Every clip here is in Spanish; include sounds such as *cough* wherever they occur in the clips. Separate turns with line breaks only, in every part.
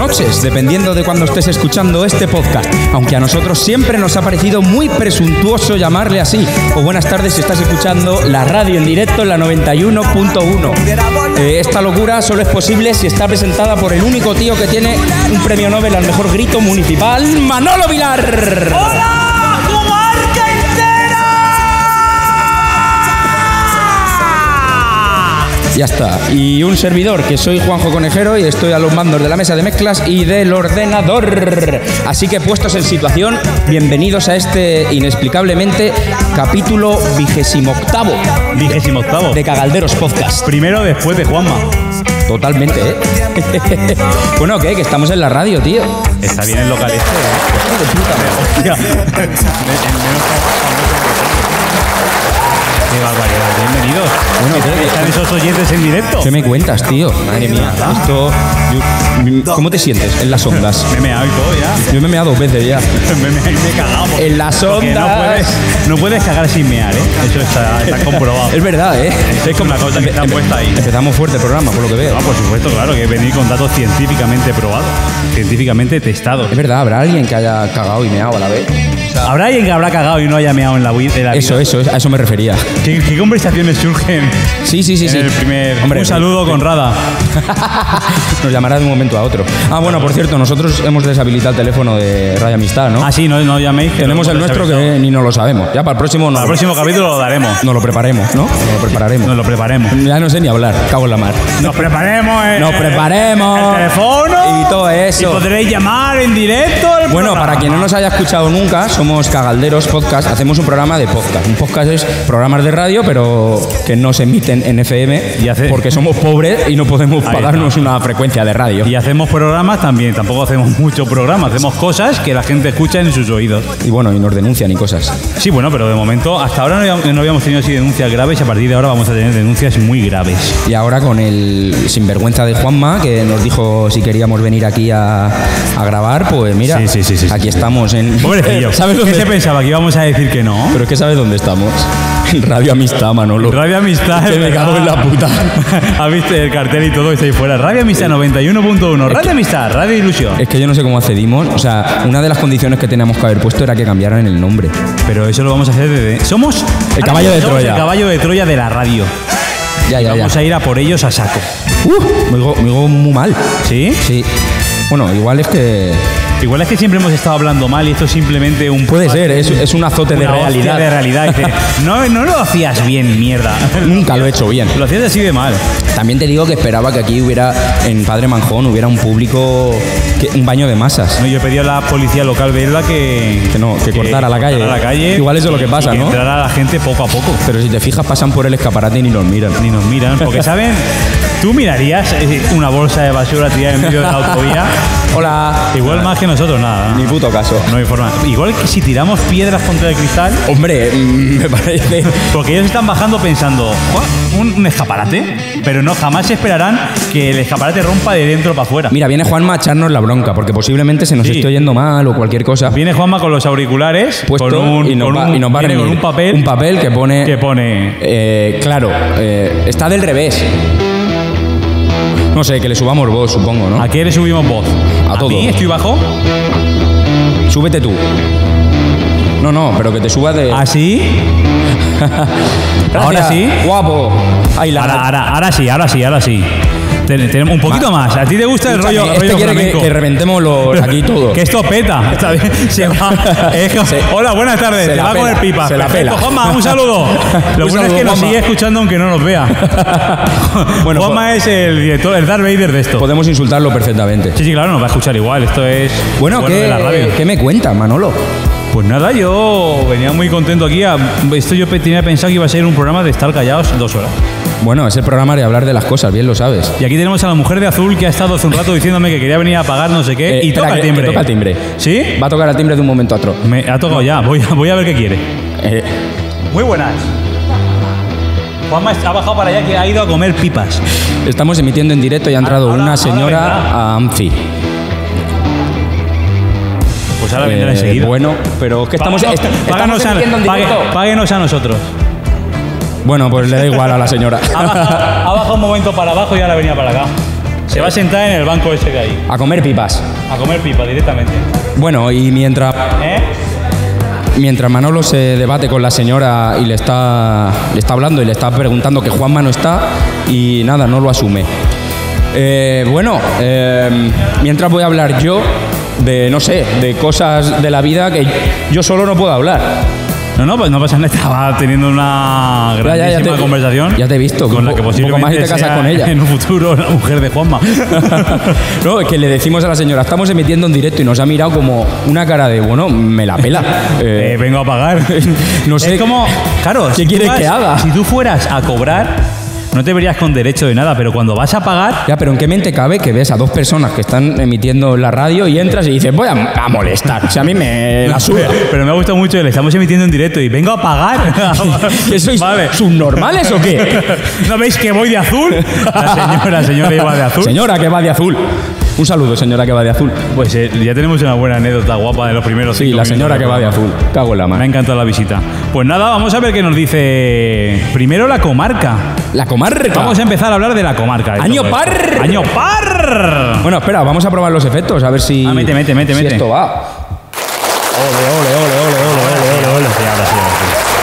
horas, dependiendo de cuando estés escuchando este podcast, aunque a nosotros siempre nos ha parecido muy presuntuoso llamarle así. O buenas tardes si estás escuchando la radio en directo en la 91.1. Eh, esta locura solo es posible si está presentada por el único tío que tiene un premio Nobel al mejor grito municipal, Manolo Vilar.
¡Hola, comarca entera!
Ya está. Y un servidor, que soy Juanjo Conejero y estoy a los mandos de la mesa de mezclas y del ordenador. Así que puestos en situación, bienvenidos a este inexplicablemente capítulo vigésimo octavo
Vigésimo octavo.
de Cagalderos Podcast.
Primero después de Juanma.
Totalmente, ¿eh? *laughs* bueno, ¿qué? Que estamos en la radio, tío.
Está bien el local este. ¿eh?
Hijo de puta,
Hostia. Me- el menos famoso. Qué barbaridad. Bienvenidos.
Bueno, creo que-
Están esos oyentes en directo.
¿Qué me cuentas, tío? Madre mía, esto... yo- ¿Cómo te sientes en las ondas?
Me he meado y todo ya.
Yo me he meado dos veces ya.
*laughs* Me he meado y me he cagado. porque-
En las
porque No
ondas.
puedes, no puedes cagar sin mear, ¿eh? Eso está, está comprobado.
Es verdad, ¿eh?
Es como una cosa que está puesta ahí.
Empezamos fuerte el programa, por lo que veo.
Ah, por supuesto, claro, que venir con datos científicamente probados, científicamente testados.
Es verdad, habrá alguien que haya cagado y meado a la vez.
¿Habrá alguien que habrá cagado y no haya meado en la, wi- en la vida?
Eso, eso, a eso me refería.
¿Qué, qué conversaciones surgen
Sí, sí, sí,
en
sí.
el primer...
Hombre, eh,
un saludo, Conrada.
*laughs* Nos llamará de un momento a otro. Ah, bueno, por cierto, nosotros hemos deshabilitado el teléfono de Radio Amistad, ¿no?
Ah, sí, no, no llaméis. que
Tenemos
lo
el
hemos
nuestro
avisado.
que ni nos lo sabemos. Ya para el próximo
Para
no,
el próximo capítulo lo daremos.
nos lo preparemos, ¿no? Nos lo prepararemos.
Nos lo preparemos.
Ya no sé ni hablar, cago en la mar.
Nos preparemos. eh,
Nos preparemos.
El teléfono.
Y todo eso.
Y podréis llamar en directo. al
Bueno,
programa.
para quien no nos haya escuchado nunca, somos Cagalderos Podcast. Hacemos un programa de podcast. Un podcast es programas de radio, pero que no se emiten en FM
Y hace-
porque somos pobres y no podemos
Ahí
pagarnos una frecuencia de radio.
Y hacemos programas también. Tampoco hacemos mucho programa. Hacemos cosas que la gente escucha en sus oídos.
Y bueno, y nos denuncian y cosas.
Sí, bueno, pero de momento, hasta ahora no habíamos- no habíamos tenido así denuncias graves. y A partir de ahora vamos a tener denuncias muy graves.
Y ahora con el sinvergüenza de Juanma, que nos dijo si queríamos venir aquí a, a grabar, pues mira,
Sí, sí, sí, sí,
aquí
sí.
estamos en... *laughs*
Pobrecillo.
¿Sabes
¿Qué
dónde?
se pensaba? ¿Que íbamos a decir que no?
Pero es que ¿sabes dónde estamos? En Radio Amistad, Manolo.
Radio Amistad.
Que
es
me cago en
verdad.
la puta.
*laughs* ¿Has visto el cartel y todo que está ahí fuera? Radio Amistad 91.1. Radio Amistad, Radio Ilusión.
Es que yo no sé cómo accedimos. O sea, una de las condiciones que teníamos que haber puesto era que cambiaran el nombre.
Pero eso lo vamos a hacer desde. Somos.
El caballo de
somos
Troya.
El caballo de Troya de la radio.
Ya, ya, ya.
Vamos a ir a por ellos a saco.
Uh, me, digo, me digo muy mal.
¿Sí?
Sí. Bueno, igual es que.
Igual es que siempre hemos estado hablando mal y esto es simplemente un.
Puede ser, es, es un azote de
una hostia
realidad.
De realidad. Dice, no, no lo hacías bien, mierda.
Nunca lo he hecho bien.
Lo hacías así de mal.
También te digo que esperaba que aquí hubiera, en Padre Manjón, hubiera un público. que- un baño de masas.
No, yo he pedido a la policía local de Elda que.
Que no, que cortara la calle.
cortara la calle.
Igual eso es lo que
y-
pasa,
y
¿no?
Entrar a la gente poco a poco.
Pero si te fijas, pasan por el escaparate y ni nos miran.
ni nos miran, porque saben, tú mirarías eh, una bolsa de basura tirada en medio de la autovía,
*laughs* Hola.
igual más que nosotros, nada.
Ni
¿no?
puto caso.
No hay forma. Igual que si tiramos piedras contra el cristal,
Hombre, mm, me parece.
porque ellos están bajando pensando, "Buah, ¿un, un escaparate? Pero no, jamás esperarán que el escaparate rompa de dentro para afuera.
Mira, viene Juanma a echarnos la bronca, porque posiblemente se nos
Sí.
esté oyendo mal o cualquier cosa.
Viene Juanma con los auriculares,
puesto
con un,
y, nos
con
va,
un-
y nos va a
viene con
reñir.
un papel,
Un papel que pone.
que pone...
eh, claro, eh, está del revés. No sé, que le subamos voz, supongo, ¿no?
¿A qué le subimos voz?
A todo.
mí? ¿Estoy bajo?
Súbete tú. No, no, pero que te subas de. *laughs*
¿Así? ahora Ah, sí.
Guapo. Ahí la.
Ahora, ahora, ahora sí, ahora sí, ahora sí. Ten- Tenemos un poquito más. ¿A ti te gusta el
Escúchame,
rollo,
este
rollo
quiere que,
flamenco?
que reventemos
*laughs*
los, Pues aquí todo.
Que
*laughs*
esto peta. Está bien. Se va. Es que-
Se-
hola, buenas tardes.
se
Te
la
va a
pela,
comer pipa.
se la
Perfecto,
pela.
Juanma,
*laughs*
un saludo. Lo
Un
bueno es
saludo,
que nos
Juanma.
sigue escuchando aunque no nos vea.
*laughs* Bueno, pues-
Juanma es el director, el Darth Vader de esto.
Podemos insultarlo perfectamente.
Sí, sí, claro, nos va a escuchar igual. Esto es.
Bueno,
lo de la radio.
¿qué, ¿qué me cuentas, Manolo?
Pues nada, yo venía muy contento aquí. a- esto yo pe- tenía pensado que iba a ser un programa de estar callados dos horas.
Bueno, es el programa de hablar de las cosas, bien lo sabes.
Y aquí tenemos a la mujer de azul que ha estado hace un rato diciéndome que quería venir a pagar no sé qué.
Eh,
y
espera,
toca el
que- que
timbre.
toca el timbre.
¿Sí?
Va a tocar el timbre de un momento a otro.
Me ha tocado ya. Voy a, voy a ver qué quiere.
Eh,
Muy buenas. Juanma ha bajado para allá que ha ido a comer pipas.
estamos emitiendo en directo y ha entrado
Ah, Ahora-
una
ahora
señora
vendrá.
a Anfi.
Pues ahora vendrá
Eh,
enseguida.
bueno, pero es que estamos, est-
Páganos-
estamos
páganos a,
emitiendo en
pague-
directo.
páguenos a nosotros.
Bueno, pues le da igual a la
*laughs*
señora.
Ha bajado, ha bajado un momento para abajo y ahora venía para acá. Se va a sentar en el banco ese que hay.
a comer pipas.
A comer pipa directamente.
Bueno, y mientras,
¿Eh?
mientras Manolo se debate con la señora y le está, le está hablando y le está preguntando que Juanma no está y nada, no lo asume. Eh, bueno, eh, mientras voy a hablar yo de, no sé, de cosas de la vida que yo solo no puedo hablar. *laughs*
No, no, pues no pasa nada. Estaba teniendo una
Ya, ya,
grandísima
ya te-
conversación.
ya te he visto,
Con
un
la
po-
que
un poco
posiblemente
más y te casas
sea
con ella.
En un futuro, la mujer de
*laughs*
Juanma.
No, es que le decimos a la señora, estamos emitiendo en directo y nos ha mirado como una cara de, bueno, me la pela. Eh,
Eh, vengo a pagar.
*laughs* No sé.
Es como, claro,
¿Qué
tú
quieres que haga?
Si tú fueras a cobrar, no te verías con derecho de nada, pero cuando vas a pagar,
Ya, pero ¿en qué mente cabe que ves a dos personas que están emitiendo la radio y entras y dices, voy a, a molestar? O sea, a mí me la sube.
Pero me ha gustado mucho, le estamos emitiendo en directo y vengo a pagar.
*laughs* ¿Que sois subnormales o qué?
¿No veis que voy de azul? La señora, la señora iba de azul.
Señora que va de azul. Un saludo, señora que va de azul.
Pues eh, ya tenemos una buena anécdota guapa de los primeros
Sí,
cinco
la
minutos
señora
del
que va de
programa.
azul. Cago en la
Me ha
mano.
encantado la visita. Pues nada, vamos a ver qué nos dice primero la comarca.
La comarca.
Vamos a empezar a hablar de la comarca. de
Ah. Año
todo esto.
par.
Año par.
Bueno, espera, vamos a probar los efectos, a ver si.
Ah, mete, mete, mete,
si
mete.
esto va.
Sí, ahora sí, ahora sí.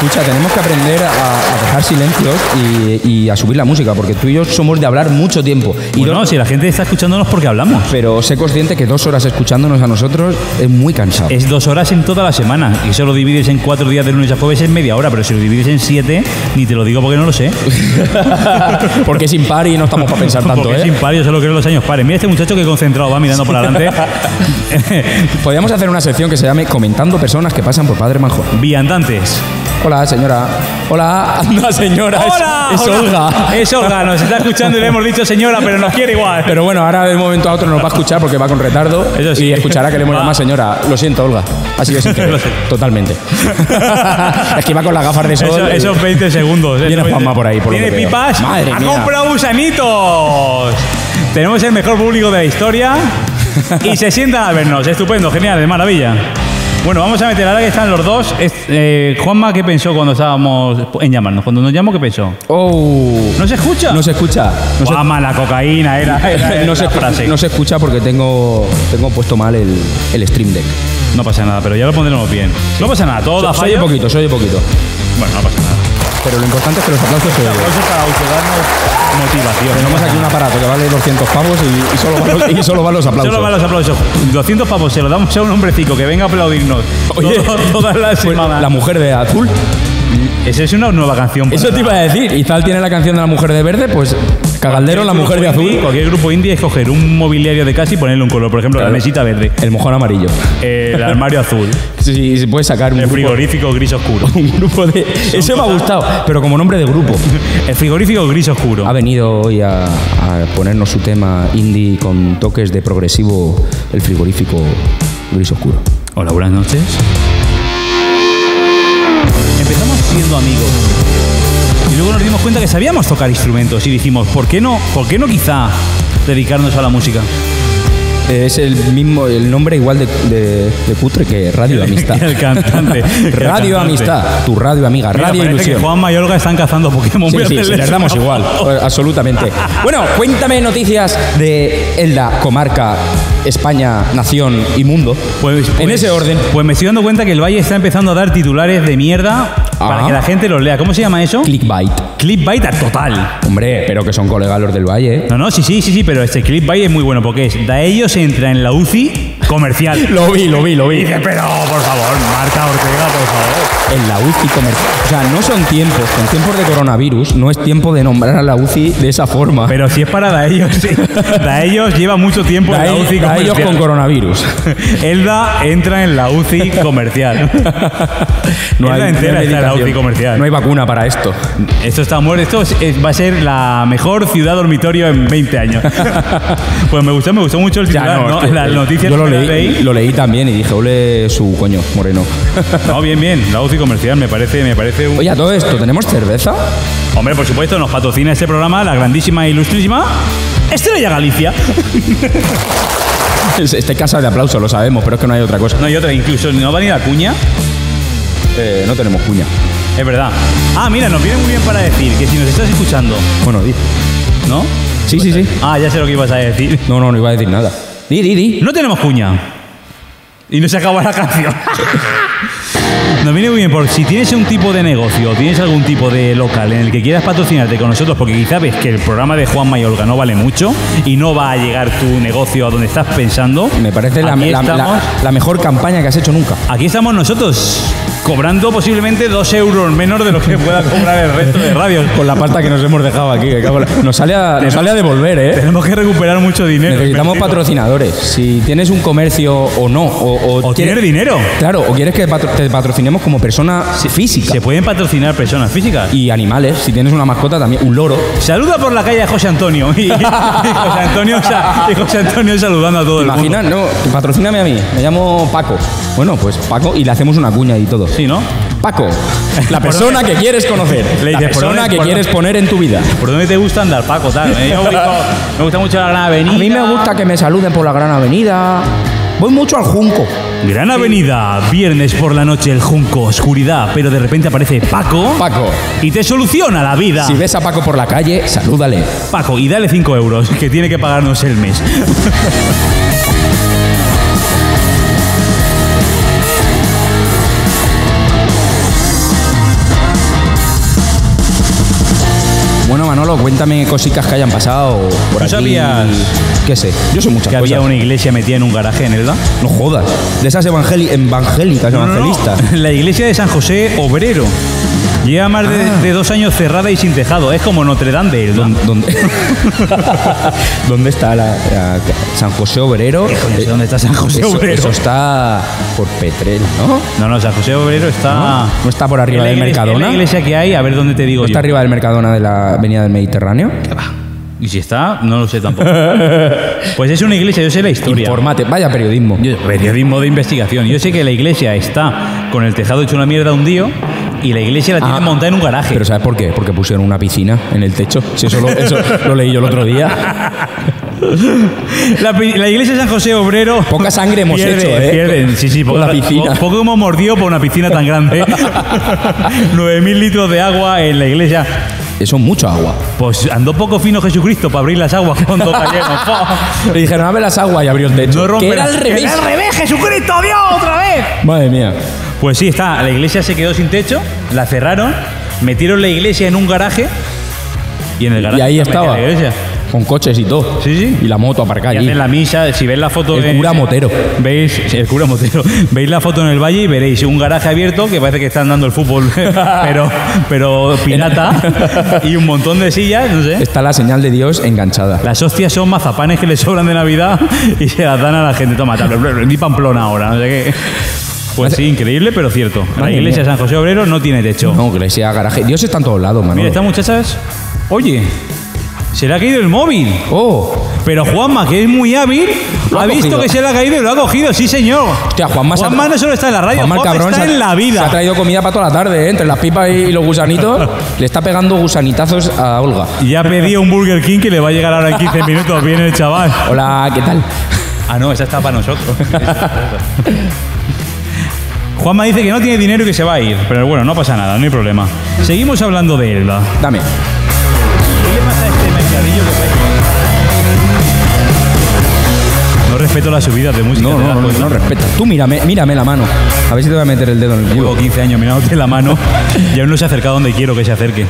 Escucha, tenemos que aprender a, a dejar silencios y, y a subir la música, porque tú y yo somos de hablar mucho tiempo. Y
Bueno,
dos-
si la gente está escuchándonos porque hablamos.
pero sé consciente que dos horas escuchándonos a nosotros es muy
*laughs*
cansado.
Es dos horas en toda la semana. Y eso lo divides en cuatro días de lunes a jueves es media hora. Pero si lo divides en siete, ni te lo digo *laughs* porque no lo sé.
porque sin par y no estamos para pensar tanto,
porque
¿eh?
es impar, yo solo creo los años pares. Mira este muchacho que concentrado va mirando para *laughs* adelante.
Podríamos hacer una sección que se llame Comentando personas que pasan por Padre Manjón.
Viandantes.
Hola, señora. Hola, anda, señora. es-
¡Hola!
Es,
hola.
Olga.
Es Olga, nos está escuchando y le hemos dicho señora, pero nos quiere igual.
Pero bueno, ahora de un momento a otro nos va a escuchar porque va con retardo
Eso sí.
y escuchará que le hemos
Va.
llamado señora. Lo siento, Olga. Ha sido sin querer.
*laughs* Lo sé.
Totalmente. *laughs* es que va con las gafas de sol.
Eso-
y-
esos 20 segundos. esos
Viene
20.
Juanma por ahí, por lo
Tiene
que veo.
pipas.
Madre
ha
mía.
comprado gusanitos. Tenemos el mejor público de la historia. Y se sientan a vernos. Estupendo, genial, de maravilla. Bueno, vamos a meter ahora que están los dos. Es- eh, Juanma, ¿qué pensó cuando estábamos en llamarnos? Cuando nos llamó, ¿qué pensó?
Oh.
¿No se escucha?
No se escucha. No se-
Juanma, la cocaína era,
*laughs*
era- era
no se,
la frase.
no se escucha porque tengo, tengo puesto mal el, el stream deck.
No pasa nada, pero ya lo pondremos bien. No pasa nada, todo da
soy de
fallo.
poquito, soy de poquito.
Bueno, no pasa nada.
Pero lo importante es que los aplausos se oigan.
Eso es para autodarnos motivación.
Tenemos aquí un aparato que vale 200 pavos y, y solo, van los, y solo van los aplausos.
Solo van los aplausos. 200 pavos se lo damos a un hombrecico que venga a aplaudirnos.
Oye,
Todo- todas las
Pues,
semanas.
la mujer de azul.
Esa es una nueva canción. para-
Eso te iba a decir. Y tal tiene la canción de la mujer de verde, pues Cagaldero, la mujer de
Cualquier grupo
azul.
indie- Cualquier grupo indie es coger un mobiliario de casa y ponerle un color. Por ejemplo,
Claro.
la mesita verde,
El mojón amarillo.
el
*laughs*
armario azul,
Sí, sí, se puede sacar un
el
grupo,
frigorífico
*laughs*
gris oscuro.
un grupo de. Ese me ha gustado, pero como nombre de grupo.
El frigorífico gris oscuro.
Ha venido hoy a, a ponernos su tema indie con toques de progresivo, el frigorífico gris oscuro.
Hola, buenas noches. Empezamos siendo amigos. Y luego nos dimos cuenta que sabíamos tocar instrumentos y dijimos, ¿por qué no? ¿Por qué no quizá dedicarnos a la música?
Es el mismo, el nombre igual de, de- de putre que Radio Amistad.
*laughs* El
*laughs*
cantante. El cantante.
Radio Amistad, tu radio amiga,
Mira,
Radio
parece
Ilusión.
que Juan Mayorga están cazando Pokémon. Pues,
Sí,
Voy a
sí,
hacerles
les damos
*laughs* una
igual,
foto.
eh,
*laughs*
absolutamente. Bueno, cuéntame noticias de Elda, comarca, España, nación y mundo.
Pues-
en
pues-
ese orden.
Pues me estoy dando cuenta que el Valle está empezando a dar titulares de mierda para
Ah.
que la gente los lea. ¿Cómo se llama eso?
Clickbait.
Clickbait a total.
Hombre, pero que son colegas los del Valle.
*laughs*
¿eh?
No, no, sí, sí, sí, sí, pero este clip by es muy bueno porque es da ellos entra en la UCI comercial.
*laughs* Lo vi, lo vi, lo
Y
vi.
dice, pero por favor, Marta Ortega, por favor.
En la UCI comercial. O sea, no son tiempos. En tiempos de coronavirus no es tiempo de nombrar a la UCI de esa forma.
Pero si es para da ellos, sí. Da ellos lleva mucho tiempo
A
en la
el-
UCI
a ellos
comercial.
con coronavirus.
*laughs* Elda entra en la UCI comercial. Elda entera está en la
medicación.
UCI comercial.
No hay vacuna para esto.
Esto está muerto. Esto es- es- va a ser la mejor ciudad dormitorio en
*laughs*
20 años. pues me gustó, me gustó mucho el
Ya,
titular,
no,
¿no?
es que-
Las noticias
yo lo
que las
leí, lo leí también y dije, ole su coño, moreno.
No, bien, bien. La UCI comercial me parece, me parece un.
Oye, a todo esto, ¿tenemos cerveza?
Hombre, por supuesto, nos patrocina este programa la grandísima e ilustrísima Estrella Galicia.
Es- Este casa de aplauso, lo sabemos, pero es que no hay otra cosa.
No hay otra, incluso no va ni la cuña.
Eh, no tenemos cuña.
Es verdad. Ah, mira, nos viene muy bien para decir que si nos estás escuchando,
Bueno, di.
¿no?
Sí, sí, sí.
Ah, ya sé lo que ibas a decir.
No, no, no iba a decir nada. Di, di, di.
No tenemos cuña. Y no se acaba la
*laughs*
canción. Nos viene muy bien por si tienes un tipo de negocio, o tienes algún tipo de local en el que quieras patrocinarte con nosotros, porque quizás ves que el programa de Juan Mayorga no vale mucho y no va a llegar tu negocio a donde estás pensando.
Me parece la,
Aquí
la- la-
estamos-
la mejor campaña que has hecho nunca.
Aquí estamos nosotros, cobrando posiblemente dos euros menos de lo que pueda cobrar el resto de radios.
*laughs* Con la pasta que nos hemos dejado aquí. que cago en la- Nos sale a, nos sale a devolver, ¿eh?
Tenemos que recuperar mucho dinero.
Necesitamos
invertido.
patrocinadores. Si tienes un comercio o no, o, o
O
quieres-
tener dinero.
Claro, o quieres que patro- te patrocinemos como persona física.
Se pueden patrocinar personas físicas.
Y animales, si tienes una mascota también, un loro.
Saluda por la calle a José Antonio. *laughs* Y, y José, Antonio sa- y José Antonio saludando a todo el mundo.
Imagina, no, patrocíname a mí. Me llamo Paco. Bueno, pues Paco y le hacemos una cuña y todo.
Sí, ¿no?
Paco, la
¿Por
persona
dónde?
que quieres conocer,
Le
la
dices, ¿por
persona
dónde-
que
por
quieres
dónde?
poner en tu vida.
¿Por dónde te gusta andar, Paco? Tal, eh? Yo ubico- me gusta mucho la Gran
A
Avenida.
mí me gusta que me saluden por la Gran Avenida. Voy mucho al Junco.
Gran Avenida, viernes por la noche, el junco, oscuridad, pero de repente aparece Paco.
Paco,
Y te soluciona la vida.
si ves a Paco por la calle, salúdale.
Paco, y dale 5 euros, que tiene que pagarnos
*laughs*
el mes.
Bueno, Manolo, cuéntame cositas que hayan pasado por
¿Tú
aquí.
sabías
¿Qué sé? Yo sé muchas
Que
cosas.
había una iglesia metida en un garaje en Elda.
No jodas. De esas evangeli- evangélicas,
No, no, no.
evangelistas.
*laughs* La iglesia de San José Obrero. Lleva más de,
Ah.
de dos años cerrada y sin tejado. Es como Notre Dame de Elda.
¿Dónde,
*laughs*
dónde- dónde está la, la- San José Obrero?
¿Qué coño es?
Eh,
¿Dónde está San José
eso,
Obrero?
eso está por Petrel, ¿no?
No, no, San José Obrero está...
¿No? ¿No está por arriba
en la
del
iglesia-
Mercadona?
en la iglesia que hay, a ver dónde te digo
¿No está
yo.
arriba del Mercadona de la Avenida del Mediterráneo?
Y si está, no lo
*laughs*
sé tampoco. pues es una iglesia, yo sé la historia.
Informate, vaya periodismo.
Yo- periodismo de investigación. Yo sé que la iglesia está con el tejado hecho una mierda hundido y la iglesia la tiene
Ah.
montada en un garaje.
Pero ¿sabes por qué? Porque pusieron una piscina en el techo. Si eso lo, eso lo leí yo el otro día.
La, pi- la iglesia de San José Obrero...
Poca sangre hemos
pierde,
hecho, ¿eh?
pierde. Sí, sí,
Con
poca-
la piscina.
po- Poco hemos mordido por una piscina tan
*laughs*
grande. 9.000 litros de agua en la iglesia.
Eso es mucho agua.
Pues andó poco fino Jesucristo para abrir las aguas
*laughs*
cuando cayeron.
Le dijeron, abre las aguas y abrió el techo.
No rompe
que era
las-
al revés.
¡Al revés, Jesucristo, Dios, otra vez!
Madre mía.
Pues sí, está. La iglesia se quedó sin techo, la cerraron, metieron la iglesia en un garaje y en el
Y
garaje.
ahí
está metida
estaba.
La iglesia.
Con coches y todo.
Sí, sí.
Y la moto aparcada
Y
allí.
hacen la misa, si ves la foto
El
de-
cura motero.
Veis, el cura motero. *laughs* Veis la foto en el valle y veréis un garaje abierto que parece que están dando el fútbol, *laughs* pero,
*laughs*
pero pirata. y un montón de sillas, no sé.
Está la señal de Dios enganchada.
Las hostias son mazapanes que le sobran de Navidad y se las dan a la gente. Toma, tal, ni Pamplona ahora, no sé qué. Pues sí, increíble, pero cierto. La
Madre
iglesia de
mía.
San José Obrero no tiene techo.
No, iglesia, garaje. Dios está en todos lados, Manolo.
Mira, estas muchachas. Oye, se le ha caído el móvil.
Oh,
Pero Juanma, que es muy hábil,
Lo ha
ha visto
cogido.
que se le ha caído y lo ha cogido, sí señor.
hostia, Juanma, se ha-
Juanma no solo está en la radio,
Juanma, el
Juanma
cabrón,
está
se ha-
en la
Se ha
vida.
traído comida para toda la tarde, ¿eh? entre las pipas y los
*laughs*
gusanitos. le está pegando gusanitazos a Olga.
Y Ya pedí un Burger King que le va a llegar ahora en 15 minutos. Viene el chaval.
Hola, ¿qué tal?
Ah, no, esa está para nosotros. Juanma dice que no tiene dinero y que se va a ir. Pero bueno, no pasa nada, no hay problema. Seguimos hablando de Elba.
Dame.
No respeto las subidas de música.
No,
¿te
no,
das
no,
cuenta?
no, respeta. Tú mírame, mírame la mano. A ver si te voy a meter el dedo en el
*laughs*
culo.
Llevo 15 años mirándote la mano y aún no se ha acercado donde quiero que se acerque.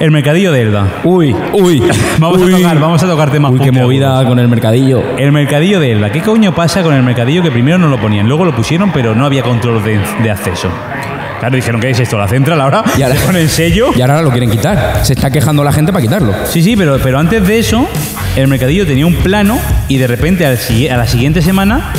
El mercadillo de Elda.
Uy, uy.
*laughs* Vamos
uy.
a tocar, vamos a tocar temas
Uy, qué
puntiagudos.
movida con el mercadillo.
El mercadillo de Elda. ¿Qué coño pasa con el mercadillo que primero no lo ponían, luego lo pusieron, pero no había control de, de acceso? Claro, dijeron, ¿qué es esto? ¿La central ahora?
Y
*laughs*
ahora-
¿Con el sello?
Y ahora lo quieren quitar. Se está quejando la gente para quitarlo.
Sí, sí, pero, pero antes de eso, el mercadillo tenía un plano y de repente al si- a la siguiente semana.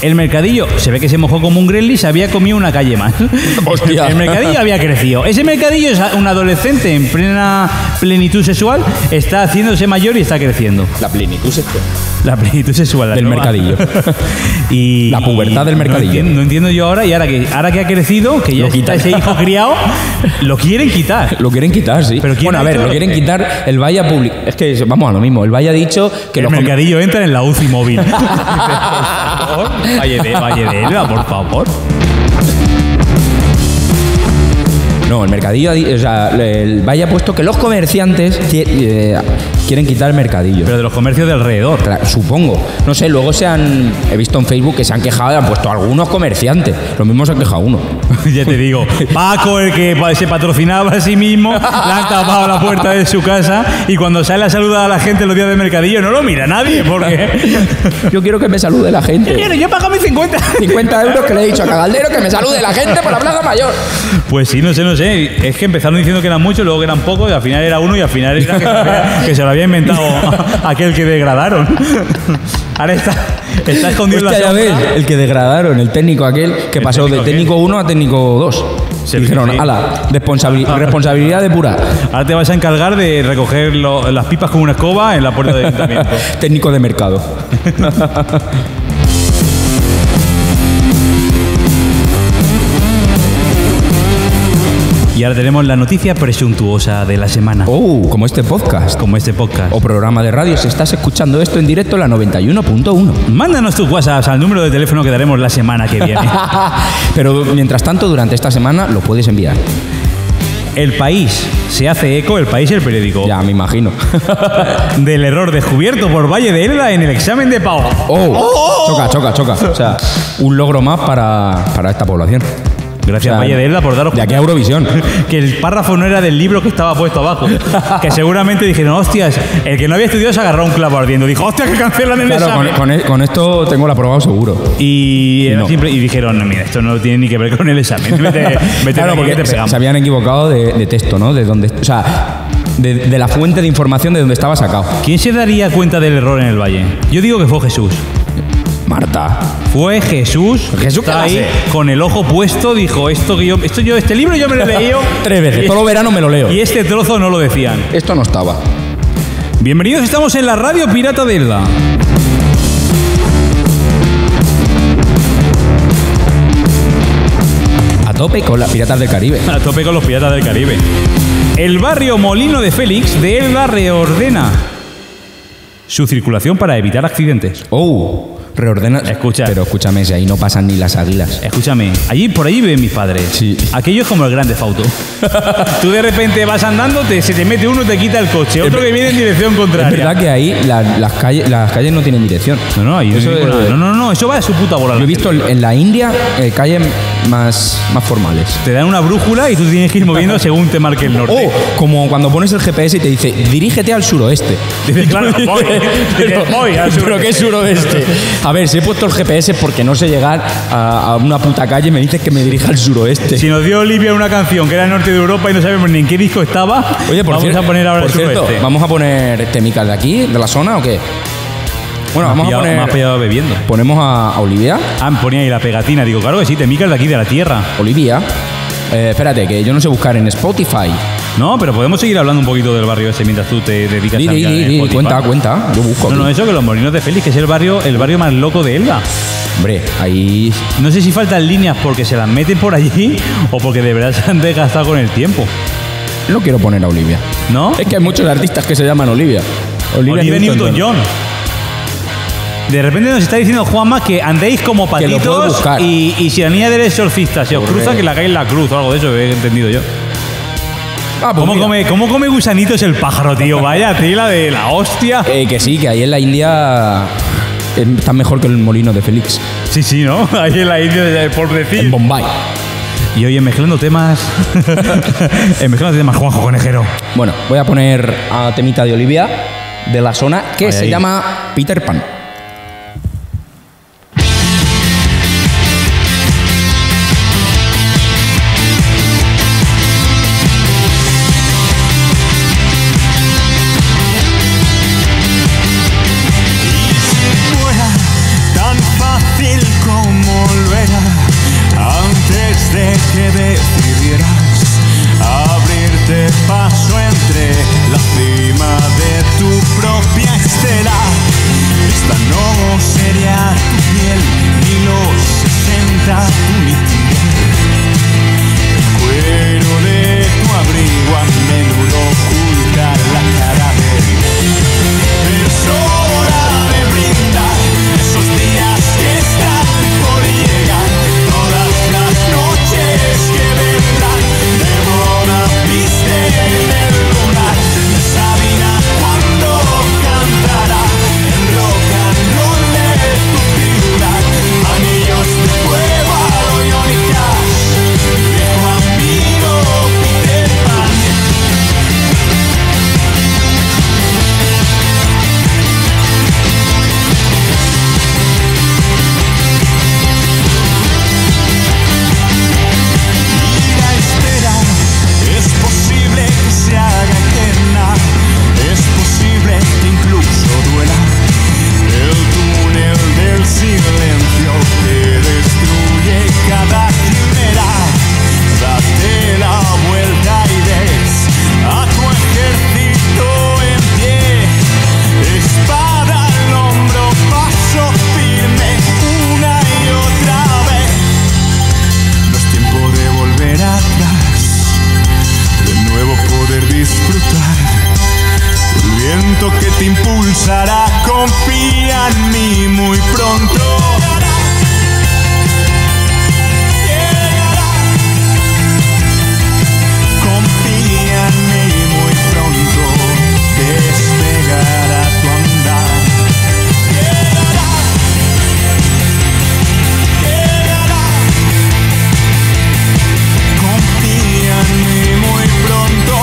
El mercadillo se ve que se mojó como un gremlin, se había comido una calle más.
*laughs* Hostia.
El mercadillo había crecido. Ese mercadillo es un adolescente en plena plenitud sexual, está haciéndose mayor y está creciendo.
La plenitud
La plenitud sexual. la
Del
nueva.
mercadillo.
*laughs* y,
La pubertad del
y
mercadillo.
No entiendo, no entiendo yo ahora, y ahora que, ahora que ha crecido, que ya
Lo
está
quitan.
ese hijo criado, lo quieren quitar.
Lo quieren quitar, sí.
Pero ¿quién
bueno,
ha
a ver,
dicho
lo
lo
quieren
que-
quitar. El Valle ha public- Es que vamos a lo mismo. El Valle ha dicho *laughs* que
el
los com-
mercadillo entra en la UCI
*laughs*
móvil. por favor, Valle de, Valle de Elba, por favor.
No, el mercadillo, ha di- o sea, el Valle ha puesto que los comerciantes ti- eh, quieren quitar el mercadillo.
Pero de los comercios de alrededor. *laughs*
Cla- Supongo. No sé, luego se han. He visto en Facebook que se han quejado y han puesto algunos comerciantes. Lo mismo se han quejado uno.
ya te digo, Paco, el que pa- se patrocinaba a sí mismo, le han tapado la puerta de su casa y cuando sale a saludar a la gente los días de mercadillo no lo mira nadie porque...
Yo quiero que me salude la gente.
Pero yo he pagado mis 50.
50 euros que le he dicho a Cagaldero que me salude la gente por la Plaza Mayor.
Pues sí, no sé, no sé. Es que empezaron diciendo que eran muchos, luego que eran pocos, y al final era uno y al final era que se lo *laughs* había, que se lo había inventado aquel que degradaron. *laughs* Ahora está, está escondido en la
Hostia, ya ves,
sombra.
Este el que degradaron, el técnico aquel que
El
pasó
técnico
de técnico 1 a técnico 2.
Sí,
Dijeron,
sí.
ala, responsabili-
*laughs*
responsabilidad depurada.
Ahora te vas a encargar de recoger lo- las pipas con una escoba en la puerta del ayuntamiento.
*laughs* Técnico de mercado.
Y ahora tenemos la noticia presuntuosa de la semana,
Oh, como este podcast.
como este podcast.
O programa de radio, si estás escuchando esto en directo, la 91.1.
Mándanos tus WhatsApps al número de teléfono que daremos la semana que *laughs* viene.
*laughs* Pero mientras tanto, durante esta semana lo puedes enviar.
El país se hace eco, el país y el periódico,
Ya, me imagino. *laughs*
del error descubierto por Valle de Elda en el examen de PAO.
Oh, choca, choca, choca. O sea, un logro más para, para esta población.
Gracias,
O sea,
Valle de Elda, por daros
De aquí a Eurovisión.
*laughs* que el párrafo no era del libro que estaba puesto abajo.
*laughs*
Que seguramente dijeron, hostias, el que no había estudiado se agarró un clavo ardiendo. Dijo, hostias, que cancelan el
Claro, con,
examen.
con e- con esto tengo el aprobado seguro.
Y, era
No.
simple- y dijeron, mira, esto no tiene ni que ver con el examen. *laughs* Vete, vete
*laughs*
de
Claro,
aquí,
porque
que te
se,
pegamos.
se habían equivocado de, de texto, ¿no? De donde, o sea, de, de la fuente de información de donde estaba sacado.
¿Quién se daría cuenta del error en el valle? Yo digo que fue Jesús.
Marta.
Fue Jesús.
Jesús, ¿qué
está ahí
clase?
con el ojo puesto, dijo esto que yo, esto yo, este libro yo me lo he leído
*laughs* Tres veces. Todo verano me lo leo.
y este trozo no lo decían.
Esto no estaba.
Bienvenidos, estamos en la radio pirata de Elda.
A tope con las piratas del Caribe.
*laughs* A tope con los piratas del Caribe. El barrio Molino de Félix de Elba reordena su circulación para evitar accidentes.
Oh, reordena.
Escucha.
Pero escúchame, si ahí no pasan ni las águilas.
Escúchame, allí por allí viven mis padres.
Sí.
Aquello es como el
*laughs*
grande fauto. Tú de repente vas andando, te- se te mete uno, te quita el coche, otro que viene en dirección
Es
contraria.
verdad que ahí la- las, calles, las calles no tienen dirección.
No, no, ahí no,
Eso
hay
es-
ninguna- no, no, no, eso va de su puta bola.
Yo he visto en en la India eh, calles más, más formales.
Te dan una brújula y tú tienes que
*laughs*
ir moviendo según te marque el norte.
Oh, como cuando pones el GPS y te dice, dirígete al suroeste.
*laughs*
*laughs*
Dices, claro, voy.
pero,
Dices, voy al sur.
pero ¿qué suroeste? A ver, si he puesto el GPS porque no sé llegar a, a una puta calle, me dices que me dirija al suroeste.
Si nos dio Olivia una canción que era el norte de Europa y no sabemos ni en qué disco estaba,
Oye, por
vamos
cier-
a poner ahora
por
el este.
cierto,
suroeste.
¿vamos a poner temicas de aquí, de la zona o qué? Bueno,
Me has
vamos
pillado- me
a
has
poner...
pillado bebiendo.
Ponemos a a Olivia.
Ah, me ponía ahí la pegatina. Digo, claro que sí, te micas de aquí, de la tierra.
Olivia. Eh, espérate, que yo no sé buscar en Spotify.
No, pero podemos seguir hablando un poquito del barrio ese mientras tú te dedicas
Di,
a
di, di, di, cuenta, cuenta. Yo busco.
No, no,
aquí.
eso que los Molinos de Félix, que es el barrio, el barrio más loco de Elba.
Hombre, ahí.
No sé si faltan líneas porque se las meten por allí *laughs* o porque de verdad se han desgastado con el tiempo.
No quiero poner a Olivia.
¿No?
Es que hay muchos artistas que se llaman Olivia.
Olivia
Newton-John.
Newton-John. De repente nos está diciendo Juanma que andéis como
Que lo puedo
palitos
buscar.
y, y si la niña del exorcista se os
Correcto.
cruza, que la cagáis en la cruz o algo de eso, he entendido yo.
Ah, pues
¿Cómo
mira.
come, ¿Cómo come gusanitos el pájaro, tío? Vaya tela de la hostia.
Eh, que sí, que ahí en la India es tan mejor que el molino de Félix.
Sí, sí, ¿no? *laughs* Ahí en la India, por
En
decir.
Bombay.
Y oye, mezclando temas. *laughs* eh, mezclando temas, Juanjo Conejero.
Bueno, voy a poner a temita de Olivia de la zona que
Ahí,
se
ahí.
llama Peter Pan.
fuera tan fácil como lo era antes de que decidieras abrirte paso entre la cima de tu propia estela. Esta no sería tu piel ni los 60 ni cuero de tu abrigo a menudo oculta la cara del es hora de brindar esos días que están por llegar, todas las noches que ven viento que te impulsará. Confía en mí muy pronto. Confía en mí muy pronto. Despegará tu andar. Confía en mí muy pronto,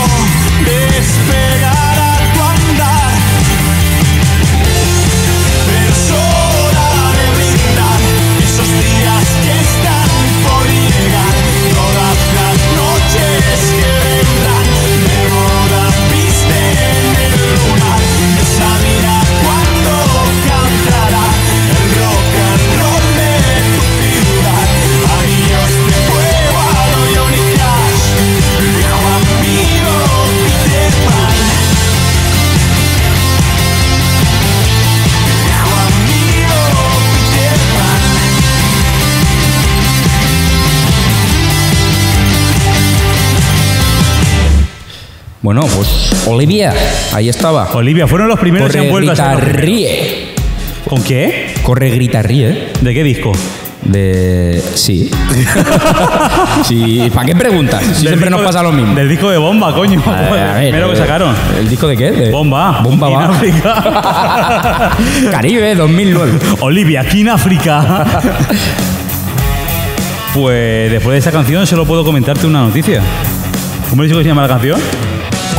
despegará tu andar. Persona me brinda esos días que están por llegar, todas las noches que vendrán, devoras viste en el lunar, esa vida cuando cantará el rock and roll de tu ciudad, anillos de fuego a lo Johnny Cash, viejo amigo Peter Pan, viejo amigo Peter Pan.
Bueno, pues Olivia, ahí estaba.
Olivia, fueron los primeros que
Corre,
han vuelto a
grita,
ser los primeros.
ríe.
¿Con qué?
Corre, grita, ríe.
¿De qué disco?
De.
*laughs*
Sí. sí. ¿Para qué preguntas? Si
Del
siempre
disco
nos
de-
pasa lo mismo.
Del disco de Bomba, coño.
A ver, a ver,
Mira lo que
eh,
sacaron.
¿El disco de qué? De-
Bomba.
Bomba
In
va.
Africa.
*laughs* Caribe 2009.
Olivia, aquí en África. pues después de esa canción solo puedo comentarte una noticia. ¿Cómo he dicho que se llama la canción?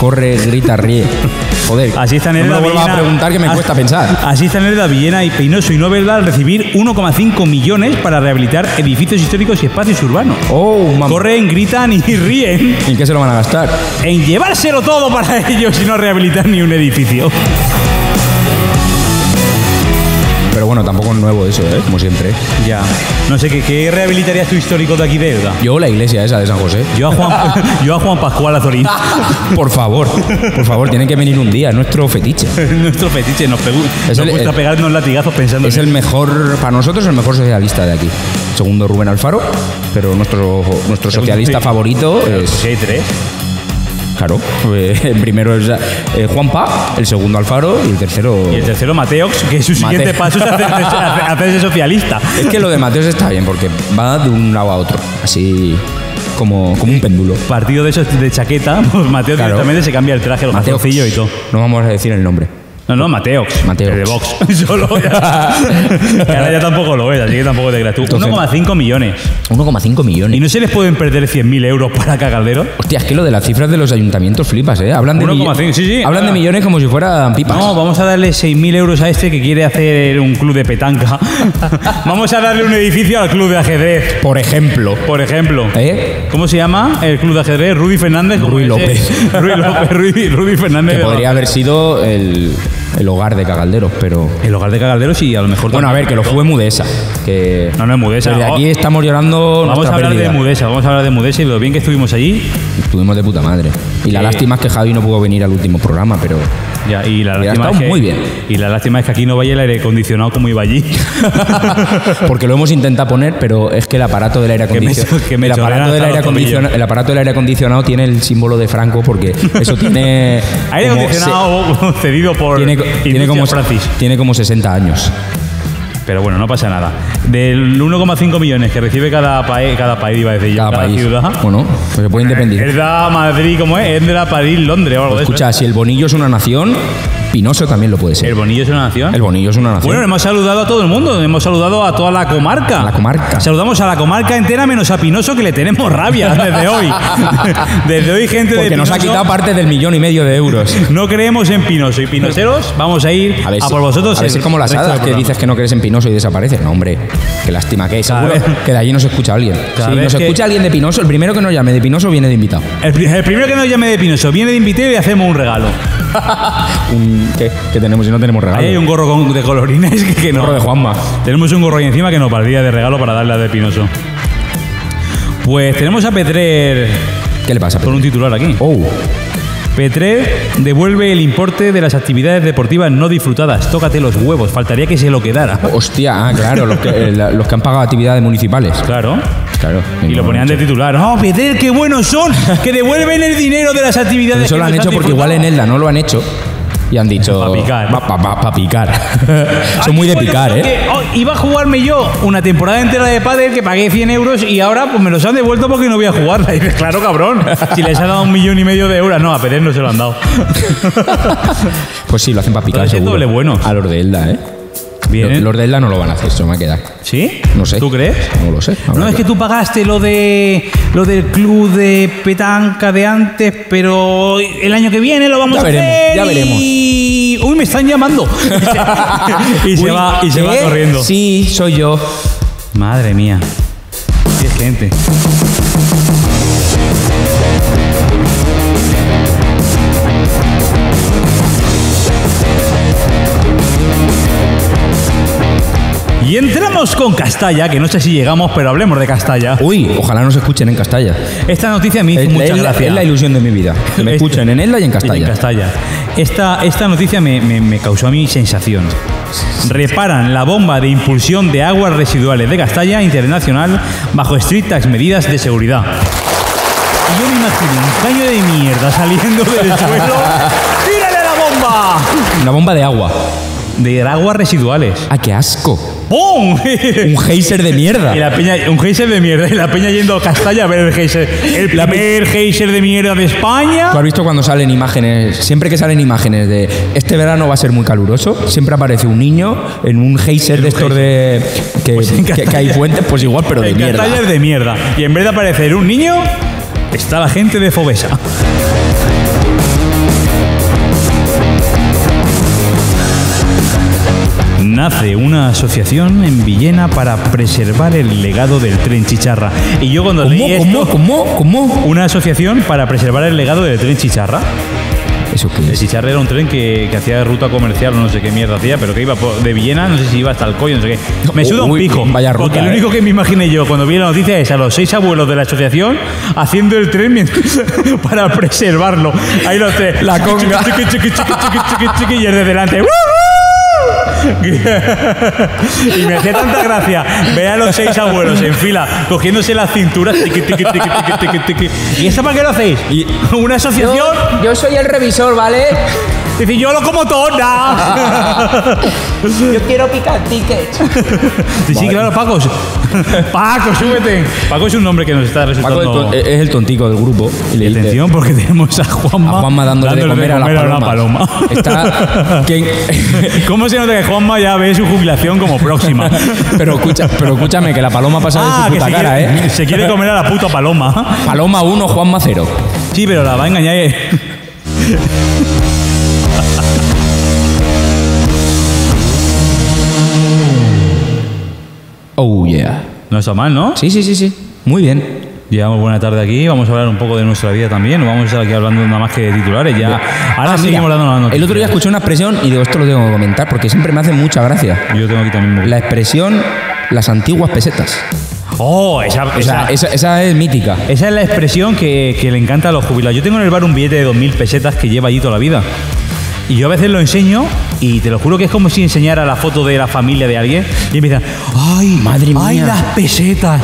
Corre, grita, ríe. Joder.
Así está en
no
el
me lo vuelvas
Villena-
a preguntar que me
As-
cuesta pensar.
Así está en el de Villena y Peinoso y Novelda al recibir 1,5 millones para rehabilitar edificios históricos y espacios urbanos.
Oh, mamá.
Corren, gritan y *laughs* ríen
¿En qué se lo van a gastar?
en llevárselo todo para ellos y no rehabilitar ni un edificio.
Pero bueno, tampoco es nuevo eso, ¿eh? Como siempre.
Ya. No sé, ¿qué, qué rehabilitarías tu histórico de aquí de Euda?
Yo la iglesia esa de San José.
Yo
*laughs*
a Juan, yo a Juan Pascual Azorín.
Por favor, por favor, tienen que venir un día, es nuestro fetiche.
*laughs* Nuestro fetiche nos, pegu-
Es
nos
el-
gusta
el-
pegarnos latigazos pensando
Es
en
el mejor, para nosotros, el mejor socialista de aquí. Segundo Rubén Alfaro, pero nuestro, nuestro socialista
sí.
favorito es,
Pues hay tres.
claro, eh, el primero es eh, Juan Pa, el segundo Alfaro y el tercero...
Y el tercero, Mateox, que su
Mate-
siguiente paso es hacerse, hacerse socialista.
Es que lo de Mateos está bien porque va de un lado a otro, así como, como un péndulo.
Partido de esos de chaqueta, *laughs* pues Mateo
Claro.
directamente se cambia el traje, el
Mateos,
calzoncillo y todo.
no vamos a decir el nombre.
No, no, Mateox.
Mateox.
El de Vox. *laughs* Solo. que ahora ya tampoco lo es, así que tampoco te creas tú.
Entonces-
1,5 millones.
1,5
¿Y
millones.
no se les pueden perder 100.000 euros para cagalderos?
Hostia, es que lo de las cifras de los ayuntamientos flipas, ¿eh? Hablan de,
1,5, sí, sí.
hablan de millones como si fueran pipas.
No, vamos a darle 6.000 euros a este que quiere hacer un club de petanca. *laughs* vamos a darle un edificio al club de ajedrez,
Por ejemplo.
por ejemplo.
¿Eh?
¿Cómo se llama el club de ajedrez? Rudy Fernández. ¿Cómo
Ruy
es?
López.
Ruy
*laughs*
López. *laughs* Rudy, Rudy Fernández.
Que podría haber sido el, el hogar de Cagalderos, pero.
El hogar de cagalderos y a lo mejor...
Bueno, a ver, que lo
también.
fue Mudesa. Que
No, no es Mudesa.
Desde aquí estamos llorando
Vamos a
nuestra
hablar
pérdida.
de Mudesa, vamos a hablar de Mudesa y de lo bien que estuvimos allí.
Estuvimos de puta madre. Y la
Sí.
lástima es que Javi no pudo venir al último programa, pero.
Ya, y la
Y ha
lástima
estado
es que,
muy bien.
Y la lástima es que aquí no vaya el aire acondicionado como
*laughs*
iba allí. *laughs*
Porque lo hemos intentado poner, pero es que el aparato del aire
Que me-
acondicionado.
que me
el, aparato del
chorean hasta
aire
los tobillos.
acondicionado el aparato del aire acondicionado tiene el símbolo de Franco, porque eso tiene.
*laughs* aire
como
acondicionado cedido por
se- tiene, tiene,
Industria
como,
Francis.
tiene como 60 años.
Pero bueno, no pasa nada. Del 1,5 millones que recibe cada país, cada país iba a decir yo,
Cada,
cada,
país.
ciudad.
Bueno, pues se puede independizar.
Es da Madrid, ¿cómo es? Es de la París, Londres o algo de eso.
Pues
¿eh?
Escucha, si el bonillo es una nación, Pinoso también lo puede
¿El
ser.
Bonillo es una nación?
El bonillo es una nación.
Bueno, hemos saludado a todo el mundo, hemos saludado a toda la comarca.
A la comarca.
Saludamos a la comarca entera menos a Pinoso que le tenemos rabia *laughs* desde hoy. desde hoy gente de
porque nos ha
Pinoso,
quitado parte del millón y medio de euros.
No creemos en Pinoso y Pinoseros, vamos a ir a,
si-
Ah, por vosotros.
A ver si
el
es como las
resto
hadas
del
que
programa.
dices que no crees en Pinoso y desapareces. No, hombre, qué lástima que es.
Cada
Seguro
vez-
que de allí nos escucha alguien.
Cada
Si
vez
nos
que-
escucha alguien de Pinoso, el primero que nos llame de Pinoso viene de invitado.
El, pri- el primero que nos llame de Pinoso viene de invité y le hacemos un regalo.
Un- ¿Qué? ¿Qué tenemos si no tenemos regalo?
Ahí hay un gorro con- de colorines *laughs* que, que no.
gorro de Juanma.
Tenemos un gorro ahí encima que nos valdría de regalo para darle a de Pinoso. Pues tenemos a Petrer
¿Qué le pasa?
con
Pedro?
un titular aquí.
Oh,
Petrer devuelve el importe de las actividades deportivas no disfrutadas. Tócate los huevos, faltaría que se lo quedara.
hostia, ah, claro, los que, eh, la- los que han pagado actividades municipales.
Claro.
Claro.
Y lo ponían de titular. ¡Oh, Petrer, qué buenos son! ¡Que devuelven el dinero de las actividades
Eso
que
lo
no
han
se
hecho porque igual
disfrutado".
en Elda no lo han hecho. Y han dicho.
Pa' picar.
Pa, pa- pa- pa' picar. *laughs* Son muy de
Ay,
picar,
bueno,
¿eh?
que, oh, iba a jugarme yo una temporada entera de pádel que pagué 100 euros y ahora pues me los han devuelto porque no voy a jugarla. *laughs* Y dices, claro, cabrón. Si les ha dado un millón y medio de euros. No, a Pérez no se lo han dado.
Pues sí, lo hacen para picar.
Entonces es
Seguro.
doble bueno.
A los de Elda, ¿eh?
Bien.
Los de Elda no lo van a hacer, se me va a quedar.
¿Sí?
No sé.
¿Tú crees?
No lo sé.
No,
Habrá
es que tú pagaste lo de lo del club de petanca de antes, pero el año que viene lo vamos
Ya
a
veremos,
hacer.
ya
Y... Uy, me están llamando. *laughs* y se,
Uy,
va, y se va
¿eh?
corriendo.
Sí, soy yo.
Madre mía. Qué gente. Y entramos con Castalla, que no sé si llegamos, pero hablemos de Castalla.
Uy, ojalá nos escuchen en Castalla.
Esta noticia me hizo
Es,
mucha
es la,
gracia.
es la ilusión de mi vida. Que me
*laughs* Este-
escuchen en Elda y en
Y en
Castalla.
Castalla. Esta, esta noticia me, me- me causó a mí sensación. Reparan la bomba de impulsión de aguas residuales de Castalla Internacional bajo estrictas medidas de seguridad. Y yo me imagino un caño de mierda
*laughs*
saliendo del suelo. ¡Tírale la bomba!
Una bomba de agua.
De aguas residuales.
¡Ah, qué asco!
¡Pum! *laughs*
Un geyser de mierda.
Y la peña, un geyser de mierda. Y la peña yendo a Castalla a ver el geyser. El primer geyser de mierda de España.
¿Tú has visto cuando salen imágenes? Siempre que salen imágenes de este verano va a ser muy caluroso, siempre aparece un niño en un geyser de estos de. que,
en
que- que hay
Castalla.
fuentes, pues igual, pero de
El
mierda.
Castalla es de mierda. Y en vez de aparecer un niño, está la gente de Fobesa. Nace una asociación en Villena para preservar el legado del tren chicharra. Y yo cuando leí
¿Cómo, cómo,
esto,
cómo, cómo?
una asociación para preservar el legado del tren chicharra.
¿Eso qué
El
es?
chicharra era un tren que, que hacía ruta comercial, no sé qué mierda hacía, pero que iba por- de Villena, no sé si iba hasta el coño, no sé qué. Me suda un
Uy,
pico.
vaya ruta,
porque lo
eh.
único que me imaginé yo cuando vi la noticia es a los seis abuelos de la asociación haciendo el tren mientras- *laughs* para preservarlo. Ahí los tres.
La conga.
Chiqui, chiqui, chiqui, chiqui, chiqui, chiqui, y el de delante. ¡Woo! *laughs* Y me hacía tanta gracia ver a los seis abuelos en fila cogiéndose las cinturas. tiqui, tiqui, tiqui, tiqui, tiqui, tiqui. ¿Y esto para qué lo hacéis? ¿Una asociación?
Yo soy el revisor, ¿vale?
Dice, yo lo como todo, nah".
Yo quiero picar tickets.
*laughs* Sí, sí, claro, Paco.
*laughs*
Paco, súbete. Paco es un nombre que nos está
Paco eh, el ton-
resultando...
es el tontico del grupo. Y le dice-
Atención, porque tenemos a
eh, a
Juanma,
Juanma dándole, de comer, a la paloma. Está. ¿quién?
*laughs* ¿Cómo se nota que Juanma ya ve su jubilación como
*laughs*
próxima?
*laughs* Pero, escucha, pero escúchame, que la paloma pasa de
ah,
su
que
puta
se,
cara,
quiere,
¿eh? *laughs*
se quiere comer a la puta paloma.
Paloma 1, Juan Macero.
Sí, pero la va a
*laughs*
engañar. eh.
Oh, yeah.
No está mal, ¿no?
Sí, sí, sí, sí. Muy bien.
Llevamos buena tarde aquí, vamos a hablar un poco de nuestra vida también, no vamos a estar aquí hablando nada más que de titulares, ya. Ahora
Ah,
seguimos
mira,
dando la noticia.
El otro día escuché una expresión y digo, esto lo tengo que comentar porque siempre me hace mucha gracia.
Yo tengo aquí también...
La expresión, las antiguas pesetas.
Oh, esa,
O sea,
esa-
esa, esa es mítica.
Esa es la expresión que, que le encanta a los jubilados. Yo tengo en el bar un billete de 2.000 pesetas que lleva allí toda la vida. Y yo a veces lo enseño y te lo juro que es como si enseñara la foto de la familia de alguien y empiezan, ¡ay,
Madre
¡Ay,
mía.
las pesetas!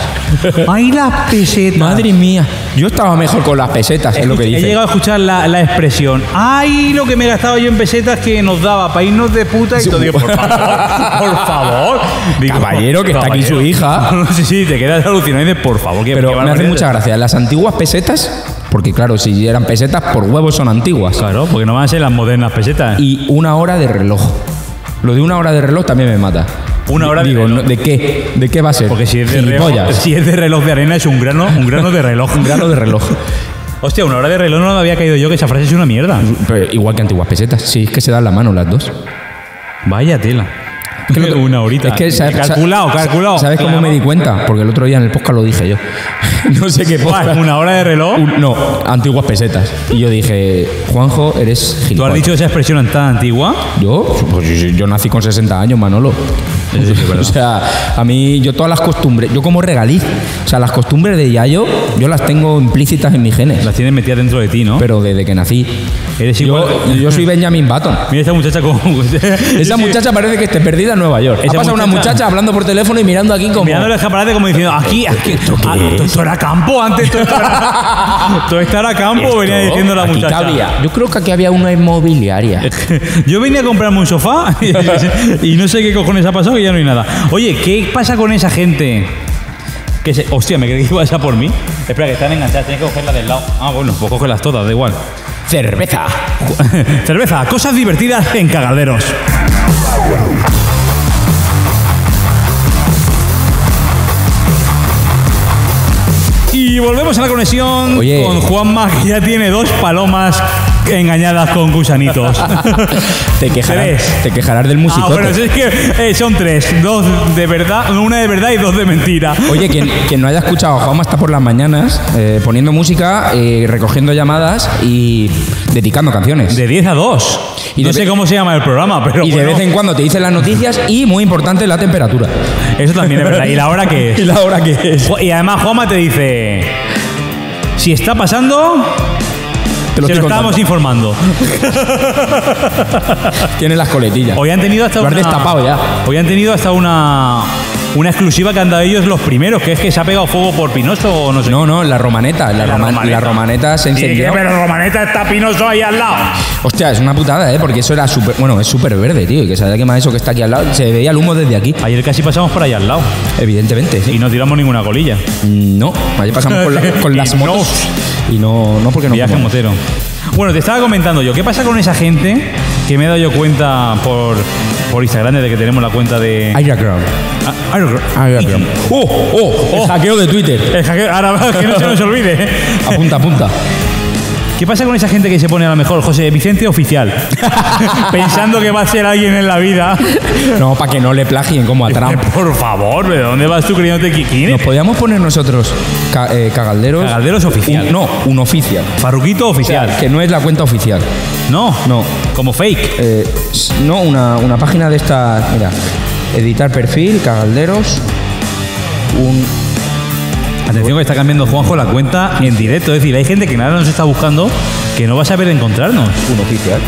¡Ay, las pesetas!
Madre mía. Yo estaba mejor con las pesetas, es lo que
He
dice.
llegado a escuchar la, la expresión, ¡ay, lo que me gastaba yo en pesetas que nos daba para irnos de puta! Y todo
*laughs*
digo, por favor, por favor. Digo,
Caballero, que está aquí su hija.
No, *laughs* sí, sí, te quedas alucinado y dices, por favor. que- que
Pero me hace
barbaridad".
mucha gracia. Las antiguas pesetas, porque claro, si eran pesetas, por huevos son antiguas.
Claro, porque no van a ser las modernas pesetas.
y una hora de reloj. Lo de una hora de reloj también me mata.
Una hora de
Digo,
reloj.
no- ¿de qué? ¿De qué va a ser?
Porque si es de reloj, *laughs*
Gilipollas.
si es de reloj de arena es un grano, un grano de reloj.
*laughs* Un grano de reloj.
Hostia, una hora de reloj no me había caído yo que esa frase es una mierda.
Pero igual que antiguas pesetas. Sí, es que se dan la mano las dos.
Vaya tela.
Es que no te-
una horita.
Es que, ¿sabes,
calculado,
sa-
calculado.
¿Sabes cómo me di cuenta? Porque el otro día en el podcast lo dije yo. *laughs* no sé qué
Buah,
podcast.
Una hora de reloj.
Un- no, antiguas pesetas. Y yo dije, Juanjo, eres gilipollas.
¿Tú has dicho esa expresión tan antigua?
¿Yo? Pues yo, yo nací con 60 años, Manolo. *laughs* o sea, a mí, yo todas las costumbres, yo como regaliz, o sea, las costumbres de Yayo, yo las tengo implícitas en mis genes,
Las tienes metidas dentro de ti, ¿no?
pero desde que nací.
Eres igual.
Yo, yo soy Benjamin
*laughs*
Button.
Mira esta muchacha con.
Esa muchacha parece que esté perdida en Nueva York. Ha
Esa
pasado una
muchacha-
muchacha hablando por teléfono y mirando aquí como...
Mirando el escaparate como diciendo, aquí, aquí. ¿Esto era campo antes. Todo esto
*laughs*
era, todo esto era campo, venía
"Esto,
diciendo la
aquí
muchacha. Eh.
cabía". Yo creo que aquí había una inmobiliaria.
*laughs* Yo venía a comprarme un sofá *laughs* y no sé qué cojones ha pasado y ya no hay nada. Oye, ¿qué pasa con esa gente? Que se, hostia, me creí que ibas a por mí. Espera, que están enganchadas, tienes que cogerlas del lado. Ah, bueno, pues cogerlas todas, da igual.
Cerveza.
*laughs* Cerveza, cosas divertidas en cagaderos. Y volvemos a la conexión
Oye.
con Juanma, que ya tiene dos palomas engañadas
*laughs*
con gusanitos.
Te quejarás,
Tres.
te quejarás del
Ah,
musicote.
bueno, si es que eh, son tres, dos de verdad, una de verdad y dos de mentira.
Oye, quien, quien no haya escuchado a Juanma está por las mañanas eh, poniendo música, eh, recogiendo llamadas y dedicando canciones.
De 10 a 2.
Y
no
de
sé
ve-
cómo se llama el programa, pero
y de
bueno,
vez en cuando te dicen las noticias y, muy importante, la temperatura.
eso también es verdad. ¿Y la hora que
*laughs*
es?
¿Y la hora qué es?
Ju- Y además Juanma te dice, si está pasando,
Te lo
se
estoy
lo
contando.
estábamos informando.
Tiene las coletillas.
Hoy han tenido hasta
Lo has
una...
destapado ya.
Hoy han tenido hasta una... Una exclusiva que han dado ellos los primeros, que es que se ha pegado fuego por Pinoso o no sé.
No, no, la romaneta. La, Roma- la romaneta se
Y que,
encendió.
Pero Romaneta está Pinoso ahí al lado.
Hostia, es una putada, ¿eh? Porque eso era súper... Bueno, es súper verde, tío. Y que se haya quemado eso que está aquí al lado. Se veía el humo desde aquí.
Ayer casi pasamos por ahí al lado
Evidentemente, sí.
y no tiramos ninguna colilla.
No, ayer pasamos con,
*laughs*
la- con
Y
las
no.
motos. Y no, no porque no
Viaje
fumamos.
motero. Bueno, te estaba comentando yo, ¿qué pasa con esa gente que me he dado yo cuenta por, por Instagram desde que tenemos la cuenta de...
Aira Crown.
Ah, Iron Cross.
Aira Crown.
¡Oh! ¡Oh!
El
*laughs* oh.
hackeo de Twitter.
El hackeo- Ahora que no se nos olvide. ¿eh?
Apunta, apunta.
¿Qué pasa con esa gente que se pone a lo mejor José Vicente oficial? *laughs* Pensando que va a ser alguien en la vida. Eh,
No, para que no le plagien como a Trump.
Por favor, ¿de dónde vas tú creyéndote Kikini?
¿Nos podíamos poner nosotros ca- eh, cagalderos?
Cagalderos oficial.
Un- no, un oficial.
Farruquito oficial.
Que no es la cuenta oficial.
No.
No.
Como fake.
Eh, s- no, una, una página de esta. Mira, editar perfil, cagalderos. Un.
Atención que está cambiando Juanjo la cuenta en directo. Es decir, hay gente que nada nos está buscando que no va a saber encontrarnos.
Un oficial.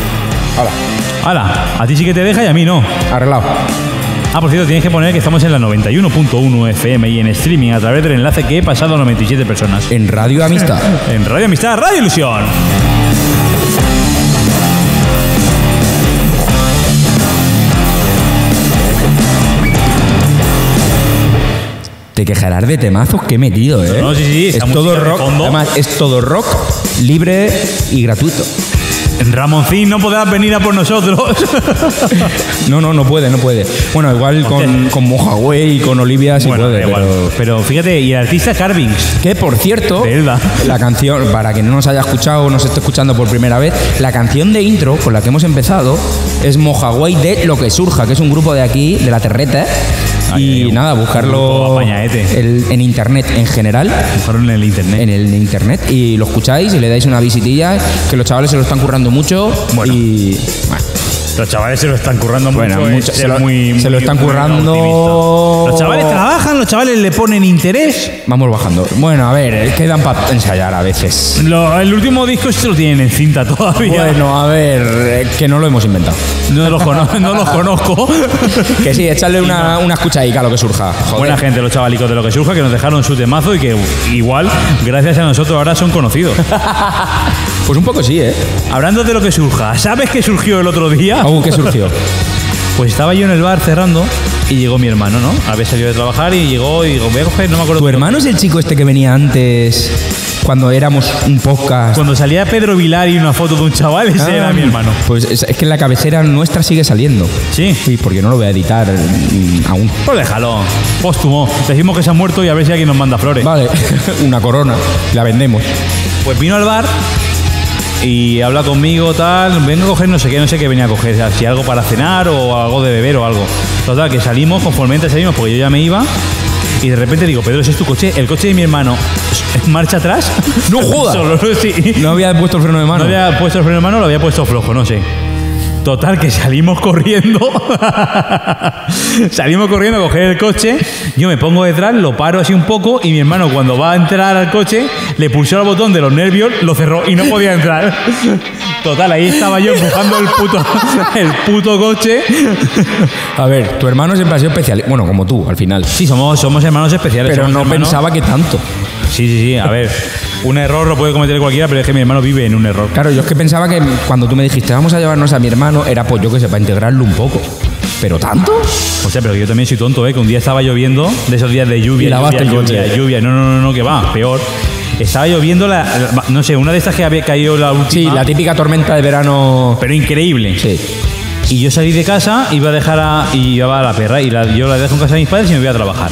Hala, a ti sí que te deja y a mí no.
Arreglado.
Ah, por cierto, tienes que poner que estamos en la 91.1 FM y en streaming a través del enlace que he pasado a 97 personas.
En Radio Amistad.
En Radio Amistad, Radio Ilusión.
Te quejarás de temazos que he metido, ¿eh?
No, sí, sí,
Es
esa
todo
música de
rock.
fondo.
Además, es todo rock, libre y gratuito.
Ramoncín, no podrás venir a por nosotros.
No, no, no puede, no puede. Bueno, igual con, con Mojaway y con Olivia sí
*laughs* bueno, da
puede,
igual.
pero-
Pero... fíjate, y el artista Carvings.
Que por cierto,
De Elda.
la canción, para quien no nos haya escuchado o nos esté escuchando por primera vez, la canción de intro con la que hemos empezado es Mojaway de Lo que Surja, que es un grupo de aquí, de la Terreta.
Ay,
y
un-
nada,
un grupo
buscarlo
apañaete.
el- en internet en general.
Buscaron en el internet.
En el internet y lo escucháis y le dais una visitilla, que los chavales se lo están currando mucho
Bueno.
y bueno,
Los chavales se lo están currando
Bueno,
mucho. este es
mucho-
ser
se lo- se lo están currando.
optimista. Los chavales trabajan, los chavales le ponen interés.
vamos bajando. Bueno, a ver, eh, quedan para ensayar a
*laughs*
veces.
Lo- el último disco se lo tienen en cinta todavía.
Bueno, a ver, eh, que no lo hemos inventado.
No los conozco. No los conozco.
Que sí, echarle una, una escuchadica a lo que surja. Joder.
*laughs* Buena gente, los chavalicos de lo que surja, que nos dejaron su temazo y que igual, gracias a nosotros, ahora son conocidos.
Pues un poco sí, ¿eh?
*laughs* Hablando de lo que surja, ¿sabes qué surgió el otro día?
Aún que
*laughs*
surgió.
Pues estaba yo en el bar cerrando y llegó mi hermano, ¿no? Había salido de trabajar y llegó y digo, voy a coger, no me acuerdo.
¿Tu hermano es el chico este que venía antes cuando éramos un podcast?
Cuando salía Pedro Vilar y una foto de un chaval, ese
Ah,
era mi hermano.
Pues es, es que en la cabecera nuestra sigue saliendo.
Sí.
Sí, porque no lo voy a editar mm, aún.
Pues déjalo, póstumo. Decimos que se ha muerto y a ver si alguien nos manda flores.
Vale, *laughs* una corona, la vendemos.
Pues vino al bar y habla conmigo, tal. Vengo a coger no sé qué, no sé qué venía a coger. Si algo para cenar o algo de beber o algo. Total, que salimos, conformemente salimos porque yo ya me iba. Y de repente digo, Pedro, ¿ese es tu coche? El coche de mi hermano marcha atrás.
¡No jodas!
*laughs* Solo, sí.
No había puesto el freno de
No
mano.
había puesto el freno de mano, lo había puesto flojo, no sé. Total, que salimos corriendo. *laughs* salimos corriendo a coger el coche. Yo me pongo detrás, lo paro así un poco y mi hermano cuando va a entrar al coche le pulsó el botón de los nervios, lo cerró y no podía entrar. Total, ahí estaba yo empujando el puto, *laughs* el puto coche.
A ver, tu hermano siempre ha sido especial. Bueno, como tú, al final.
Sí, somos, somos hermanos especiales.
Pero
somos
no
hermanos.
pensaba que tanto.
Sí, sí, sí. A ver, un error lo puede cometer cualquiera, pero es que mi hermano vive en un error.
Claro, yo es que pensaba que cuando tú me dijiste vamos a llevarnos a mi hermano, era pues yo que sé, para integrarlo un poco. Pero tanto.
O sea, pero yo también soy tonto, ¿eh? Que un día estaba lloviendo, de esos días de lluvia.
Y lavaste
lluvia,
el coche.
lluvia, lluvia. No, no, no, no, que va, peor. Estaba lloviendo, la, la- no sé, una de estas que había caído la última.
Sí, la típica tormenta de verano.
Pero increíble.
Sí.
Y yo salí de casa, iba a dejar a, y iba a la perra, y la- yo la dejo en casa de mis padres y me voy a trabajar.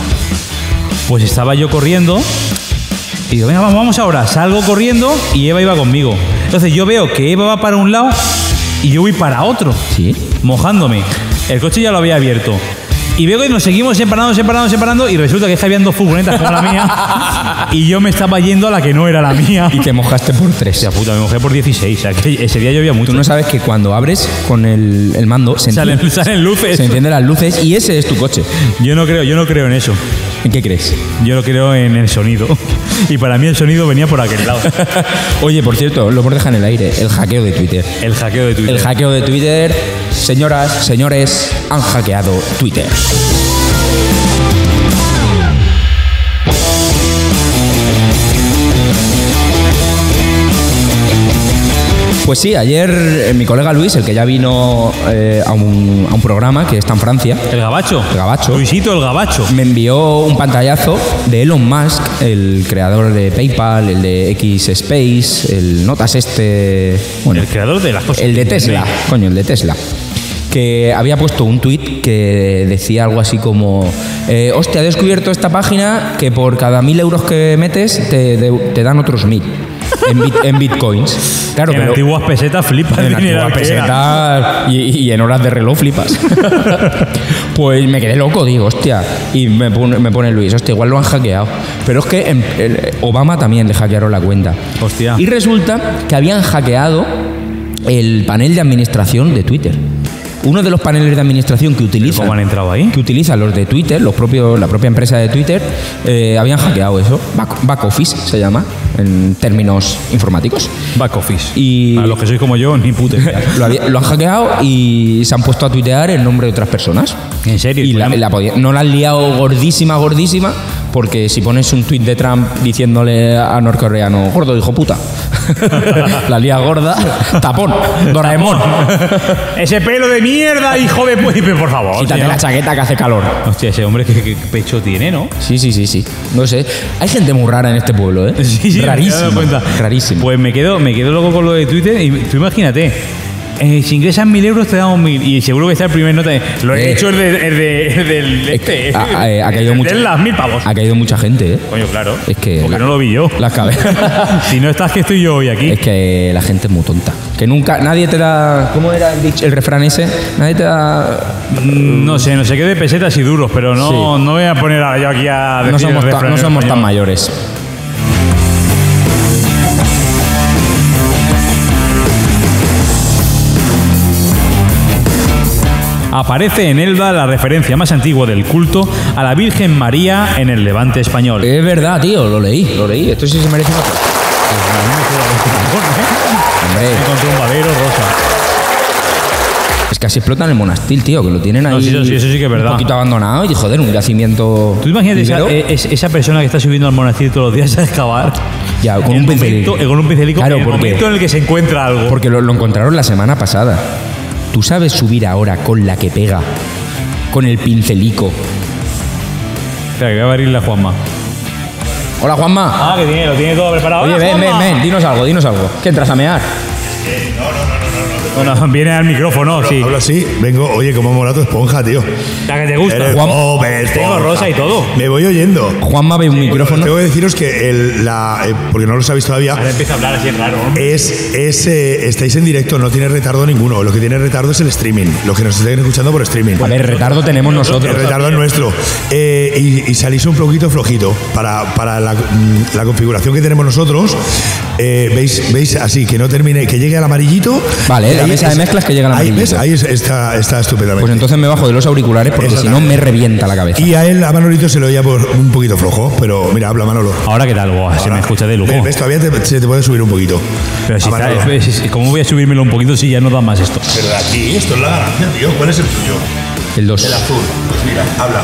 Pues estaba yo corriendo, y digo, venga, vamos, vamos ahora. Salgo corriendo y Eva iba conmigo. Entonces yo veo que Eva va para un lado y yo voy para otro.
Sí.
Mojándome. El coche ya lo había abierto. Y veo que nos seguimos separando, separando, separando, y resulta que es que habían dos furgonetas como la mía, y yo me estaba yendo a la que no era la mía.
Y te mojaste por tres.
*laughs* Hostia puta, me mojé por 16. O sea, que ese día llovía mucho.
Tú no sabes que cuando abres con el, el mando se
Salen-
encienden,
salen luces.
se encienden las luces y ese es tu coche.
Yo no creo, yo no creo en eso.
¿En qué
*laughs*
crees?
Yo no creo en el sonido. *laughs* Y para mí el sonido venía por aquel lado.
Oye, por cierto, lo hemos dejado en el aire, el hackeo de Twitter.
El hackeo de
*laughs*
Twitter.
El hackeo de Twitter, señoras, señores, han hackeado Twitter. Pues sí, ayer eh, mi colega Luis, el que ya vino eh, a, un, a un programa que está en Francia,
El gabacho.
El gabacho.
Luisito, el gabacho.
me envió un pantallazo de Elon Musk, el creador de PayPal, el de X Space, el Notas este, bueno,
El creador de las cosas.
el de Tesla, coño, el de Tesla. Que había puesto un tuit que decía algo así como: eh, Hostia, he descubierto esta página que por cada mil euros que metes te, de- te dan otros mil en, bit- en bitcoins. Claro,
En
pero.
antiguas pesetas flipa *laughs* el
en
dinero
antiguas
que era.
pesetas y, y en horas de reloj flipas. *laughs* pues me quedé loco, digo, hostia. Y me pone, me pone Luis, hostia, igual lo han hackeado. Pero es que en- el- Obama también le hackearon la cuenta.
Hostia.
Y resulta que habían hackeado el panel de administración de Twitter. Uno de los paneles de administración que utilizan,
¿Cómo han entrado ahí?
que utilizan los de Twitter, los propios, la propia empresa de Twitter, eh, habían hackeado eso. Back, back office se llama, en términos informáticos.
Back office.
Y-
A los que sois como yo, ni puta idea.
Lo, había- lo han hackeado y se han puesto a tuitear el nombre de otras personas.
¿En serio?
Y la- la podía- no la han liado gordísima, gordísima, porque si pones un tuit de Trump diciéndole a norcoreano, gordo, hijo puta, *laughs* la lía gorda, tapón, *laughs* Doraemon,
*laughs* ¡Ese pelo de mierda, hijo de puta! Por favor.
quítate
tío.
la chaqueta que hace calor.
Hostia, ese hombre, qué, qué pecho tiene, ¿no?
Sí, sí, sí, sí. No sé. Hay gente muy rara en este pueblo, ¿eh?
*laughs* Sí, sí, me he dado
rarísima.
cuenta.
Rarísima.
Pues me quedo, me quedo loco con lo de Twitter y tú imagínate. eh, si ingresas mil euros te damos mil y seguro que está el primer nota. de, Lo he
Eh.
hecho el, de, el, de- el del
Es que
este,
ha- ha- eh, ha caído
el
mucho.
de las mil pavos.
ha caído mucha gente, ¿eh?
Coño, claro.
Es que
Porque
la-
no lo vi yo.
Las cabezas.
*laughs* si no estás que estoy yo hoy aquí.
Es que la gente es muy tonta. Que nunca, nadie te da. ¿Cómo era el, dicho- el refrán ese? Nadie te da.
Mm, No sé, no sé qué de pesetas y duros, pero no,
Sí.
no voy a poner ahora yo aquí a
No
decir el
somos, tan,
refrán
no
en
somos tan
español.
mayores.
Aparece en Elda la referencia más antigua del culto a la Virgen María en el Levante español.
Es verdad, tío, lo leí. Lo leí. Esto sí se merece una. Hombre,
Encontré un babero rosa.
es que así explotan el monastil, tío, que lo tienen ahí.
No, sí, eso sí, eso sí que es verdad.
Un poquito abandonado y joder, un yacimiento. eh,
Tú imagínate esa,
ibero.
e- es- esa persona que está subiendo al monasterio todos los días a excavar.
Ya, con
El
un pincelico.
momento- eh, Con un pincelico.
Claro,
el
porque-
momento en el que se encuentra algo.
Porque lo, lo encontraron la semana pasada. ¿Tú sabes subir ahora con la que pega? Con el pincelico.
Espera, que voy a abrirle a Juanma.
Hola, Juanma.
Ah, que tiene, lo tiene todo preparado.
Oye,
Hola,
ven, ven,
Juanma.
ven, dinos algo, dinos algo. ¿Qué entras a mear?
Bueno, viene al micrófono, sí.
Hablo así, vengo, oye, como mola tu esponja, tío.
La que te gusta.
Eres
Juan-
joven,
Tengo
esponja.
rosa y todo.
Me voy oyendo.
Juanma ve un micrófono.
Tengo que deciros que el, la, eh, porque no lo sabéis todavía,
Ahora empieza a hablar así raro.
es, es eh, estáis en directo, no tiene retardo ninguno. Lo que tiene retardo es el streaming, los que nos estáis escuchando por streaming.
A ver, retardo tenemos
El
nosotros.
retardo es nuestro. Eh, y, y salís un poquito flojito para, para la, mm, la configuración que tenemos nosotros. eh, veis, veis así, que no termine, que llegue al amarillito
Vale, de la
ahí
mesa de
es-
mezclas que llega a la
Ahí,
marimba.
ves, ahí es- está, está estupendamente.
Pues entonces me bajo de los auriculares porque si no me revienta la cabeza.
Y a él, a Manolito, se lo oía por un poquito flojo, pero mira, habla Manolo.
Ahora qué tal, Buah, se
Ahora,
me escucha de lujo.
¿Ves, ves, todavía te- se te puede subir un poquito.
Pero si
A
está,
Manolo.
es- es- es- ¿cómo voy a subírmelo un poquito si ya no da más esto?
Pero de aquí, esto es la ganancia, tío. ¿Cuál es el tuyo?
El 2.
azul. Pues mira, habla.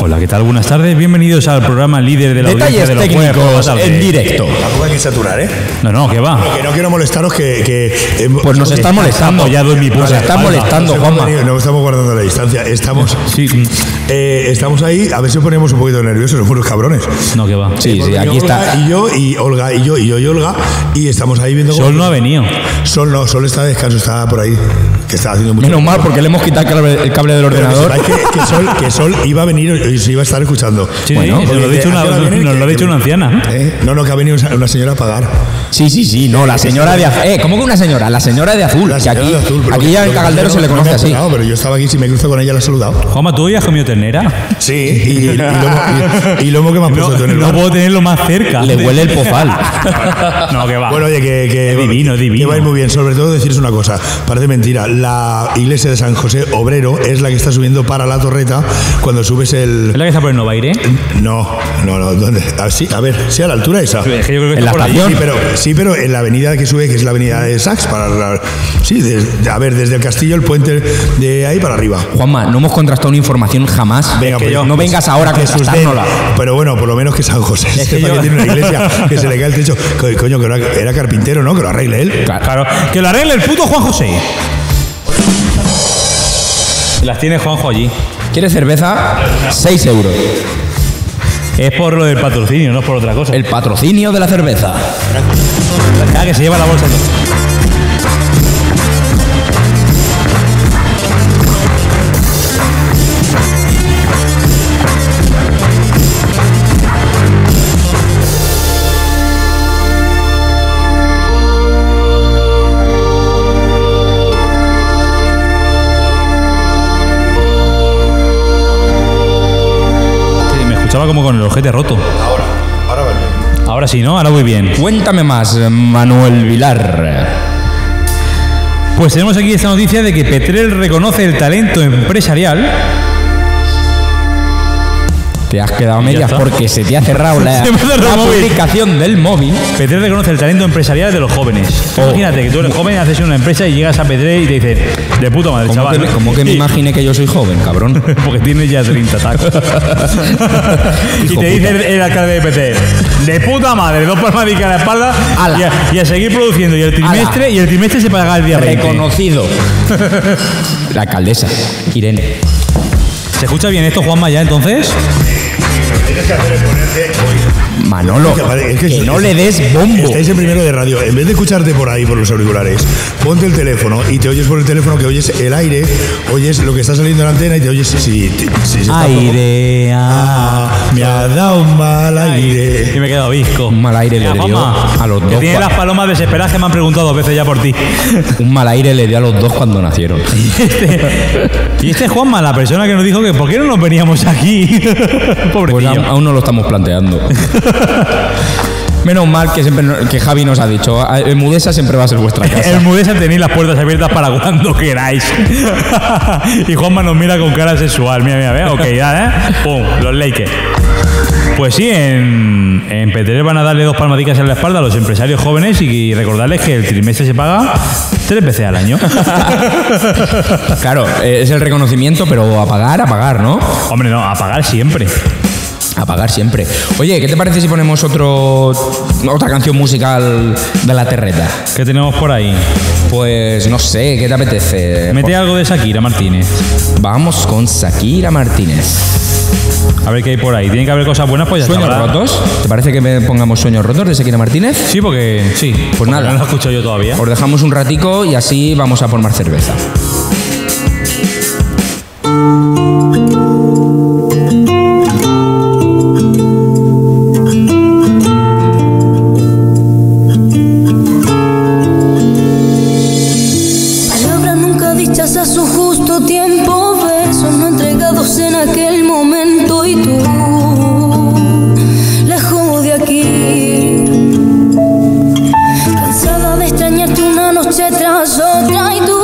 Hola, ¿qué tal? Buenas tardes, bienvenidos al programa líder de la audiencia
Detalles
de los jueves
técnicos
por la tarde.
en directo.
Tampoco hay que saturar, ¿eh?
No, no, que va.
Que no quiero molestaros, que. que eh,
Pues nos están molestando.
apoyado en mi
Nos
puta
están
espalda.
molestando,
hemos
Juanma.
venido, no estamos guardando la distancia. Estamos.
Sí, mm.
eh, estamos ahí, a ver si os ponemos un poquito nerviosos, los unos cabrones.
no, que va.
Sí, sí,
Porque
aquí
Olga
está.
Y yo, y Olga, y yo, y yo, y Olga, y estamos ahí viendo.
Sol no ha venido.
Sol no, Sol está de descanso, está por ahí, que está haciendo mucho.
Menos mal porque le hemos quitado el cable- el cable del
Pero que
ordenador.
sepáis que, que Sol, que Sol iba a venir y se iba a estar escuchando.
Sí,
Bueno,
sí, nos
porque
lo ha dicho
dice,
una,
"¿A qué hora viene?"
nos lo ha
Que-
dicho una anciana.
¿Eh? No, no, que ha venido una- una señora a pagar.
Sí, sí, sí, no, la señora de azul. Eh, ¿cómo que una señora? La señora de azul.
La
que
señora
aquí,
de azul, pero
aquí
que-
ya
lo
en
que
Cagaldero
no-
se le
no me
conoce
ha
así.
acordado, pero yo estaba aquí, si me cruzo con ella, la he saludado.
Juanma, ¿tú hoy has comido *laughs* ternera?
Sí, y, y lomo, y, y lomo que me has
No,
puesto tú en el
no
bar.
puedo tenerlo más cerca.
Le huele el pozal.
*laughs* No, que va.
Bueno, oye, que, que-
Es divino, es divino.
que va a ir muy bien. Sobre todo deciros una cosa. Parece mentira. La iglesia de San José Obrero es la que está subiendo para la torreta cuando subes
¿Es
el.
la que está por el Nova Aire?
No, no, no. ¿Dónde? A ver, sí, a ver, sí, a la altura esa.
Es que yo creo que
En
está
la
por ahí.
estación.
Sí, pero, sí, pero en la avenida que sube, que es la avenida de Sachs, para la- sí, desde- a ver, desde el castillo, el puente de ahí para arriba.
Juanma, no hemos contrastado una información jamás.
Venga, pues yo-
no vengas ahora a
que susciten.
contrastárnosla.
Pero bueno, por lo menos que San José
que
sepa
yo-
que tiene una iglesia que se le cae el techo. Co- Coño, que era, era carpintero, ¿no? Que lo arregle él.
Claro, que lo arregle el puto Juan José. Las tiene Juanjo allí.
¿Quieres cerveza? 6 euros.
Es por lo del patrocinio, no es por otra cosa.
El patrocinio de la cerveza.
Ah, que se lleva la bolsa. Sí, me escuchaba como con el ojete roto. Ahora sí, ¿no? Ahora voy bien.
Cuéntame más, Manuel Vilar.
Pues tenemos aquí esta noticia de que Petrel reconoce el talento empresarial.
Te has quedado a medias
está.
porque se te ha
*laughs*
cerrado la,
Se me ha cerrado
la
el móvil.
publicación del móvil.
Petrel reconoce el talento empresarial de los jóvenes.
Oh.
Tú Imagínate que tú eres joven, haces una empresa y llegas a Petrel y te dicen, de puta madre,
¿Cómo que,
chaval.
me- cómo que me
Y-
imagine que yo soy joven, cabrón?
*laughs* Porque tienes ya 30
*laughs*
tacos. y
Hijo
te dice
puta.
el, el alcalde de Petrel, de puta madre, dos palmadicas a la espalda
Ala.
y a, y a seguir produciendo. Y el trimestre,
Ala.
y el trimestre se paga el día 20.
Reconocido. La alcaldesa, Irene.
¿Se escucha bien esto, Juanma, ya entonces?
Manolo,
Que vale, es
que,
que es-
no
Este es-
le des bombo.
Estáis en primero de radio. En vez de escucharte por ahí, por los auriculares, ponte el teléfono y te oyes por el teléfono que oyes el aire, oyes lo que está saliendo en la antena y te oyes si, si, si se está-
Aire.
Ah, me ha dado un mal aire.
Y me he quedado visco.
Un mal aire
Mira,
le dio
Juanma,
a los
que
dos.
tiene las
cua-
palomas desesperadas que me han preguntado dos veces ya por ti. *laughs*
Un mal aire le dio a los dos cuando nacieron.
Y este es Juanma, la persona que nos dijo que ¿por qué no nos veníamos aquí? *laughs*
Pues
Pobrecillo.
aún, aún no lo estamos planteando. Menos mal que siempre no- que Javi nos ha dicho, "Ah, el Mudesa siempre va a ser vuestra
El
casa.
Mudesa tenéis las puertas abiertas para cuando queráis. *laughs* y Juanma nos mira con cara sexual. Mira, mira, mira. Ok, ya, ¿eh? Pum, los Lakers. Pues sí, en, en Petrer van a darle dos palmadicas en la espalda a los empresarios jóvenes y recordarles que el trimestre se paga tres veces
*laughs*
al año.
Claro, eh, es el reconocimiento, pero a pagar, a pagar, ¿no?
Hombre, no, a pagar siempre.
A pagar siempre. Oye, ¿qué te parece si ponemos otro otra canción musical de la terreta?
¿Qué tenemos por ahí?
Pues no sé, ¿qué te apetece? Pues
Mete algo de Shakira Martínez.
Vamos con Shakira Martínez.
A ver qué hay por ahí. Tiene que haber cosas buenas, pues ya
¿Sueños
sabrá.
rotos? ¿Te parece que me pongamos sueños rotos de Shakira Martínez?
Sí, porque sí. Porque
Pues nada.
No lo escucho yo todavía.
Os dejamos un ratico y así vamos a por más cerveza.
Palabras nunca dichas a su justo tiempo, versos no entregados en aquel momento y tú, lejos de aquí. Cansada de extrañarte una noche tras otra y tú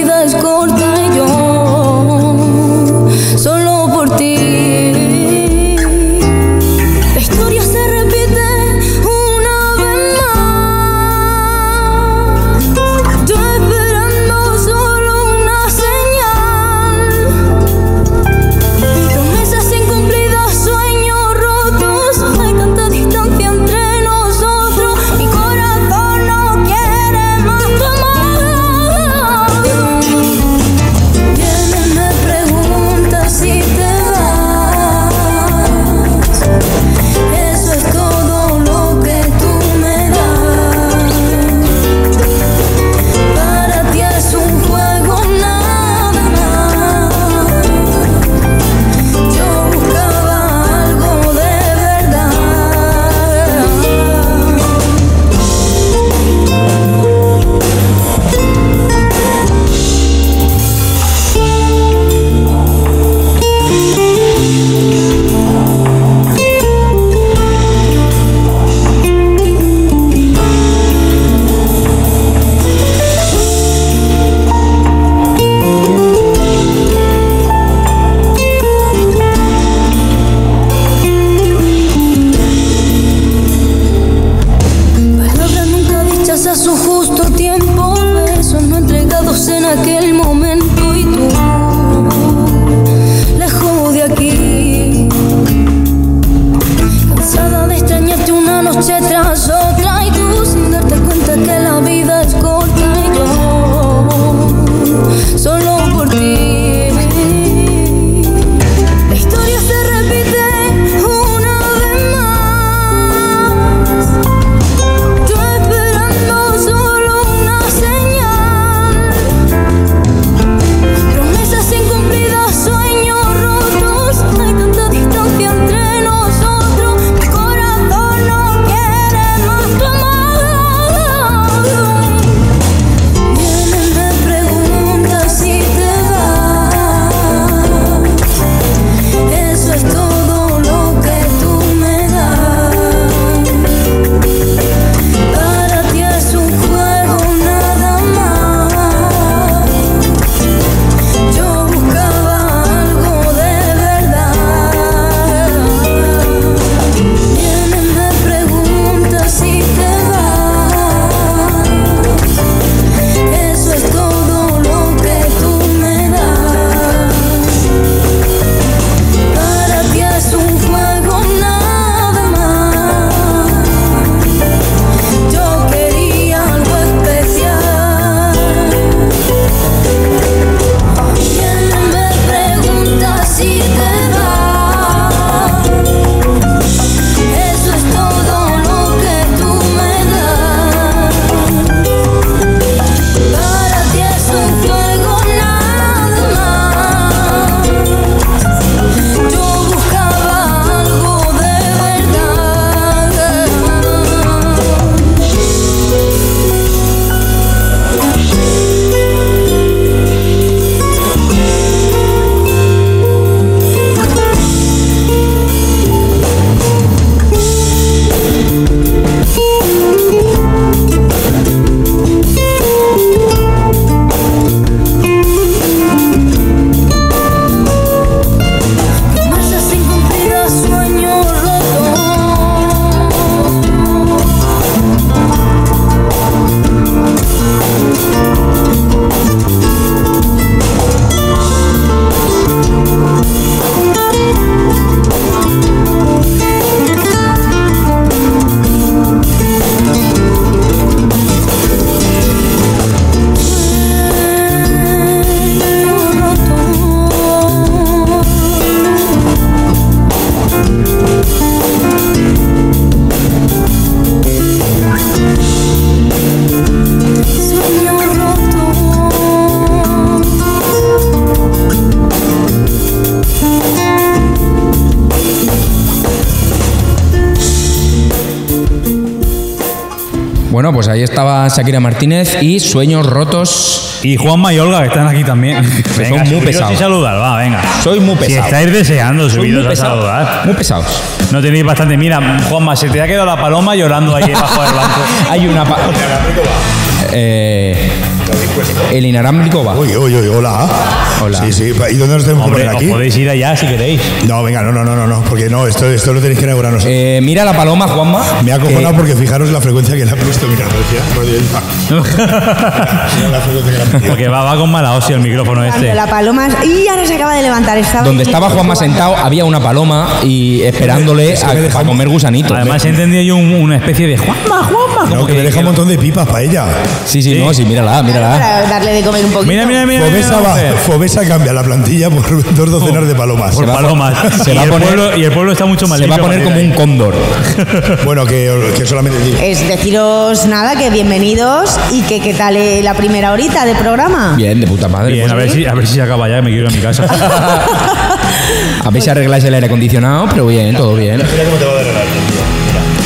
las cortaré yo, solo por ti. La historia se repite una vez más. Yo esperando solo una señal. Promesas incumplidas, sueños rotos. Hay tanta distancia entre nosotros. Mi corazón no quiere más tomar. Vienen me preguntas si te vas. Eso es todo lo que tú me das. Para ti es un juego nada más. Yo buscaba algo de verdad. Palabras nunca dichas a su justo tiempo, besos no entregados en aquel momento y tú lejos de aquí. Cansada de extrañarte una noche tras otra y tú sin darte cuenta que la vida es corta y yo solo por ti. La historia se repite una vez más. Yo esperando solo una señal Promesas incumplidas, sueños rotos Hay tanta distancia entre nosotros Mi corazón no quiere más tu amor Vienen me preguntas si te vas Eso es todo lo que tú me das para ti es un juego nada más. Yo buscaba algo de verdad. Vienen me preguntas si te vas. Eso es todo lo que tú me das. Para ti es un juego nada más. Yo quería algo especial. Quien me pregunta si te vas. Eso es todo lo que tú me das. Para ti es un juego nada más. Yo buscaba algo de verdad. Promesas incumplidas, sueños rotos. Sueño roto.
Bueno, pues ahí estaba Shakira Martínez y Sueños Rotos.
Y Juanma y Olga que están aquí
*laughs*
también.
muy
subiros
pesados.
y saludar, va, venga.
Soy muy
Si
pesado.
estáis deseando
Soy
subiros
muy
a
pesado.
saludar.
Muy pesados.
No tenéis bastante. Mira, Juanma, se te ha quedado la
*laughs*
paloma llorando ahí bajo el banco.
Hay una. pa- Eh,
El inalámbrico va.
Oye, oye, oye, hola.
Hola.
Sí, sí. ¿Y dónde nos tenemos que
Hombre,
poner
os
aquí?
podéis ir allá si queréis.
*laughs*
No, venga, no, no, no, no, no, porque no, esto, esto lo tenéis que inaugurar nosotros.
Eh, mira la paloma, Juanma.
Me ha acojonado
que-
porque fijaros la frecuencia que le ha puesto, mira, parecía- parecía- la frecuencia que le ha metido.
Porque va, va con mala hostia el micrófono este.
Cuando la paloma. Y ya no se acaba de levantar. Estaba
Donde estaba Juanma sentado había una paloma y esperándole
Es que
a,
me deja
a
un-
comer gusanitos.
Además he entendido yo un- una especie de Juanma, Juanma.
No,
como
que me deja un montón de pipas para ella.
sí, sí, no, sí, mírala, mírala.
Para darle de comer un poquito.
Mira, mira,
Pues
mira. mira,
Fobesa,
mira,
va,
mira.
Fobesa cambia la plantilla por dos docenas de palomas.
Por
va a-
palomas.
se
y,
va a
el
poner-
pueblo, y el pueblo está mucho más
Se va a
limpio
poner
para
como
ir
un cóndor.
Bueno, que, que solamente...
Es deciros nada, que bienvenidos y que qué tal eh, la primera horita de programa.
Bien, de puta
ahí.
madre. Pues,
Bien, a ver, si, a ver si se acaba ya, me quiero ir a mi casa.
A ver si arregláis el aire acondicionado, pero bien, todo bien.
Mira cómo te va a dar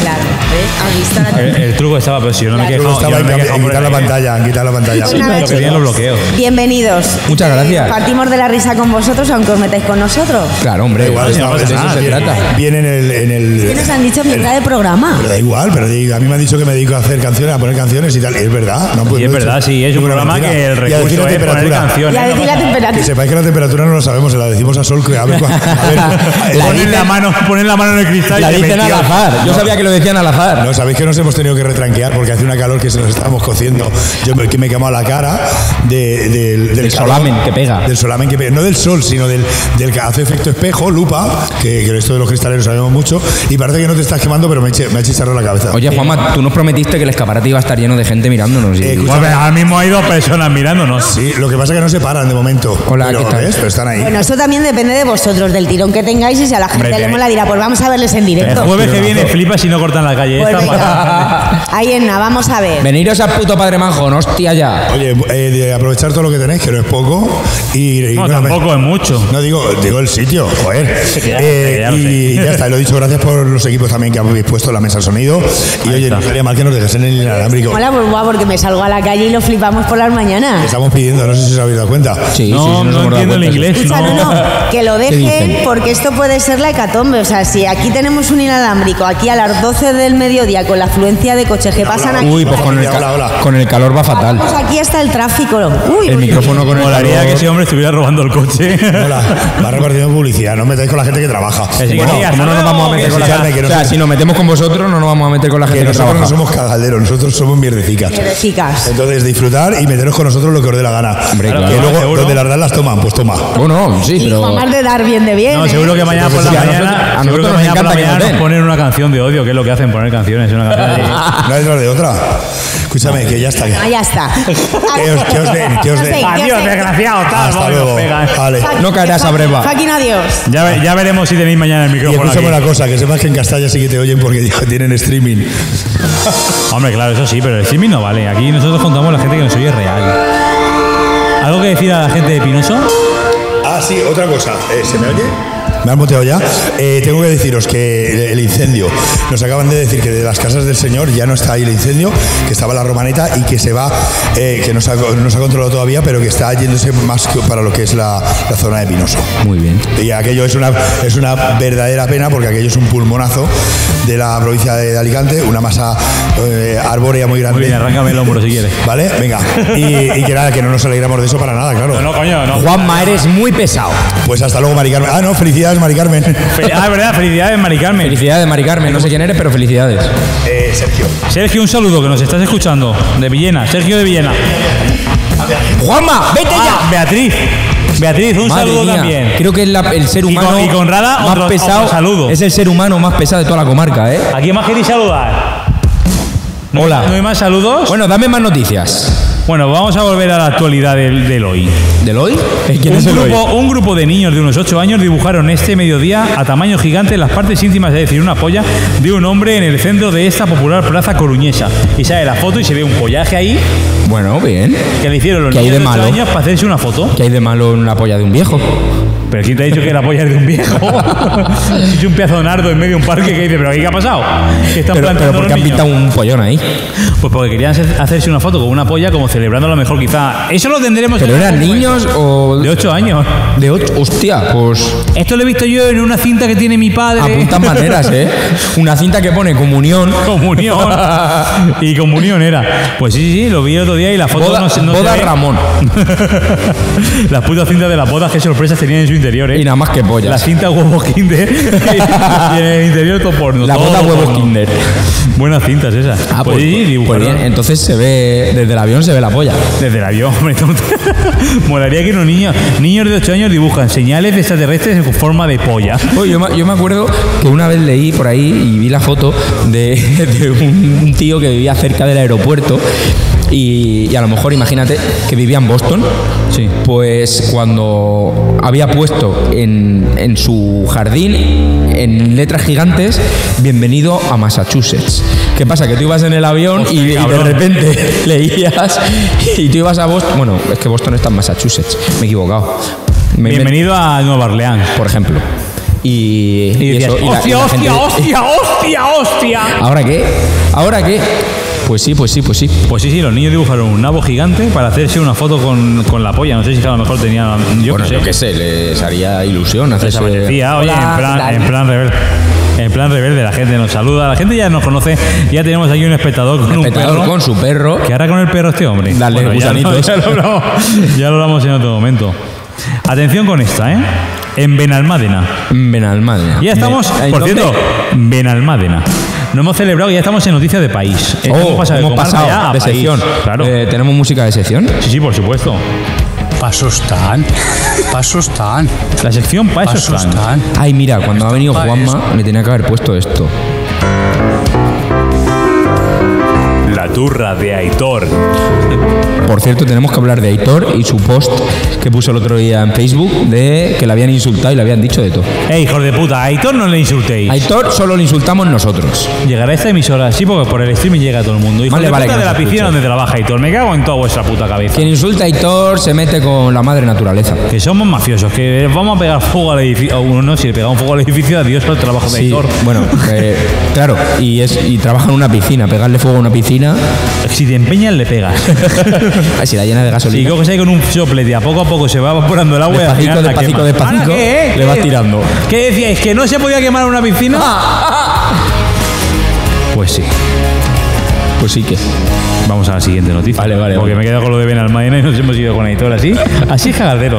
Claro. ¿ves? Ahí está la-
el, el truco estaba, pero si yo no me he
Luego
quejado,
estaba
yo no me
en,
he quejado
en
por
quitar la
el-
pantalla, en quitar la pantalla.
Sí,
Lo que tienen los bloqueos.
Bienvenidos.
Muchas gracias.
Eh, Partimos de la risa con vosotros, aunque os metáis con nosotros.
Claro,
Da
hombre,
igual,
de eso-
no,
de eso
nada,
se
viene-
trata.
Viene en el... En el
¿Qué nos han dicho en mitad de programa?
pero da igual, pero digo, a mí me han dicho que me dedico a hacer canciones, a poner canciones y tal. Es verdad. No, pues,
Y es
no
verdad,
hecho-
sí, es un
ninguna
programa
mentira.
que el
Y a decir
recurso
la
es poner
temperatura.
Y
canciones.
a decir la
Que
temperatura.
sepáis que la temperatura no la sabemos, se la decimos a Sol, que a ver cuál- a
*laughs*
ver,
La
Sol-
dice-
Ponen la, mano, ponen la mano en el cristal
La
y
dicen al
mentira.
azar. Yo sabía que lo decían al azar.
No, sabéis que nos hemos tenido que retranquear porque hace una calor que se nos estábamos cociendo. Yo me, que me he quemado la cara de- del, del
Del
calor.
solamen que pega.
Del solamen que pega. No del sol, sino del, del que hace efecto espejo, lupa, que, que esto de los cristales lo sabemos mucho. Y parece que no te estás quemando, pero me, he me ha chicharrado la cabeza.
Oye, Juanma, tú nos prometiste que el escaparate iba a estar lleno de gente mirándonos. y-
Eh, escucha-
Bueno, pero ahora mismo hay dos personas mirándonos.
Sí, lo que pasa es que no se paran de momento.
Hola,
pero,
¿qué tal?
¿ves? Pero están ahí.
Bueno, eso también depende de vosotros, del tirón que tengáis y si a la gente le
tiene-
mola dirá, pues vamos a verles en
El
directo.
jueves que viene flipa si no cortan la calle.
Pues
esta
venga.
para-
Ahí en la, vamos a ver.
Veniros al puto Padre Manjón, hostia ya.
Oye, eh, de aprovechar todo lo que tenéis, que no es poco. Y, y
*laughs* No,
nuevamente-
tampoco es mucho.
No digo, digo el sitio, joder.
*laughs*
Eh,
ya lo sé.
y ya está, lo he dicho, gracias por los equipos también que habéis puesto en la mesa de sonido. Y oye,
está.
no estaría mal que nos dejasen el inalámbrico.
Mola, pues guau, porque me salgo a la calle y lo flipamos por las mañanas.
Estamos pidiendo, no sé si os habéis dado cuenta.
Sí, sí, sí, nos
No,
hemos
no
dado
entiendo el
cuenta, sí.
inglés.
Escucha, no, no, que lo
dicen?
dejen porque esto puede ser la hecatombe. O sea, si aquí tenemos un inalámbrico, aquí a las 12 del mediodía con la afluencia de coches que pasan aquí,
Uy, pues con el,
Hola,
ca-
hola.
con el calor va fatal.
vamos aquí hasta el tráfico. Uy, pues,
El
uy,
micrófono con el
Molaría
calor.
que ese hombre estuviera robando el coche.
*laughs* Hola, va repartiendo publicidad, no os metáis con la gente que trabaja.
sí,
Bueno,
Sí, hasta
¿cómo no nos
luego,
vamos a meter
que
con la
sí,
gente?
que
o
no
sea,
se-
si nos metemos con vosotros, no nos vamos a meter con la
Que
gente que,
nosotros
trabaja.
no somos cagalderos, nosotros somos mierdecicas.
uy, Chicas.
Entonces, disfrutar y meteros con nosotros lo que os dé la gana.
Hombre,
que
claro.
luego,
Seguro.
donde las dan, las toman, pues toma.
Bueno, sí,
Y
pero.
jamás de dar bien de bien.
No,
¿eh?
seguro que mañana por la
Sí, a nosotros-
mañana,
a nosotros
seguro que
nos
mañana por
encanta
la
que
mañana
nos
nos
den.
ponen una canción de odio, que es lo que hacen poner canciones. Una canción de-
Una detrás de otra. Escúchame, que ya está.
Ah, ya está.
Que os- que os den, que os
No
den.
sé, yo
Adiós,
sé.
desgraciado, tal.
Hasta
vamos,
luego.
pega.
Vale.
No caerás a breva.
Fucking adiós.
Ya, ve- ya veremos si tenéis mañana el
Y
micrófono.
escúchame
aquí.
una cosa, que sepas que en Castalla sí que te oyen porque ya tienen streaming.
Hombre, claro, eso sí, pero el streaming no vale. Aquí nosotros contamos a la gente que nos oye real. ¿Algo que decir a la gente de Pinoso?
Ah, sí, otra cosa. Eh, ¿Se me oye? ¿Me han muteado ya? Eh, tengo que deciros que el incendio, nos acaban de decir que de las casas del señor ya no está ahí el incendio, que estaba la romaneta y que se va, eh, que no se, ha, no se ha controlado todavía, pero que está yéndose más que para lo que es la, la zona de Pinoso.
Muy bien.
Y aquello es una, es una verdadera pena porque aquello es un pulmonazo de la provincia de Alicante, una masa eh, arbórea muy grande.
Muy bien, arráncame el hombro si quieres.
¿Vale? Venga. Y, y que nada, que no nos alegramos de eso para nada, claro.
No, coño, no.
Juanma, eres muy pesado.
Pues hasta luego, Mari Carmen. Ah, no, felicidades, Mari Carmen.
Fel- Ah, es verdad, felicidades, Mari Carmen.
Felicidades, Mari Carmen. No sé quién eres, pero felicidades.
Eh, Sergio.
Sergio, un saludo que nos estás escuchando. De Villena, Sergio de Villena.
¡Juanma, vete
Ah, Beatriz. Beatriz, un
Madre
saludo
mía,
también.
Creo que es la- el ser
Y con-
humano
y con Rada,
más
otro-
pesado.
otro saludo.
Es el ser humano más pesado de toda la comarca, ¿eh?
¿A quién más queréis saludar? ¿No-
Hola.
¿No hay más saludos?
Bueno, dame más noticias.
Bueno, vamos a volver a la actualidad del, del hoy.
¿Del hoy? Eh, ¿Quién
Un
es el hoy?
grupo, un grupo de niños de unos 8 años dibujaron este mediodía a tamaño gigante las partes íntimas, es decir, una polla, de un hombre en el centro de esta popular plaza coruñesa. Y sale la foto y se ve un follaje ahí
Bueno, bien.
que le hicieron los
¿Qué hay
niños
de
de 8
malo?
años para hacerse una foto.
¿Qué hay de malo en la polla de un viejo?
Pero ¿quién te ha dicho que la polla es de
*laughs*
un viejo? es un pedazo de nardo en medio de un parque que dice, pero aquí qué ha pasado? Que
Pero,
están
pero
plantando
porque
los
han
niños.
pintado un pollón ahí.
Pues porque querían hacer- hacerse una foto con una polla como celebrando a lo mejor quizá. Eso lo tendremos
¿Pero
en
eran
algún momento.
niños o.?
de 8 años.
De ocho. Hostia, pues.
Esto lo he visto yo en una cinta que tiene mi padre.
Apuntan maneras, ¿eh? Una cinta que pone comunión.
*laughs* Comunión. Y comunión era. Pues sí, sí, sí, lo vi el otro día y la foto
Boda,
no, se- no se
boda
ve.
Ramón.
*laughs* Las putas cintas de la boda, qué sorpresas tenían en su interior, ¿eh?
Y nada más que pollas.
La cinta huevo
*laughs*
kinder *laughs* y en el interior todo porno.
La
todo
boda huevos
porno.
Kinder.
Buenas cintas esas.
Ah,
pues,
pues-
sí,
pues
dibujaron
bien, entonces se ve. Desde el avión se ve la polla.
Desde el avión, hombre. tú no te- *laughs* Molaría que unos niños, niños de 8 años dibujan señales de extraterrestres en forma de polla.
Oye, yo, me, yo me acuerdo que una vez leí por ahí y vi la foto de, *laughs* de un, un tío que vivía cerca del aeropuerto y, y a lo mejor imagínate que vivía en Boston. Sí. Pues cuando había puesto en, en su jardín en letras gigantes, bienvenido a Massachusetts. ¿Qué pasa? Que tú ibas en el avión y, y de
cabrón.
repente *laughs* leías y tú ibas a Boston. Bueno, es que Boston está en Massachusetts, me he equivocado. Me- me-
Bienvenido a Nueva Orleans.
por ejemplo. Y, y
decías,
eso, y la- y la gente- "Eh".
hostia, hostia!
¿Ahora qué? ¿Ahora qué? Pues sí, pues sí, pues sí.
Pues sí, sí, los niños dibujaron un nabo gigante para hacerse una foto con, con la polla. No sé si a lo mejor tenía. Yo
bueno,
qué sé.
yo qué sé, les haría ilusión hacerse...
Desaparecía, oye, en plan, en plan rebelde. En plan rebelde, la gente nos saluda, la gente ya nos conoce. Ya tenemos aquí un espectador con un
Petador
perro.
con su perro.
¿Qué hará con el perro este hombre?
Dale,
ya, no-
gusanitos.
*laughs* ya lo hablamos, ya lo hablamos en otro momento. Atención con esta, ¿eh? En Benalmádena.
Benalmádena.
Ya estamos,
Me-
por
entonces- eh,
cierto, Benalmádena. No hemos celebrado, ya estamos en noticias de país. Eh,
Oh,
pasado de
hemos
comarca
pasado
ya a
de
país,
sección.
Claro.
Eh, ¿Tenemos música de sección?
sí, sí, por supuesto.
Pasos tan, pasos tan,
La sección para eso
pasos
está.
tan.
Ay, mira, cuando ha venido
pa'
Juanma me tenía que haber puesto esto.
La turra de Aitor.
Por cierto, tenemos que hablar de Aitor y su post que puso el otro día en Facebook de que le habían insultado y le habían dicho de todo.
Eh, hijos de puta, a Aitor no le insultéis.
A Aitor solo le insultamos nosotros.
Llegará esta emisora, sí, porque por el streaming llega a todo el mundo. Hijo
Más le
de
vale
puta
que
de la
nos
piscina
escuche.
donde trabaja Hitor. Me cago en toda vuestra puta cabeza.
Quien insulta a Hitor se mete con la madre naturaleza.
Que somos mafiosos, que vamos a pegar fuego al edificio. uno no, si le pegamos fuego al edificio, adiós al trabajo de
Sí,
Hitor.
bueno, eh, claro, y, es, y trabaja en una piscina. Pegarle fuego a una *laughs* piscina,
Si te empeñas,
*laughs*
le pegas.
ay, si la llena de
Si
gasolina.
coges ahí con un soplete, a poco a poco se va evaporando el agua y al
Despacito,
final la
despacito,
quemas.
despacito,
Ahora, ¿qué, eh?
le vas
¿Qué?
tirando.
¿Qué decíais? ¿Que no se podía quemar una piscina?
Ah.
Pues sí.
Pues sí que.
Vamos a la siguiente noticia.
Vale, vale,
Porque
vale.
me he quedado con lo de Benalmádena y nos hemos ido con Aitor así. Así es cagardero.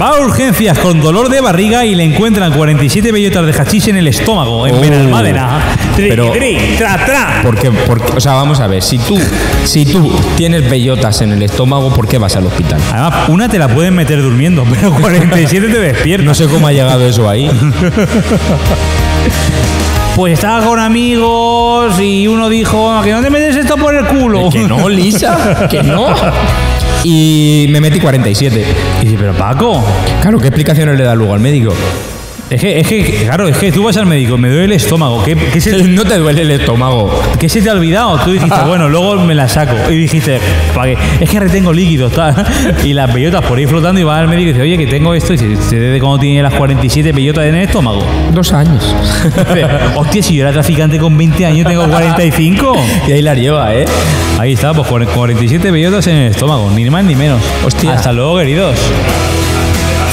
Va a urgencias con dolor de barriga y le encuentran 47 bellotas de hachís en el estómago, en
Oh.
Benalmádena. Tri,
Pero-
tri, tra, tra.
¿Por qué? Por qué? o sea, vamos a ver, si tú, si tú tienes bellotas en el estómago, ¿por qué vas al hospital?
Además, una te la pueden meter durmiendo, *laughs* pero 47 te despiertas.
No sé cómo ha llegado eso ahí.
Pues estaba con amigos y uno dijo, que no te metes esto por el culo.
*laughs* Que no, Lisa, que no. Y me metí 47.
Y dice, pero Paco,
Claro, ¿qué explicaciones le da luego al médico?
es que, es que, claro, es que tú vas al médico, me duele el estómago, ¿qué, qué se,
*laughs* No te duele el estómago.
qué se te ha olvidado? Tú dijiste, bueno, luego me la saco. Y dijiste, ¿para qué? Es que retengo líquidos, tal. *laughs* Y las pelotas por ahí flotando y va al médico y dice, oye, que tengo esto. Y dice, ¿se desde cuando tiene las 47 pelotas en el estómago? *laughs*
Dos años.
Dice, Hostia, si yo era traficante con 20 años, tengo 45.
*laughs* Y ahí la lleva, ¿eh?
Ahí está, pues 47 bellotas en el estómago, ni más ni menos.
Hostia.
Hasta luego, queridos.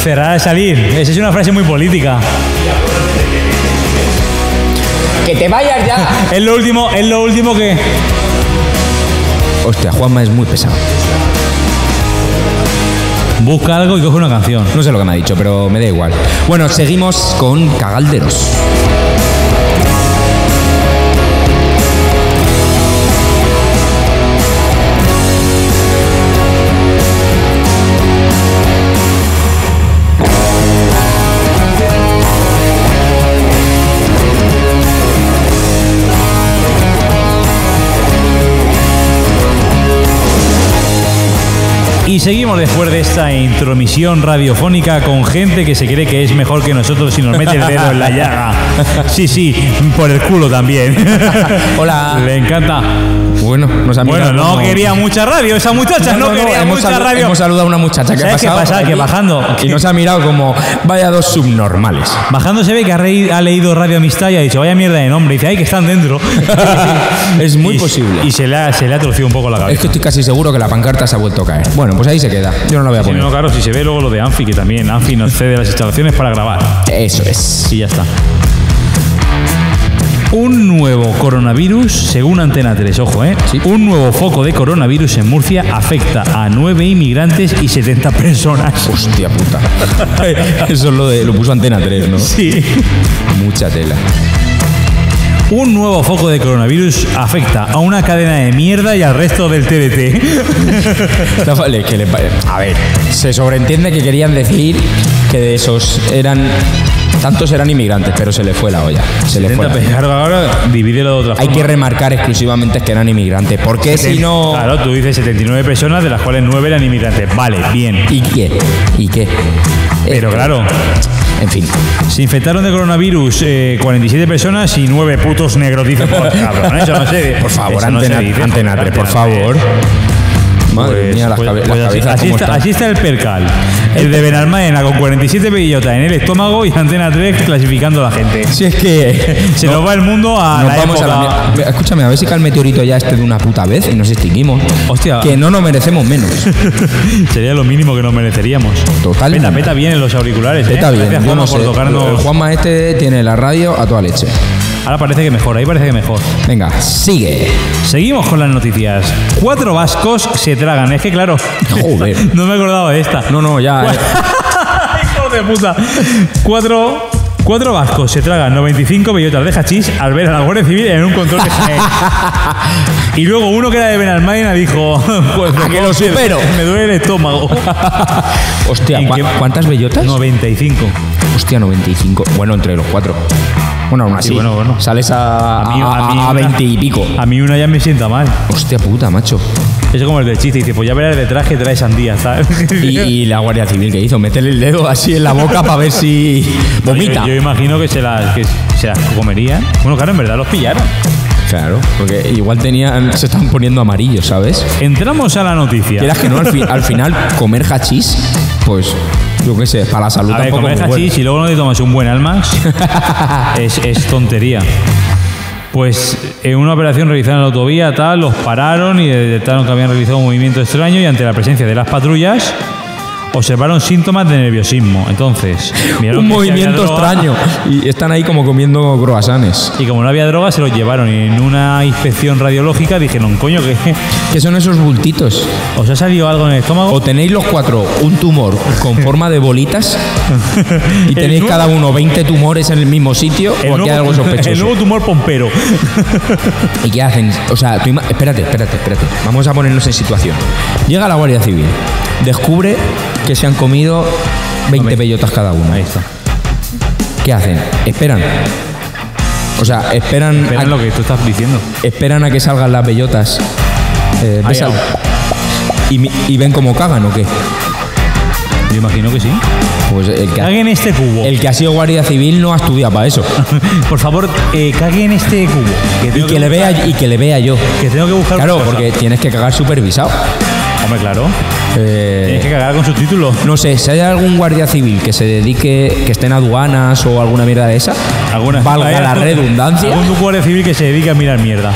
Cerrar al salir. Esa es una frase muy política.
Que te vayas ya.
Es lo último, es lo último que.
Hostia, Juanma es muy pesado.
Busca algo y coge una canción.
No sé lo que me ha dicho, pero me da igual. Bueno, seguimos con Cagalderos.
Y seguimos después de esta intromisión radiofónica con gente que se cree que es mejor que nosotros y nos mete el dedo en la llaga. Sí, sí, por el culo también. Hola. Le encanta.
Bueno, nos han
Bueno,
mirado
no
como- *laughs*
quería mucha radio, esa muchacha no, quería
hemos
mucha
salu-
radio.
Hemos saludado a una muchacha que ha
¿Sabes qué
pasado.
pasa?
por
Que
aquí
bajando.
Y nos ha mirado como, vaya dos subnormales.
Bajando se ve que ha, reí- ha leído Radio Amistad y ha dicho, vaya mierda de nombre. Y dice, ay, que están dentro.
*laughs* Es muy
Y-
posible.
Y se le, ha, se le ha torcido un poco la
Es
cabeza.
que estoy casi seguro que la pancarta se ha vuelto a caer. Bueno, pues ahí se queda. Yo no la voy a
Si
poner.
no, claro, si se ve luego lo de Anfi, que también Anfi nos cede las instalaciones para grabar.
Eso es.
Y ya está. Un nuevo coronavirus, según Antena 3, ojo, ¿eh? Un nuevo foco de coronavirus en Murcia afecta a 9 inmigrantes y
*laughs*
70 personas.
Hostia puta. Eso es lo, de, lo puso Antena 3, ¿no?
Sí.
Mucha tela.
Un nuevo foco de coronavirus afecta a una cadena de mierda y al resto del TDT.
No, vale, que le pa- a ver, se sobreentiende que querían decir que de esos eran. Tantos eran inmigrantes, pero se le fue la olla. Se le fue. la olla.
ahora, divídelo de otra
Hay
forma.
que remarcar exclusivamente que eran inmigrantes. Porque si no.
Claro, tú dices 79 personas, de las cuales 9 eran inmigrantes. Vale, bien.
¿Y qué? ¿Y qué? Eh,
Pero claro.
En fin.
Se infectaron de coronavirus eh, 47 personas y 9 putos negros, dicen.
*laughs*
Por, cabrón, eso no se-
Por favor,
eso no se
antena,
dice.
Antena 3, por favor. Madre
Pues-
mía, las,
pues-
cabe- las
pues así-
cabezas
así,
cómo
está,
están.
así está el percal. El de Benalmádena con 47 bellota en el estómago y Antena 3 clasificando a la gente.
Si es que.
Se nos va el mundo a
Nos
la
vamos a
época.
la mier- Mira, Escúchame, a ver si cae el meteorito ya este de una puta vez y nos extinguimos.
Hostia.
Que no nos merecemos menos.
*laughs* Sería lo mínimo que nos mereceríamos.
Total.
Peta, peta bien en los auriculares.
Está
eh.
bien,
Gracias,
yo
Juanma,
no sé.
por
El
tocarnos.
Juanma este tiene la radio a toda leche.
Ahora parece que mejor, ahí parece que mejor.
Venga, sigue.
Seguimos con las noticias. Cuatro vascos se tragan. Es que claro.
Joder.
*laughs* No me acordaba de esta.
No, no, ya. eh.
Hijo de puta. Cuatro. Cuatro vascos se tragan 95 bellotas de hachís al ver a la Guardia Civil en un control de
*laughs*
Jaén. Y luego uno que era de Benalmádena dijo... *laughs* Pues,
¿A Ah, que lo supero?
*laughs* Me duele el estómago.
Hostia,
¿En
¿cu-
qué-
¿cuántas bellotas?
95.
Hostia, 95. Bueno, entre los cuatro. Bueno, aún así.
Ah, bueno, bueno.
Sales a, a-
mí- a mí
Ah, a- a
una- Ah.
20 y pico.
A mí una ya me sienta mal.
Hostia puta, macho.
Eso como el del chiste. Dice, pues ya verás detrás que trae sandía, ¿sabes? *laughs*
Y, y la Guardia Civil que hizo, meterle el dedo así en la boca para ver
*laughs*
si vomita.
Yo, yo imagino que se las, que se las comerían. Bueno, claro, en verdad los pillaron.
Claro, porque igual tenían, se estaban poniendo amarillos, ¿sabes?
Entramos a la noticia.
Quieras que no, al, fi- al final comer hachís, pues yo qué sé, para la salud
A ver,
tampoco
comer
es muy
hachís
bueno.
y luego no te tomas un
*laughs*
buen Almax es, es tontería. Pues en una operación realizada en la autovía, tal, los pararon y detectaron que habían realizado un movimiento extraño y ante la presencia de las patrullas observaron síntomas de nerviosismo. Entonces, miraron
Un
que si había
movimiento
droga,
extraño. Y están ahí como comiendo croissants.
Y como no había droga, se los llevaron y en una inspección radiológica dijeron, coño, que *laughs*
¿Qué son esos bultitos?
os ha salido algo en el estómago.
O tenéis los cuatro un tumor con forma de bolitas *laughs* y
*laughs* El
tenéis
nuevo-
cada uno 20 tumores en el mismo sitio
El
o aquí hay algo
nuevo- el
sospechoso.
nuevo tumor pompero.
¿Y qué hacen? O sea, tú ima- espérate, espérate, espérate. Vamos a ponernos en situación. Llega la Guardia Civil, descubre que se han comido 20 bellotas cada uno. Ahí está. ¿Qué hacen? Esperan. O sea, esperan,
Espera
a,
lo que tú estás diciendo.
esperan a que salgan las bellotas. Eh, ves
Ahí,
al-
ahí.
y, mi- y ven cómo cagan o qué.
Yo imagino que sí.
Pues el que, ha-
Caguen este cubo.
el que ha sido Guardia Civil no ha estudiado para eso.
*laughs* Por favor, eh, cague en este cubo. Que
Y
tengo
que le
buscar-
vea, y que le vea yo.
Que tengo que buscar.
Claro,
otra cosa.
porque tienes que cagar supervisado.
Hombre, claro.
Eh,
Tienes que cagar con subtítulos.
No sé, si hay algún guardia civil que se dedique, que esté en aduanas o alguna mierda de esa,
Alguna,
valga
hay
la
*laughs* algún-
redundancia,
Algún guardia civil que se dedique a mirar mierda.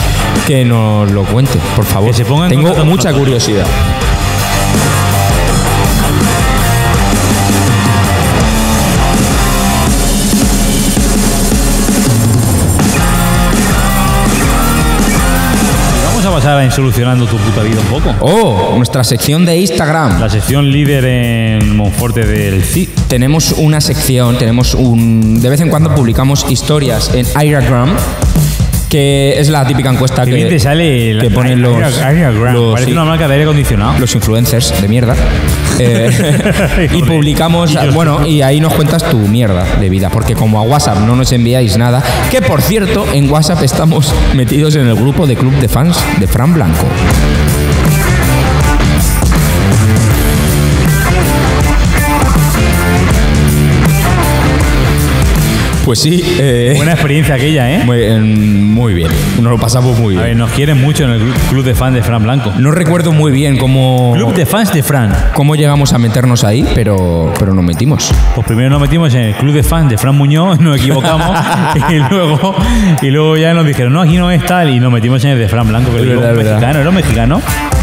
que nos lo cuente, por favor.
Que se ponga en
Tengo
contacto con
mucha
nosotros.
curiosidad.
Vamos a pasar a insolucionando tu puta vida un poco.
Oh, nuestra sección de Instagram.
La sección líder en Monforte del CID.
Tenemos una sección, tenemos un... De vez en cuando publicamos historias en Instagram, que es la típica encuesta
Que bien te
que,
sale el-
que ponen Este, los,
Ariel Grant.
los-
Parece
sí,
una marca de aire acondicionado.
los influencers de mierda.
*laughs*
Eh, y publicamos, bueno, y ahí nos cuentas tu mierda de vida, porque como a WhatsApp no nos enviáis nada, que por cierto, en WhatsApp estamos metidos en el grupo de club de fans de Fran Blanco. Pues sí.
Buena experiencia aquella, ¿eh?
Muy, muy bien. Nos lo pasamos muy bien.
A ver, nos quieren mucho en el gru- club de fans de Fran Blanco.
No recuerdo muy bien cómo.
Club de fans de Fran.
Cómo llegamos a meternos ahí, pero, pero nos metimos.
Pues primero nos metimos en el club de fans de Fran Muñoz, *laughs* nos
*laughs*
equivocamos y luego y luego ya nos dijeron, no, aquí no es tal, y nos metimos en el de Fran Blanco, que
Es
era un
verdad, es verdad.
mexicano, era un mexicano.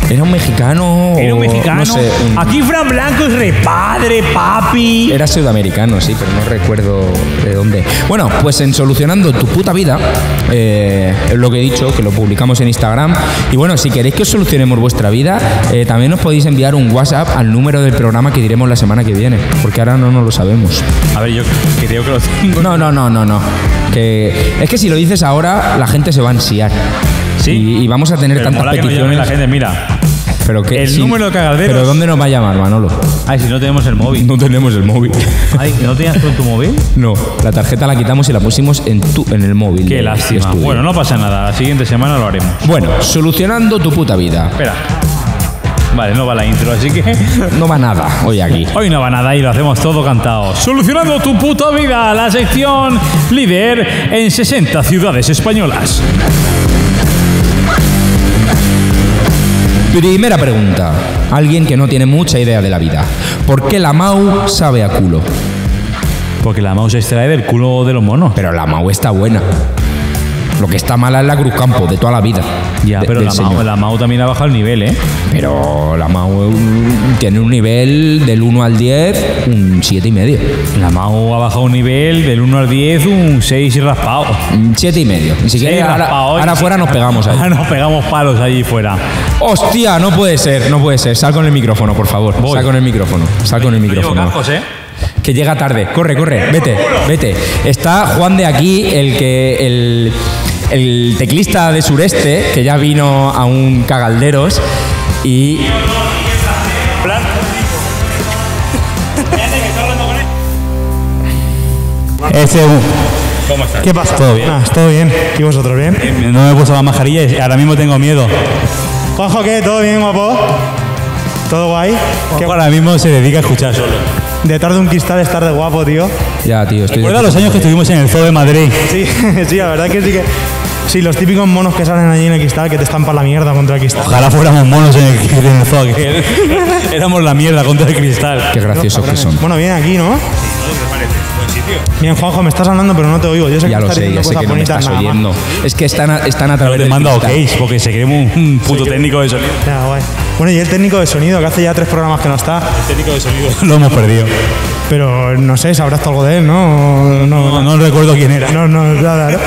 Era un mexicano.
Era un
o-
mexicano.
No sé, un-
Aquí Fran Blanco es repadre, papi.
Era sudamericano, sí, pero no recuerdo de dónde. Bueno, pues en Solucionando tu puta vida, eh, es lo que he dicho, que lo publicamos en Instagram. Y bueno, si queréis que os solucionemos vuestra vida, eh, también os podéis enviar un WhatsApp al número del programa que diremos la semana que viene, porque ahora no nos lo sabemos.
A ver, yo creo que lo
No, no, no, no, no. Que es que si lo dices ahora, la gente se va a ansiar. Sí. Y, y vamos a tener
Pero
tantas
mola que nos llame
peticiones.
la gente, mira.
Pero que,
El número de cagarderos.
Pero ¿dónde nos va a llamar, Manolo?
Ay, si *laughs* no tenemos
*laughs*
el móvil.
No tenemos el móvil.
Ay, ¿no tenías tú en tu móvil?
No, la tarjeta la quitamos y la pusimos en, tu, en el móvil.
Qué
del
lástima.
estudio.
Bueno, no pasa nada, la siguiente semana lo haremos.
Bueno, solucionando tu puta vida.
Espera. Vale, no va la intro, así que *laughs*
No va nada hoy aquí.
hoy no va nada y lo hacemos todo cantado. Solucionando tu puta vida, la sección líder en 60 ciudades españolas.
Primera pregunta. Alguien que no tiene mucha idea de la vida. ¿Por qué la Mau sabe a culo?
Porque la mouse extrae del culo de los monos.
Pero la Mau está buena. Lo que está mala es la Cruz Campo de toda la vida.
Ya,
De-
pero
del
la
señor.
Mau, la Mau también ha bajado el nivel, ¿eh?
Pero la Mau tiene un nivel del 1 al 10, un 7 y medio.
La Mau ha bajado un nivel del 1 al 10, un 6 y raspado.
Un 7 y medio. Ni
Seis
siquiera ahora,
raspado,
ahora
y-
fuera nos pegamos
*laughs*
ahí.
Ahora nos pegamos palos allí fuera.
Hostia, no puede ser, no puede ser. Sal con el micrófono, por favor.
Voy.
Sal con el micrófono. Sal con el
No llevo
micrófono.
cascos, ¿eh?
Que llega tarde. Corre, corre. Vete, vete. Está Juan de aquí, el que. El, el teclista de sureste, que ya vino a un cagalderos. Y.
Ese.
¿Cómo estás?
¿Qué pasa?
Todo bien.
Ah, ¿Todo bien? ¿Y vosotros bien?
No me he puesto la mascarilla y ahora mismo tengo miedo.
Juanjo, ¿qué? ¿Todo bien, guapo? ¿Todo guay? ¿Qué...
Juanjo ahora mismo se dedica a escuchar solo.
De tarde un cristal estar de guapo, tío.
Ya, tío, estoy.
Recuerda los años que estuvimos en el Zoo de Madrid.
Sí, *laughs* sí, la verdad que sí que... Sí, los típicos monos que salen allí en el cristal que te estampan la mierda contra el cristal.
Ojalá fuéramos monos en el, en el Zoo. que *laughs*
*laughs*
éramos la mierda contra el cristal.
Qué graciosos que son.
Bueno, bien aquí, ¿no? Bien, Juanjo, me estás hablando, pero no te oigo. Yo sé
Ya
que
lo
estás
sé, ya
diciendo
sé
cosas
que no me
bonitas
estás
nada más.
oyendo. Es que están a, están a través del
Pero te manda
cristal.
OKs porque se cree un, un puto técnico de sonido.
Ya, guay. Bueno, y el técnico de sonido, que hace ya tres programas que no está.
*laughs* Lo hemos perdido.
Pero no sé, sabrás tú algo de él, ¿no? O No,
No, no recuerdo quién era.
no, no, nada, ¿no?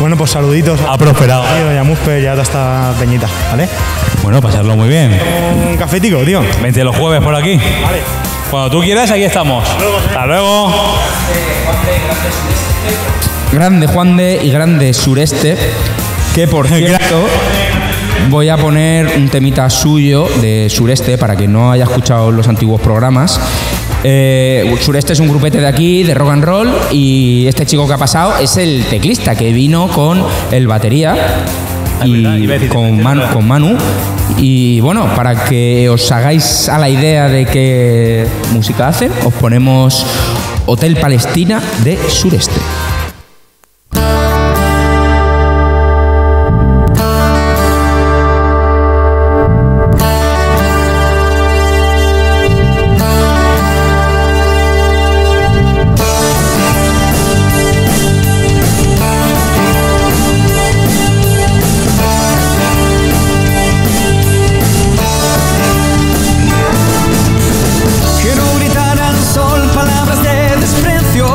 Bueno, pues saluditos.
Ha prosperado.
Tío, y a Muspe y a toda esta peñita, ¿vale?
Bueno, pasarlo muy bien.
Un cafetico, tío.
Vente los jueves por aquí. Vale. Cuando tú quieras, aquí estamos. Hasta luego.
Grande Juan de y Grande Sureste, que
*laughs*
por cierto voy a poner un temita suyo de Sureste para que no haya escuchado los antiguos programas. Eh, Sureste es un grupete de aquí, de rock and roll, y este chico que ha pasado es el teclista que vino con el batería
verdad,
y
iba a decir
con Manu, con Manu. Y bueno, para que os hagáis a la idea de qué música hacen, os ponemos Hotel Palestina de Sureste.
Quiero gritar al sol palabras de desprecio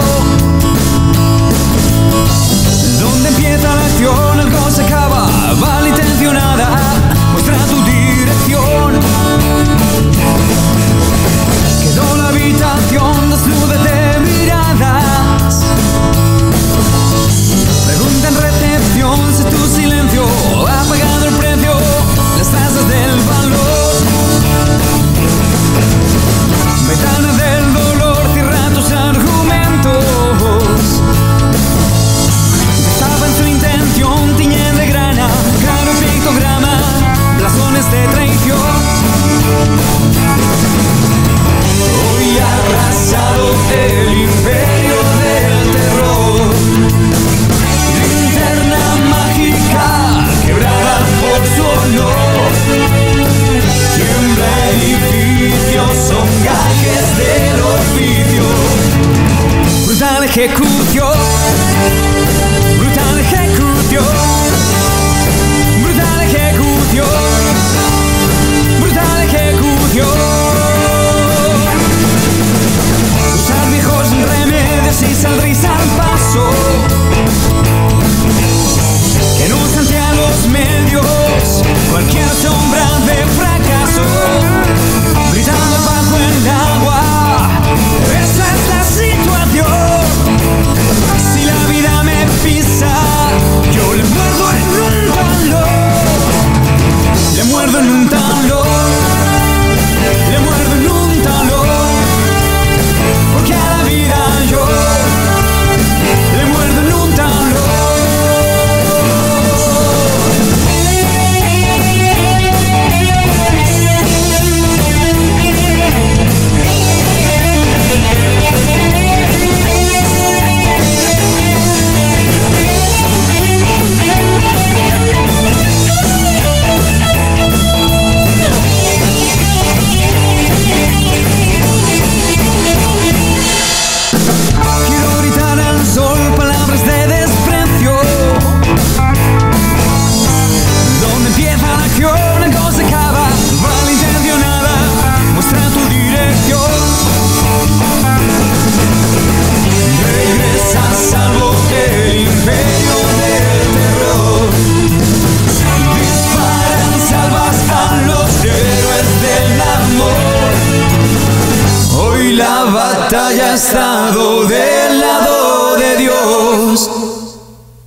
batalla he estado del lado de Dios.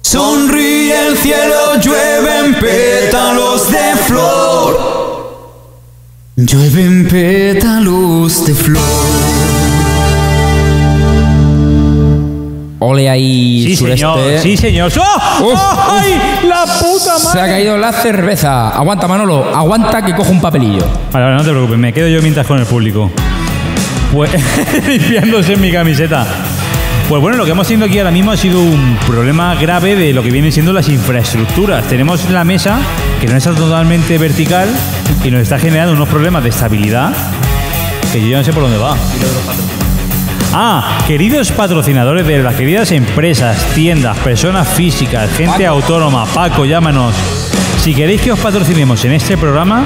Sonríe el cielo, llueven pétalos de flor. Llueven pétalos de flor.
Ole ahí,
Sí,
sureste.
señor. Sí, señor. ¡Oh!
Uf,
¡Ay! ¡La puta madre!
Se ha caído la cerveza. Aguanta, Manolo. Aguanta que cojo un papelillo.
Vale, vale, no te preocupes, me quedo yo mientras con el público. Pues *laughs* limpiándose en mi camiseta. Pues bueno, lo que hemos tenido aquí ahora mismo ha sido un problema grave de lo que vienen siendo las infraestructuras. Tenemos la mesa que no está totalmente vertical y nos está generando unos problemas de estabilidad que yo ya no sé por dónde va. Ah, queridos patrocinadores de las queridas empresas, tiendas, personas físicas, gente autónoma, Paco, llámanos. Si queréis que os patrocinemos en este programa,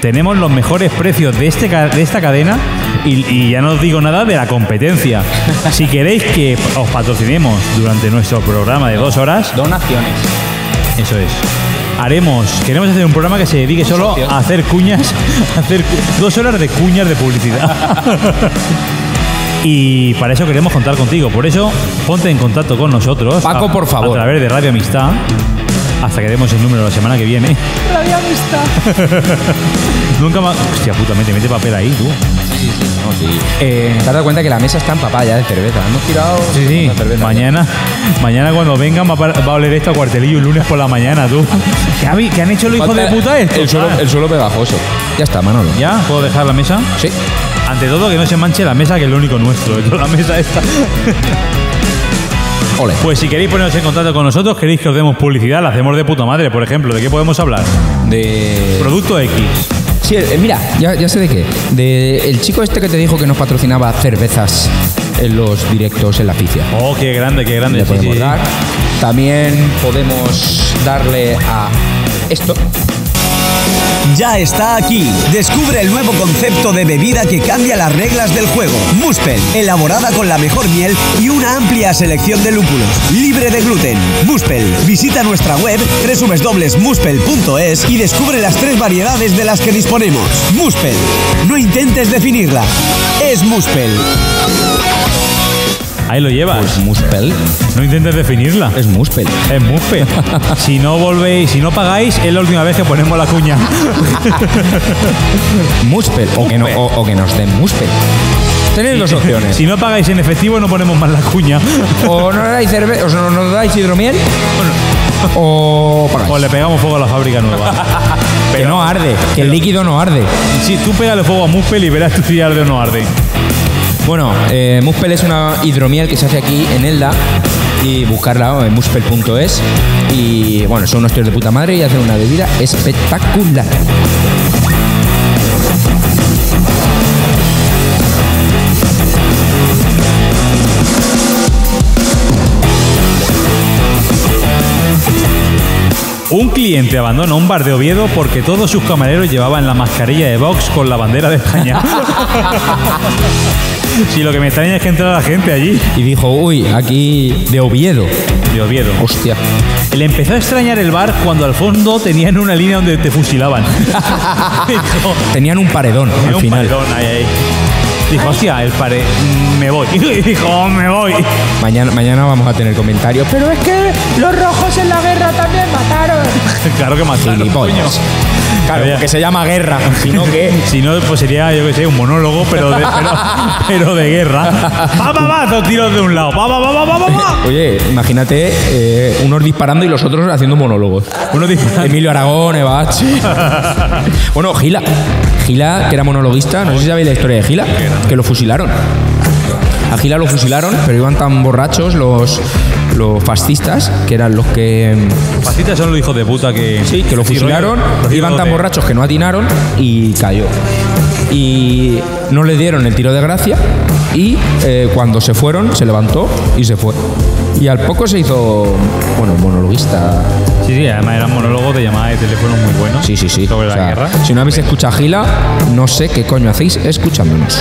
tenemos los mejores precios de, este, ca- de esta cadena y, y ya no os digo nada de la competencia. Si queréis que os patrocinemos durante nuestro programa de dos horas... Donaciones. Eso es. Haremos, queremos hacer un programa que se dedique solo a hacer cuñas, *laughs* a hacer cu- dos horas de cuñas de publicidad. *laughs* Y para eso queremos contar contigo. Por eso, ponte en contacto con nosotros. Paco, por favor. A través de Radio Amistad. Hasta que demos el número la semana que viene.
Radio Amistad.
*laughs* Nunca más. Hostia puta, mete, mete papel ahí, tú.
Sí, sí, no, sí. Eh, te has dado cuenta que la mesa está empapada ya de cerveza. Hemos tirado.
Sí, sí.
mucha cerveza.
Mañana, mañana cuando vengan va, a par- va a oler esto a cuartelillo el lunes por la mañana, *laughs* tú. ¿Qué, habi- qué han hecho los hijos de
Falta
puta esto?
El suelo,
Ah.
el suelo pegajoso. Ya está, Manolo.
¿Ya? ¿Puedo dejar la mesa?
Sí.
Ante todo que no se manche la mesa, que es lo único nuestro. Yo la mesa esta. Pues si queréis poneros en contacto con nosotros, queréis que os demos publicidad, la hacemos de puta madre, por ejemplo. ¿De qué podemos hablar?
De...
Producto X.
Sí, eh, mira, ya, ya sé de qué. De el chico este que te dijo que nos patrocinaba cervezas en los directos en la picia.
Oh, qué grande, qué grande.
Le
sí,
podemos
sí.
dar. También podemos darle a esto.
Ya está aquí. Descubre el nuevo concepto de bebida que cambia las reglas del juego. Muspel, elaborada con la mejor miel y una amplia selección de lúpulos, libre de gluten. Muspel, visita nuestra web www.muspel.es y descubre las tres variedades de las que disponemos. Muspel, no intentes definirla. Es Muspel.
Ahí lo llevas. Pues
Muspel.
No intentes definirla.
Es Muspel.
Es
*laughs*
Muspel. si no volvéis, si no pagáis, es la última vez que ponemos la cuña.
Muspel. O que, no, o, o que nos den Muspel. Tenéis dos opciones.
Si no pagáis en efectivo, no ponemos más la cuña.
O no dais cerveza, o no nos dais hidromiel. O pagáis.
O le pegamos fuego a la fábrica nueva.
*laughs* que no arde, que el líquido no arde.
Sí, tú pégale fuego a Muspel y verás tú si arde o no arde.
Bueno, eh, Muspel es una hidromiel que se hace aquí en Elda y buscarla en muspel.es y bueno, son unos tíos de puta madre y hacen una bebida espectacular.
Un cliente abandona un bar de Oviedo porque todos sus camareros llevaban la mascarilla de Vox con la bandera de España. Si lo que me extraña es que entrara la gente allí.
Y dijo, uy, aquí de Oviedo.
De Oviedo.
Hostia.
Le empezó a extrañar el bar cuando al fondo tenían una línea donde te fusilaban. Dijo,
Tenían un paredón
"Hay
al
un
final.
paredón ahí, ahí". Dijo, hostia, el pare... Me voy. *laughs* Y dijo, "Oh, me voy.
Mañana, mañana vamos a tener comentarios, pero es que
Los rojos en la guerra también mataron.
Claro que más
Gilipollas. Claro, porque se llama guerra. Si no, ¿qué?
si no, pues sería, yo qué sé, un monólogo, pero de, pero, pero de guerra. ¡Va, va, va! Dos tiros de un lado. ¡Va, va, va, va, va, va,
*laughs*
va!
Oye, imagínate eh, unos disparando y los otros haciendo monólogos. Emilio Aragón, Evach. *laughs* bueno, Gila. Gila, que era monologuista, no sé si sabéis la historia de Gila, que lo fusilaron. A Gila lo fusilaron, pero iban tan borrachos los, los fascistas, que eran los que.
Fascistas son los hijos de puta que.
Sí, que lo fusilaron, iban tan borrachos que no atinaron y cayó. Y no le dieron el tiro de gracia y eh, cuando se fueron se levantó y se fue. Y al poco se hizo, bueno, monologuista.
Sí, sí, además eran monólogos de llamada de teléfono muy buenos. Sí, sí, sí. Sobre
O
la
sea,
guerra.
si no habéis escuchado a Gila, no sé qué coño hacéis escuchándonos.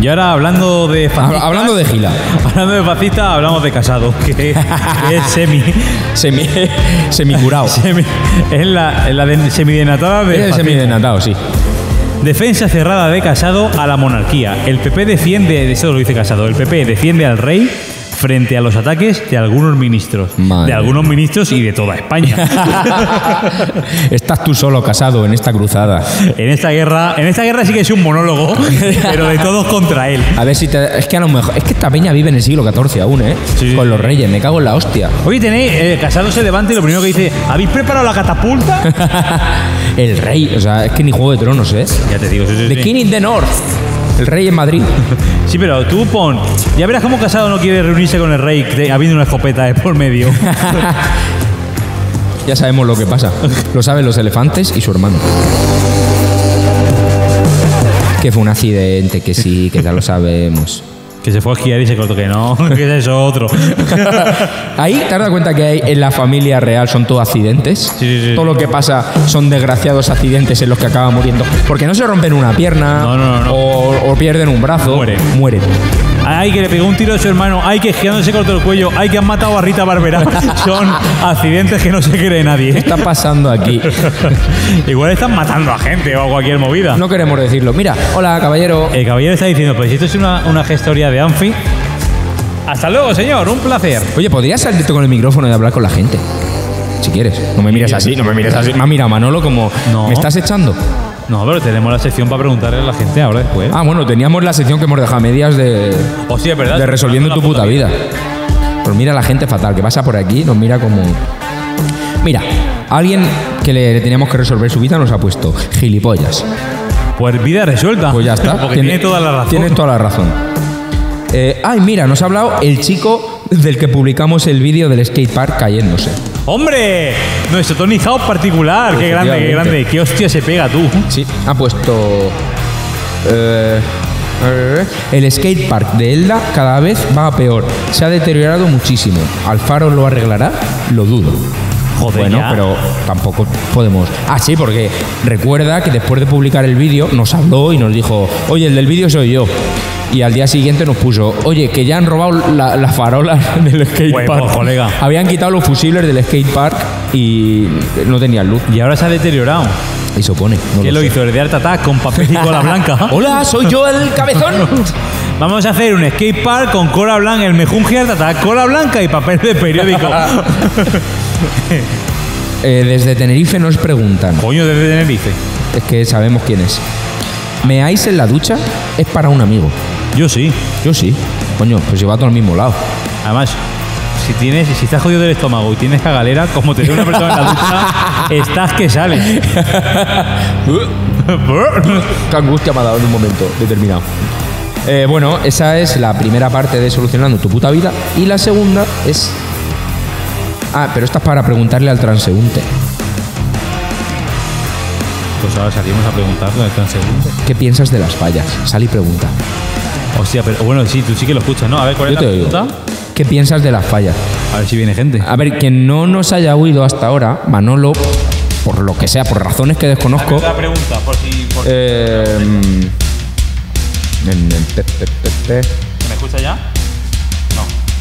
Y ahora hablando de *laughs* fascista, Hablando de gila. Hablando de fascista, hablamos de casado, que, que es semi.
*laughs*
semi. semicurado. es la, es la de- semidenatada
Es
de.
el
semidenatado, sí. Defensa cerrada de Casado a la monarquía. El PP defiende, eso lo dice Casado, el PP defiende al rey frente a los ataques de algunos ministros. De algunos ministros y de toda España.
*laughs* *laughs* Estás tú solo casado en esta cruzada.
En esta guerra, en esta guerra sí que es un monólogo, pero de todos contra él.
A ver si te, es que a lo mejor es que esta peña vive en el siglo XIV aún, ¿eh? Con los reyes, me cago en la hostia. *laughs*
Oye, tenéis, eh, Casado se levanta y lo primero que dice, ¿habéis preparado
*laughs*
la catapulta?
El rey, o sea, es que ni juego de tronos, ¿eh?
Ya te digo,
The King in the North. El rey en Madrid.
Sí, pero tú pon. Ya verás cómo Casado no quiere reunirse con el rey cre- habiendo una escopeta de por medio.
Ya sabemos lo que pasa. Lo saben los elefantes y su hermano. Que fue un accidente, que sí, que ya lo sabemos.
Que se fue a esquiar y se cortó que no, *laughs* que es eso otro.
Ahí te has dado cuenta que hay en la familia real son todos accidentes. Todo lo que pasa son desgraciados accidentes en los que acaban muriendo. Porque no se rompen una pierna O, o pierden un brazo. Mueren.
Ay, que le pegó un tiro de su hermano. Ay, que esquiando se cortó el cuello. Ay, que han matado a Rita
*laughs*
Barberá. Son accidentes que no se cree nadie. *laughs* ¿Qué
está pasando aquí?
Igual están matando a gente o a cualquier movida.
No queremos decirlo. Mira, hola, caballero.
El caballero está diciendo, pues esto es una, una gestoría de Anfi. Hasta luego, señor. Un placer.
Oye, ¿podrías salirte con el micrófono y hablar con la gente? Si quieres. No me mires así, no me mires así. Me mira Manolo como... ¿Me estás echando?
No, pero tenemos la sección para preguntarle a la gente ahora después.
Ah, bueno, teníamos la sección que hemos dejado a medias de...
O sí, es verdad.
De resolviendo tu puta vida. Pues mira la gente fatal que pasa por aquí, nos mira como... Mira, alguien que le, le teníamos que resolver su vida nos ha puesto gilipollas.
Pues vida resuelta.
Pues ya está.
*laughs* Porque tiene toda la razón.
Tienes toda la razón. Eh, ay, mira, nos ha hablado el chico del que publicamos el vídeo del skatepark cayéndose.
¡Hombre! Nuestro Tony Hawk particular.
Pues
¡Qué grande, qué grande! ¡Qué hostia se pega tú!
Sí, ha puesto. eh, eh, el skatepark de Elda cada vez va a peor. Se ha deteriorado muchísimo. ¿Alfaro lo arreglará? Lo dudo. Joder, bueno,
ya.
pero tampoco podemos. Ah, sí, porque recuerda que después de publicar el vídeo nos habló y nos dijo, oye, el del vídeo soy yo. Y al día siguiente nos puso, oye, que ya han robado la- las farolas *laughs* del skatepark.
pues, colega.
Habían quitado los fusibles del skatepark y no tenían luz.
Y ahora se ha deteriorado.
Y se opone. no
¿Qué
lo
lo
sé.
hizo? El de Art Attack con papel y cola *laughs* blanca.
Hola, soy yo el
*laughs*
cabezón.
Vamos a hacer un skatepark con cola blanca, el mejunje Art Attack, cola blanca y papel de *laughs* periódico.
Eh, desde Tenerife nos preguntan.
Coño, desde Tenerife.
Es que sabemos quién es. ¿Meáis en la ducha? Es para un amigo.
Yo sí.
Yo sí. Coño, pues lleva todo al mismo lado.
Además, si tienes, si estás jodido del estómago y tienes cagalera, como te dé una persona en la *laughs* ducha, estás que Pues sales. *laughs*
Uh, Qué angustia me ha dado en un momento determinado. Eh, bueno, esa es la primera parte de solucionando tu puta vida. Y la segunda es. Ah, pero esta es para preguntarle al transeúnte.
Pues ahora salimos a preguntarlo en segundo.
¿Qué piensas de las fallas? Sal y pregunta.
Hostia, pero bueno, sí, tú sí que lo escuchas, ¿no? A ver,
Yo
¿cuál es la
te oigo.
pregunta?
¿Qué piensas de las fallas?
A ver si viene gente.
A ver, quien no nos haya oído hasta ahora, Manolo, por lo que sea, por razones que desconozco.
La pregunta, por si. por-
Eh, mm, em, em, pe, pe, pe, pe.
¿Me escucha ya?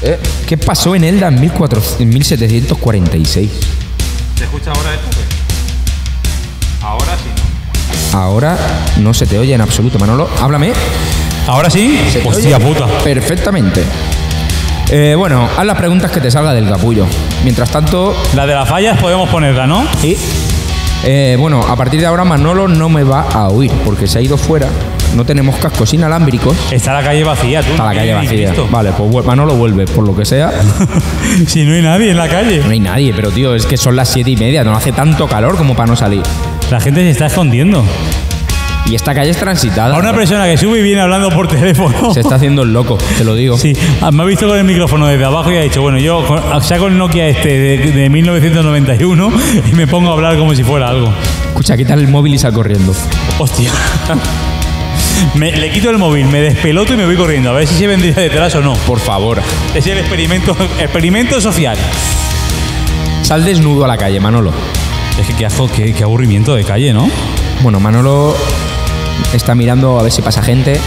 Eh, ¿Qué pasó en Elda en, 1400 en 1746?
¿Se escucha ahora esto? Ahora sí.
Ahora no se te oye en absoluto, Manolo. Háblame.
¿Ahora sí?
Se te
Hostia
oye
puta.
Perfectamente. Eh, bueno, haz las preguntas que te salga del capullo. Mientras tanto,
La de las fallas podemos ponerla, ¿no?
Sí. Eh, bueno, a partir de ahora Manolo no me va a oír porque se ha ido fuera. No tenemos cascos inalámbricos.
Está la calle vacía, tú.
Está la
no
calle
tienes ni
vacía.
Cristo.
Vale, pues vuel- Manolo vuelve, por lo que sea.
si no hay nadie en la calle.
No hay nadie, pero tío, es que son las siete y media. No hace tanto calor como para no salir.
La gente se está escondiendo.
Y esta calle es transitada.
A una persona que sube y viene hablando por teléfono.
Se está haciendo el loco, te lo digo.
*laughs* Sí, ah, me ha visto con el micrófono desde abajo y ha dicho, bueno, yo con- saco el Nokia este de, de 1991 y me pongo a hablar como si fuera algo.
Escucha, quita el móvil y sal corriendo.
Hostia. *laughs* Me- le quito el móvil, me despeloto y me voy corriendo, a ver si se vendría detrás o no.
Por favor.
Es el experimento, experimento social.
Sal desnudo a la calle, Manolo.
Es que qué, ajo- qué- qué aburrimiento de calle, ¿no?
Bueno, Manolo está mirando a ver si pasa gente.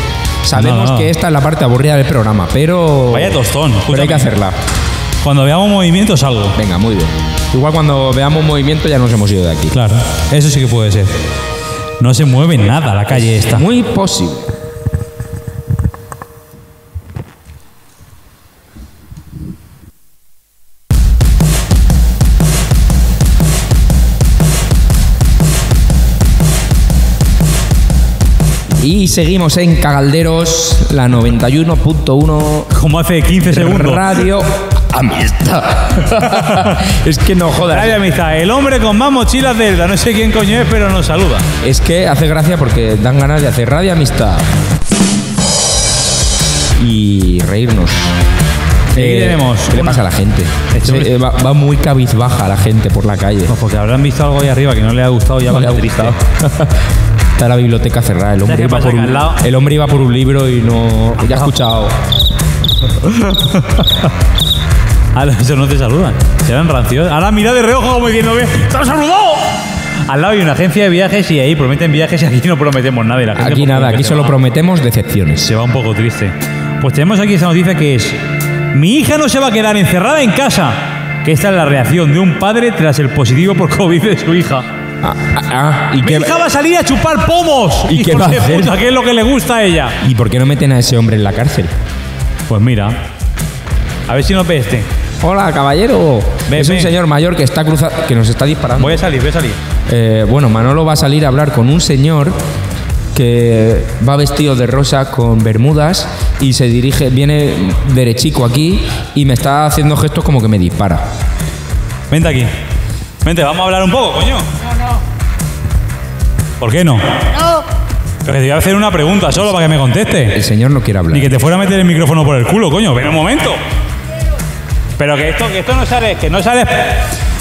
Sabemos
No, no.
que esta es la parte aburrida del programa, pero.
Vaya tostón,
Pero hay
escúchame.
que hacerla.
Cuando veamos movimientos, algo.
Venga, muy bien. Igual cuando veamos un movimiento ya nos hemos ido de aquí.
Claro, eso sí que puede ser. No se mueve nada la calle esta.
Muy posible. Y seguimos en Cagalderos, la 91.1.
Como hace 15 segundos.
Radio Amistad. *laughs* es que no jodas.
Radio Amistad, el hombre con más mochilas de Elda. No sé quién coño es, pero nos saluda.
Es que hace gracia porque dan ganas de hacer radio amistad. Y reírnos. Eh,
Aquí tenemos
¿Qué le
una-
pasa a la gente?
Este
Se-
hombre-
eh, va, va muy cabizbaja la gente por la calle.
Pues
*laughs*
porque habrán visto algo ahí arriba que no le ha gustado ya
No
va
le ha
triste.
gustado. Está la biblioteca cerrada. El
¿Sabes
hombre,
qué
iba
pasa?
por
Que
un,
al lado-
el hombre iba por un libro y no. Ya ha escuchado.
Ah, no, eso no te saludan. Serán rancios. Ahora mira de reojo como diciendo que ¡Te han saludado! Al lado hay una agencia de viajes y ahí prometen viajes y aquí no prometemos nada. y la gente
Aquí
pues,
nada,
como que
aquí
se
solo
va.
prometemos decepciones.
Se va un poco triste. Pues tenemos aquí esta noticia que es: Mi hija no se va a quedar encerrada en casa. Que esta es la reacción de un padre tras el positivo por COVID de su hija.
Ah, ah, ah, ¿y
Mi
qué-
hija va a salir a chupar pomos.
¿Y qué
Hijos
va a
de
hacer?
puta, ¿Qué es lo que le gusta a ella?
¿Y por qué no meten a ese hombre en la cárcel?
Pues mira. A ver si este. no peste.
Hola, caballero.
Ven,
es un
ven.
señor mayor que está cruza que nos está disparando.
Voy a salir, voy a salir.
Eh, bueno, Manolo va a salir a hablar con un señor que va vestido de rosa con bermudas y se dirige, viene derechico aquí y me está haciendo gestos como que me dispara.
Vente aquí. Vente, vamos a hablar un poco, coño. ¿Por qué no? Pero que te voy a hacer una pregunta solo para que me conteste.
El señor no quiere hablar.
Ni que te fuera a meter el micrófono por el culo, coño. Ven un momento. Pero que esto, que esto no sale, que no sale.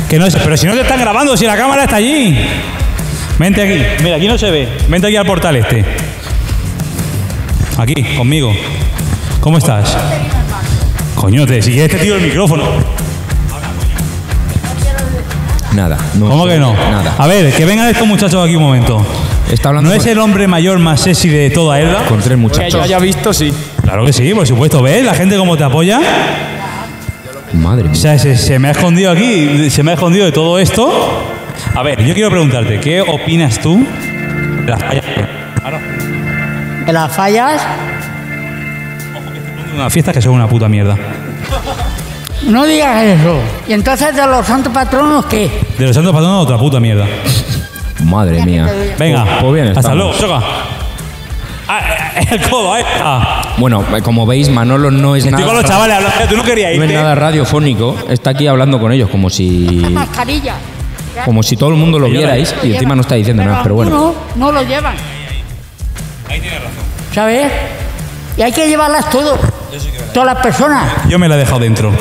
Que no, pero si no te están grabando, si la cámara está allí. Vente aquí. Mira, aquí no se ve. Vente aquí al portal este. Aquí, conmigo. ¿Cómo estás? Coño, te sigue este tío el micrófono.
Nada. no
¿Cómo
sé,
que no?
Nada.
A ver, que vengan estos muchachos aquí un momento.
Está hablando
¿No es
con,
el hombre mayor más sexy de toda Elda?
con tres muchachos.
visto, sí. Claro que sí, por supuesto. ¿Ves la gente cómo te apoya?
Madre
O
mía.
sea, se, se me ha escondido aquí, se me ha escondido de todo esto. A ver, yo quiero preguntarte, ¿qué opinas tú de las fallas? Claro,
¿Que las fallas?
una fiesta que son una puta mierda.
No digas eso. ¿Y entonces de los santos patronos qué?
De los santos patronos, otra puta mierda.
Madre mía.
Venga,
Pues- pues bien,
hasta
estamos.
luego, choca. Ah, eh, el codo, eh. Ah,
Bueno, eh, como veis, Manolo no es
estoy
nada.
con los chavales hablando, tú no querías
No es
irte.
nada radiofónico, está aquí hablando con ellos como si
Mascarilla.
como si todo el mundo lo
Yo la-
vierais y encima no está diciendo nada, pero bueno.
algunos No lo llevan. ¿Sabes? Y hay que llevarlas todo. Todas las personas.
Yo me la he dejado dentro.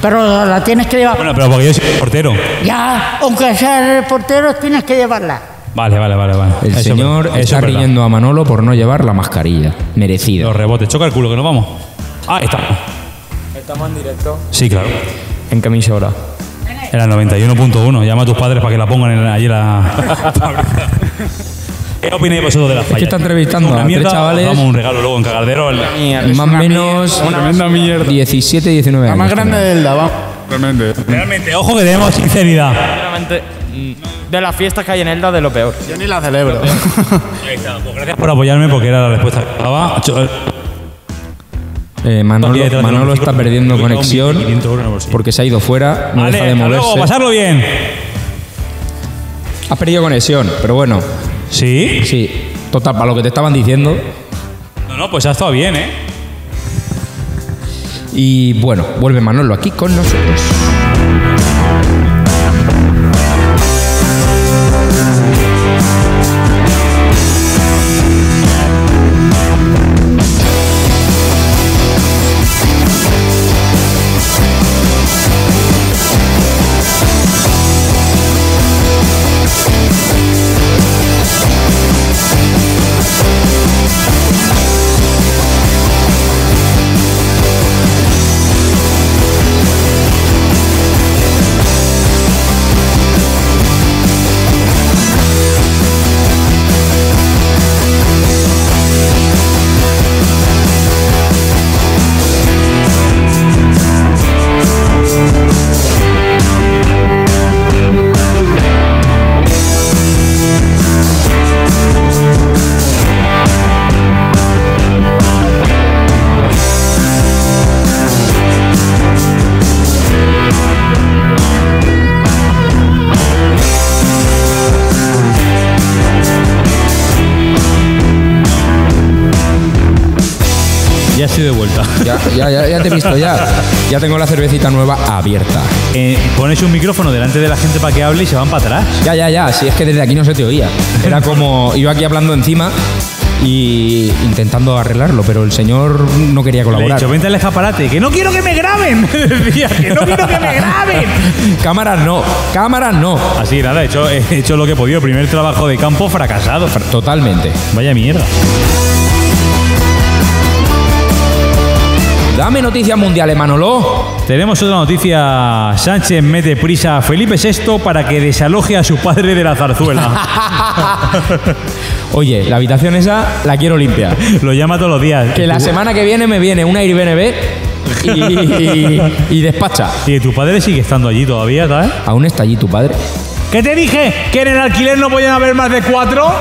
Pero la tienes que llevar.
Bueno, pero porque yo soy portero.
Ya, aunque seas reportero, tienes que llevarla.
Vale, vale, vale, vale.
El
Eso es
señor
verdad, eso
está
es verdad.
riendo a Manolo por no llevar la mascarilla merecida.
Los rebotes, choca el culo, que nos vamos. Ah, está.
Estamos en directo.
Sí, claro.
En camisa ahora.
Era el 91.1. Llama a tus padres para que la pongan en la-
*laughs*
allí la. ¿Qué opináis vosotros de las
Es
fallas?
que está entrevistando
Una
a tres
mierda,
chavales
Vamos un regalo luego en Cagardero. el-
más o menos
Tremenda mierda.
17, 19 años.
La más grande
tendrán.
del Davao. Realmente.
Realmente, ojo que tenemos sinceridad.
Realmente, mm, de las fiestas que hay en Elda, de lo peor. Yo ni la celebro.
pues
Gracias por apoyarme porque era la respuesta que daba. Cho-
Eh,
Todavía
Manolo,
detrás de
Manolo
un
está
micro-
perdiendo
micro-
conexión
500 euros en el bolsillo.
porque se ha ido fuera, no
Vale,
deja de
hasta luego,
moverse.
pasarlo bien.
Ha perdido conexión, pero bueno,
¿Sí?
sí. Total, para lo que te estaban diciendo.
No, no, pues ha estado bien, ¿eh?
Y bueno, vuelve Manolo aquí con nosotros.
Quiero
estoy de *laughs* vuelta.
Ya, ya, ya, ya te he visto, ya. Ya tengo la cervecita nueva abierta.
Eh, pones un micrófono delante de la gente para que hable y se van para atrás.
Ya, ya, ya. Si es que desde aquí no se te oía. Era como yo aquí hablando encima y intentando arreglarlo, pero el señor no quería
Le he
colaborar.
dicho, vente al escaparate, que no quiero que me graben. *laughs* Me decía, que no quiero que me graben.
cámaras no, cámaras no.
Así que nada, he hecho, *laughs* he hecho lo que he podido. Primer trabajo de campo fracasado.
Totalmente.
Vaya mierda.
Dame noticias mundiales, Manolo.
Tenemos otra noticia. Sánchez mete prisa a Felipe VI para que desaloje a su padre de la *laughs* zarzuela.
Oye, la habitación esa la quiero limpia.
Lo llama todos los días.
Que la semana que viene me viene una Airbnb y, y- y despacha.
¿Y tu padre sigue estando allí todavía, sabes?
Aún está allí tu padre.
¿Qué te dije? ¿Que en el alquiler no podían haber más de *laughs* cuatro?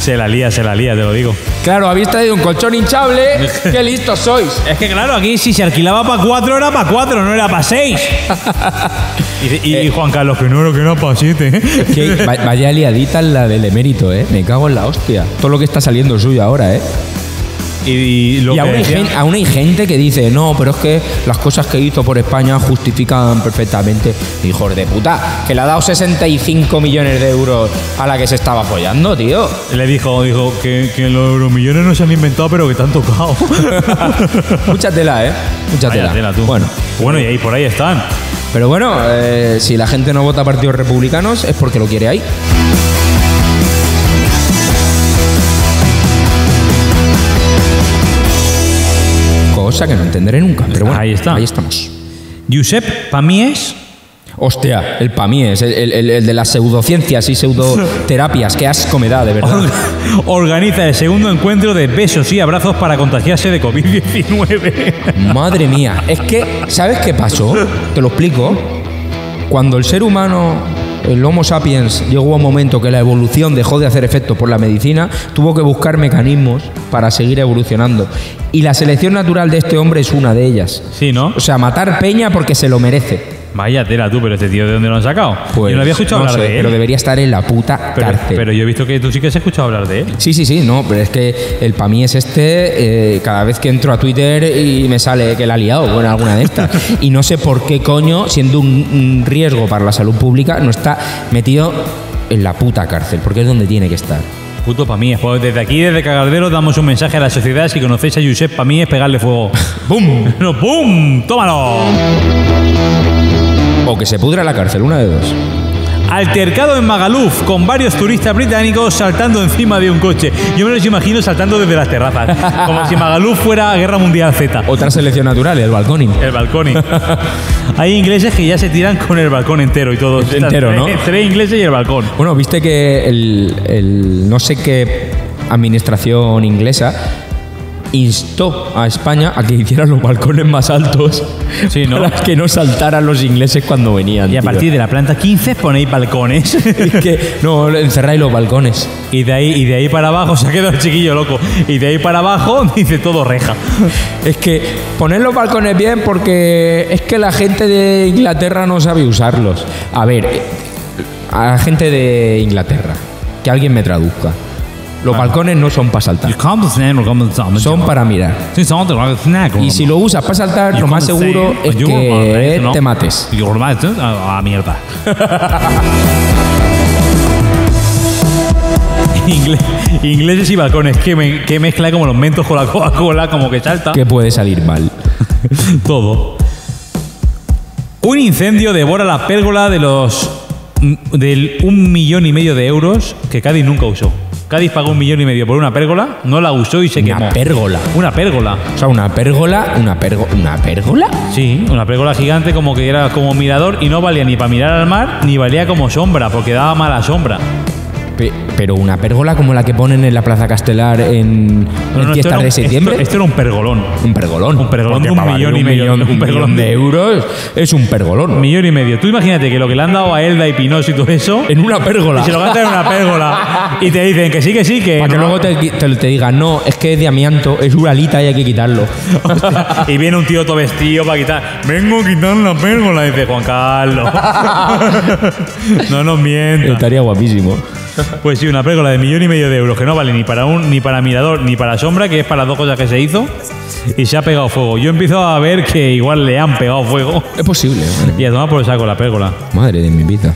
se la lía, se la lía, te lo digo.
Claro, habéis traído un colchón
*laughs*
hinchable. ¡Qué listos sois!
Es que claro, aquí si se alquilaba para cuatro era para cuatro, no era para seis. *laughs* y, y Juan Carlos, que no era que era para siete. ¿eh? *laughs*
Que va- vaya liadita la del emérito, ¿eh? Me cago en la hostia. Todo lo que está saliendo es suyo ahora, ¿eh?
Y, y lo
y
que
aún hay,
decía-
gen- aún hay gente que dice, no, pero es que las cosas que hizo por España justifican perfectamente. Hijos de puta, que le ha dado 65 millones de euros a la que se estaba apoyando, tío.
Le dijo, dijo que, que los euromillones no se han inventado, pero que te han *laughs* tocado.
Mucha tela, ¿eh? Mucha
Vaya
tela.
tela, tú.
Bueno.
Bueno, y ahí por ahí están.
Pero bueno, eh, si la gente no vota a partidos republicanos es porque lo quiere ahí. Cosa que no entenderé nunca, pero bueno, ahí, está. ahí estamos.
Giuseppe Pamies.
Hostia, el Pamies, el, el- el- el de las pseudociencias y pseudoterapias, qué asco me da, de *laughs* verdad.
*laughs* Organiza el segundo encuentro de besos y abrazos para contagiarse de *laughs* COVID-19.
Madre mía, es que, ¿sabes qué pasó? Te lo explico. Cuando el ser humano, el Homo sapiens, llegó a un momento que la evolución dejó de hacer efecto por la medicina, tuvo que buscar mecanismos para seguir evolucionando. Y la selección natural de este hombre es una de ellas.
Sí, ¿no?
O sea, matar peña porque se lo merece.
Vaya tela tú, pero este tío, ¿de dónde lo han sacado?
Pues,
yo no había escuchado
no
hablar
sé,
de él.
Pero debería estar en la puta
Pero-
cárcel.
pero yo he visto que tú sí que has escuchado hablar de él.
Sí, sí, sí, no, pero es que el para mí es este, eh, cada vez que entro a Twitter y me sale que la ha liado con alguna de *laughs* estas. Y no sé por qué coño, siendo un, un riesgo para la salud pública, no está metido en la puta cárcel, porque es donde tiene que estar.
Puto Pamíes. Pues desde aquí, desde Cagardero, damos un mensaje a la sociedad. Si conocéis a Josep Pamíes, pegarle *laughs* fuego.
¡Bum!
¡No, bum! ¡Tómalo!
O que se pudra la cárcel, una de dos.
Altercado en Magaluf con varios turistas británicos saltando encima de un coche. Yo me los imagino saltando desde las terrazas.
*laughs*
Como si Magaluf fuera Guerra Mundial Z.
Otra selección natural, el balconing.
El
*laughs*
balconing. Hay ingleses que ya se tiran con el balcón entero y todo.
Entero, ¿no?
*laughs* Tres ingleses y el balcón.
Bueno, viste que el, el no sé qué administración inglesa instó a España a que *laughs* hicieran los balcones más altos para que no saltaran los ingleses cuando venían.
Y a partir de la planta 15 ponéis balcones. *laughs*
que, no, encerráis los balcones.
Y de ahí, y de ahí para abajo se ha quedado el chiquillo loco. Y de ahí para abajo *laughs* dice todo reja.
Es que poner los balcones bien porque es que la gente de Inglaterra no sabe usarlos. A ver, eh, a la gente de Inglaterra, que alguien me traduzca. Los balcones no son para saltar. Son para mirar. Y si lo usas para saltar, lo más seguro es que te mates.
A mierda. *laughs* Ingle- ingleses y balcones, que, me- que mezcla como los mentos con la Coca-Cola, como que salta.
Que puede salir mal.
Todo. Un incendio devora la pérgola de los mm, del un millón y medio de euros que Cádiz nunca usó. Cádiz pagó un millón y medio por una pérgola, no la usó y se
Una
quemó.
pérgola.
Una pérgola.
O sea, una pérgola, una pérgola, una pérgola.
Sí, una pérgola gigante como que era como mirador y no valía ni para mirar al mar ni valía como sombra porque daba mala sombra.
Pe- pero una pérgola como la que ponen en la Plaza Castelar en, en
No, no, esto
fiestas
era un-
de septiembre.
esto- esto era un pergolón.
Un pergolón.
Un pergolón
Porque
de un
para valer
millón y medio.
millón-
Un
un
pergolón
millón de euros es un pergolón.
Millón y medio. Tú imagínate que lo que le han dado a Elda y Pinoso y todo eso.
En una pérgola.
Y se lo gastan en una pérgola. Y te dicen que sí, que sí, que.
Para que
no. *laughs*
luego te, te, te digan, no, es que es de amianto, es uralita y hay que
*laughs*
quitarlo.
Hostia, y viene un tío todo vestido para quitar. Vengo a quitar la pérgola, dice Juan Carlos. *laughs* no nos mientas.
Estaría guapísimo.
Pues sí, una película de millón y medio de euros que no vale ni para un, ni para mirador, ni para sombra, que es para dos cosas que se hizo y se ha pegado fuego. Yo empiezo a ver que igual le han pegado fuego.
Es posible.
Y a tomar por el saco la película.
Madre de mi vida.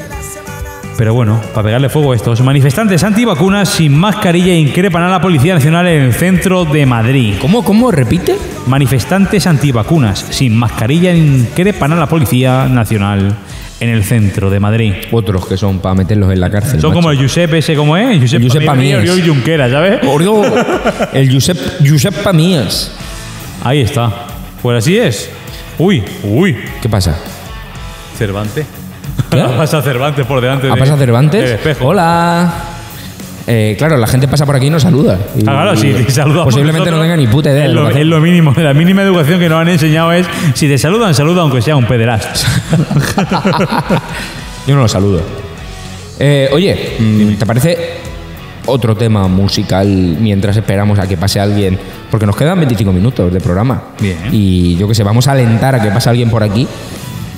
Pero bueno, para pegarle fuego a estos manifestantes antivacunas sin mascarilla e increpan a la Policía Nacional en el centro de Madrid.
¿Cómo, cómo? ¿Repite?
Manifestantes antivacunas sin mascarilla e increpan a la Policía Nacional en el centro de Madrid.
Otros que son para meterlos en la cárcel.
Son como el Josep ese, ¿cómo es? Josep,
Josep
Pamir,
Pamir.
Oriol Junqueras, ¿sabes?
Oriol, el Josep, Josep Pamías.
Ahí está. Pues así es. Uy, uy. ¿Eh?
¿Qué pasa?
Cervantes.
¿Qué?
Pasa Cervantes por delante.
¿Ha
de-
pasado
del
Cervantes?
espejo.
Hola. Eh, claro, la gente pasa por aquí y nos saluda. Y-
Ah, claro, sí, te saludamos
Posiblemente no tenga
nosotros.
ni puta idea.
Es
de lo
lo,
que
es
hacemos.
lo mínimo, la mínima educación que nos han enseñado es si te saludan, saluda aunque sea un pederast.
*laughs* Yo no lo saludo. Eh, oye, mm, ¿te parece otro tema musical mientras esperamos a que pase alguien? Porque nos quedan 25 minutos de programa.
Bien.
Y yo qué sé, vamos a alentar a que pase alguien por aquí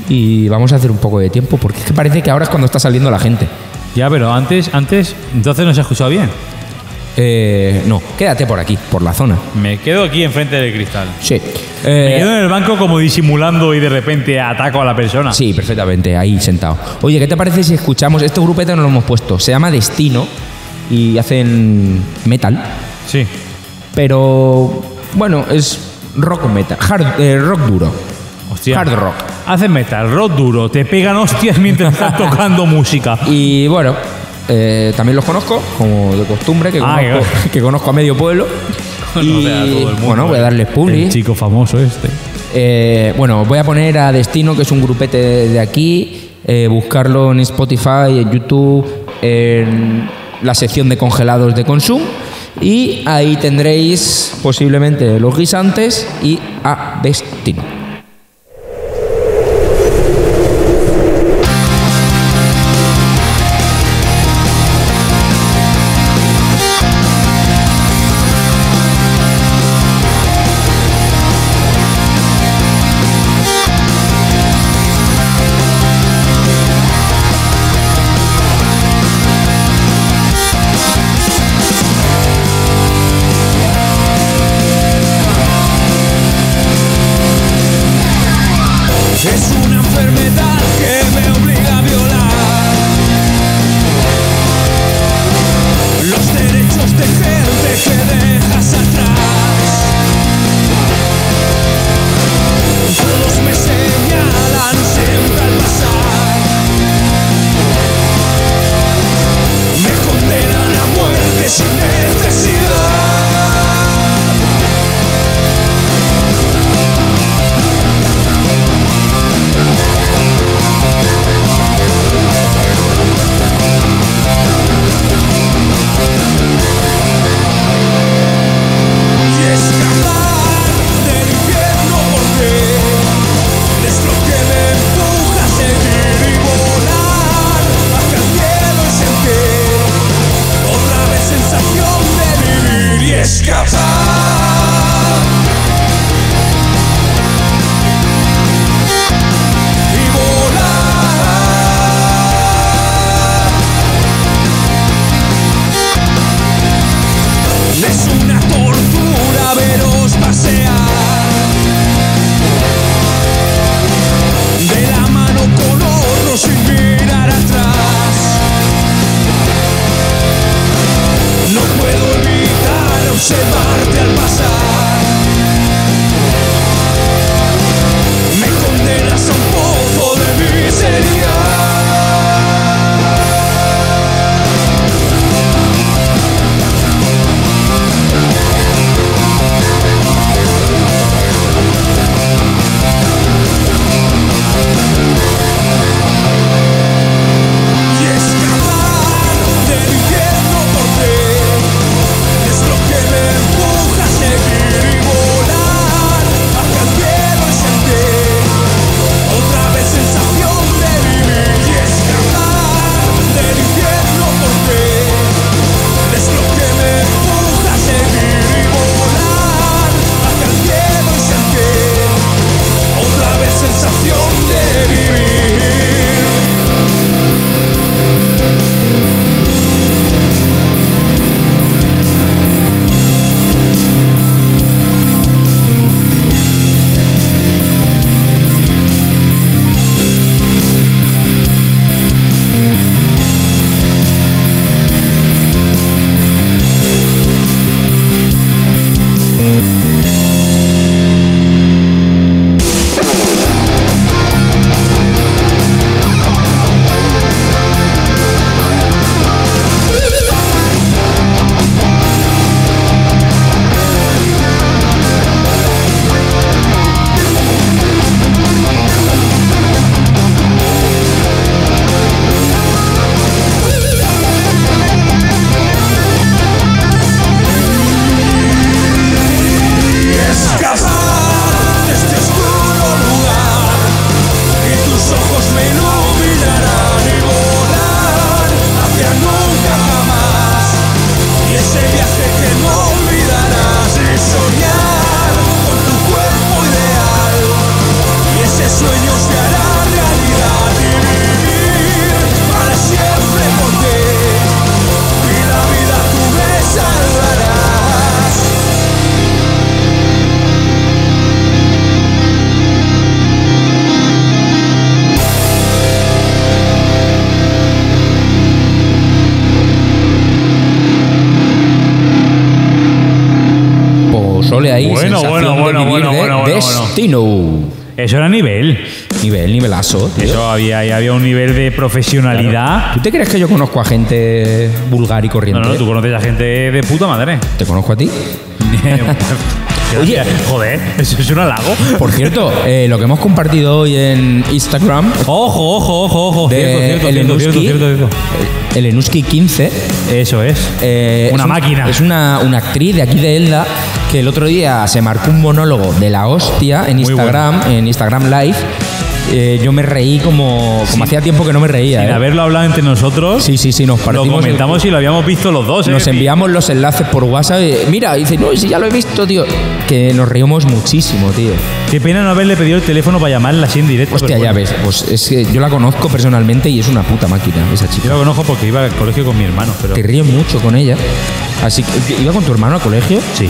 y vamos a hacer un poco de tiempo porque es que parece que ahora es cuando está saliendo la gente.
*laughs* ya, pero antes, antes, entonces no se ha escuchado bien.
Eh, no, quédate por aquí, por la zona.
Me quedo aquí enfrente del cristal.
Sí. Eh,
Me quedo en el banco como disimulando y de repente ataco a la persona.
Sí, perfectamente, ahí sentado. Oye, ¿qué te parece si escuchamos? Este grupeta no lo hemos puesto. Se llama Destino y hacen metal.
Sí.
Pero bueno, es rock metal, hard, eh, rock duro.
Hostia.
Hard rock.
Hacen metal, rock duro, te pegan hostias mientras estás tocando *laughs* música.
Y bueno, eh, también los conozco, como de costumbre, que,
Ah,
*laughs* conozco, que conozco a medio pueblo. Y, bueno, voy a darles publi.
El chico famoso este.
Eh, bueno, voy a poner a Destino, que es un grupete de, de aquí, eh, buscarlo en Spotify, en YouTube, en la sección de congelados de Consum. Y ahí tendréis posiblemente los guisantes y a Destino.
Quiero este
Pues, Tino.
Eso era nivel.
Nivel, nivelazo. tío.
Eso había, ahí había un nivel de profesionalidad.
¿Tú te crees que yo conozco a gente vulgar y
No,
corriente?
no, tú conoces a gente de puta madre. *laughs*
¿Te conozco a ti?
Oye, joder, eso es un halago.
Por cierto, eh, lo que hemos compartido hoy en Instagram.
Ojo, ojo, ojo, ojo.
De eh,
Oh, Cierto, cierto,
el
cierto,
Enuski,
cierto, cierto,
El Enuski 15.
Eso es. Una máquina.
eh, es una, una actriz de aquí de Elda que el otro día se marcó un monólogo de la hostia en Instagram, en Instagram Live. Eh, yo me reí como, como hacía tiempo que no me reía.
Sin
eh.
haberlo hablado entre nosotros.
Sí, sí, sí, nos
Lo
partimos el
comentamos y lo habíamos visto los dos, ¿eh?
Nos enviamos los enlaces por WhatsApp. y, mira, dice, no, si ya lo he visto, tío. Que nos reímos muchísimo, tío.
Qué pena no haberle pedido el teléfono para llamarla así en directo.
Hostia,
pero
ya
bueno.
ves, pues es que yo la conozco personalmente y es una puta máquina, esa chica.
Yo la conozco porque iba al colegio con mi hermano, pero.
Te ríes mucho con ella. Así que, ¿iba con tu hermano al colegio?
Sí.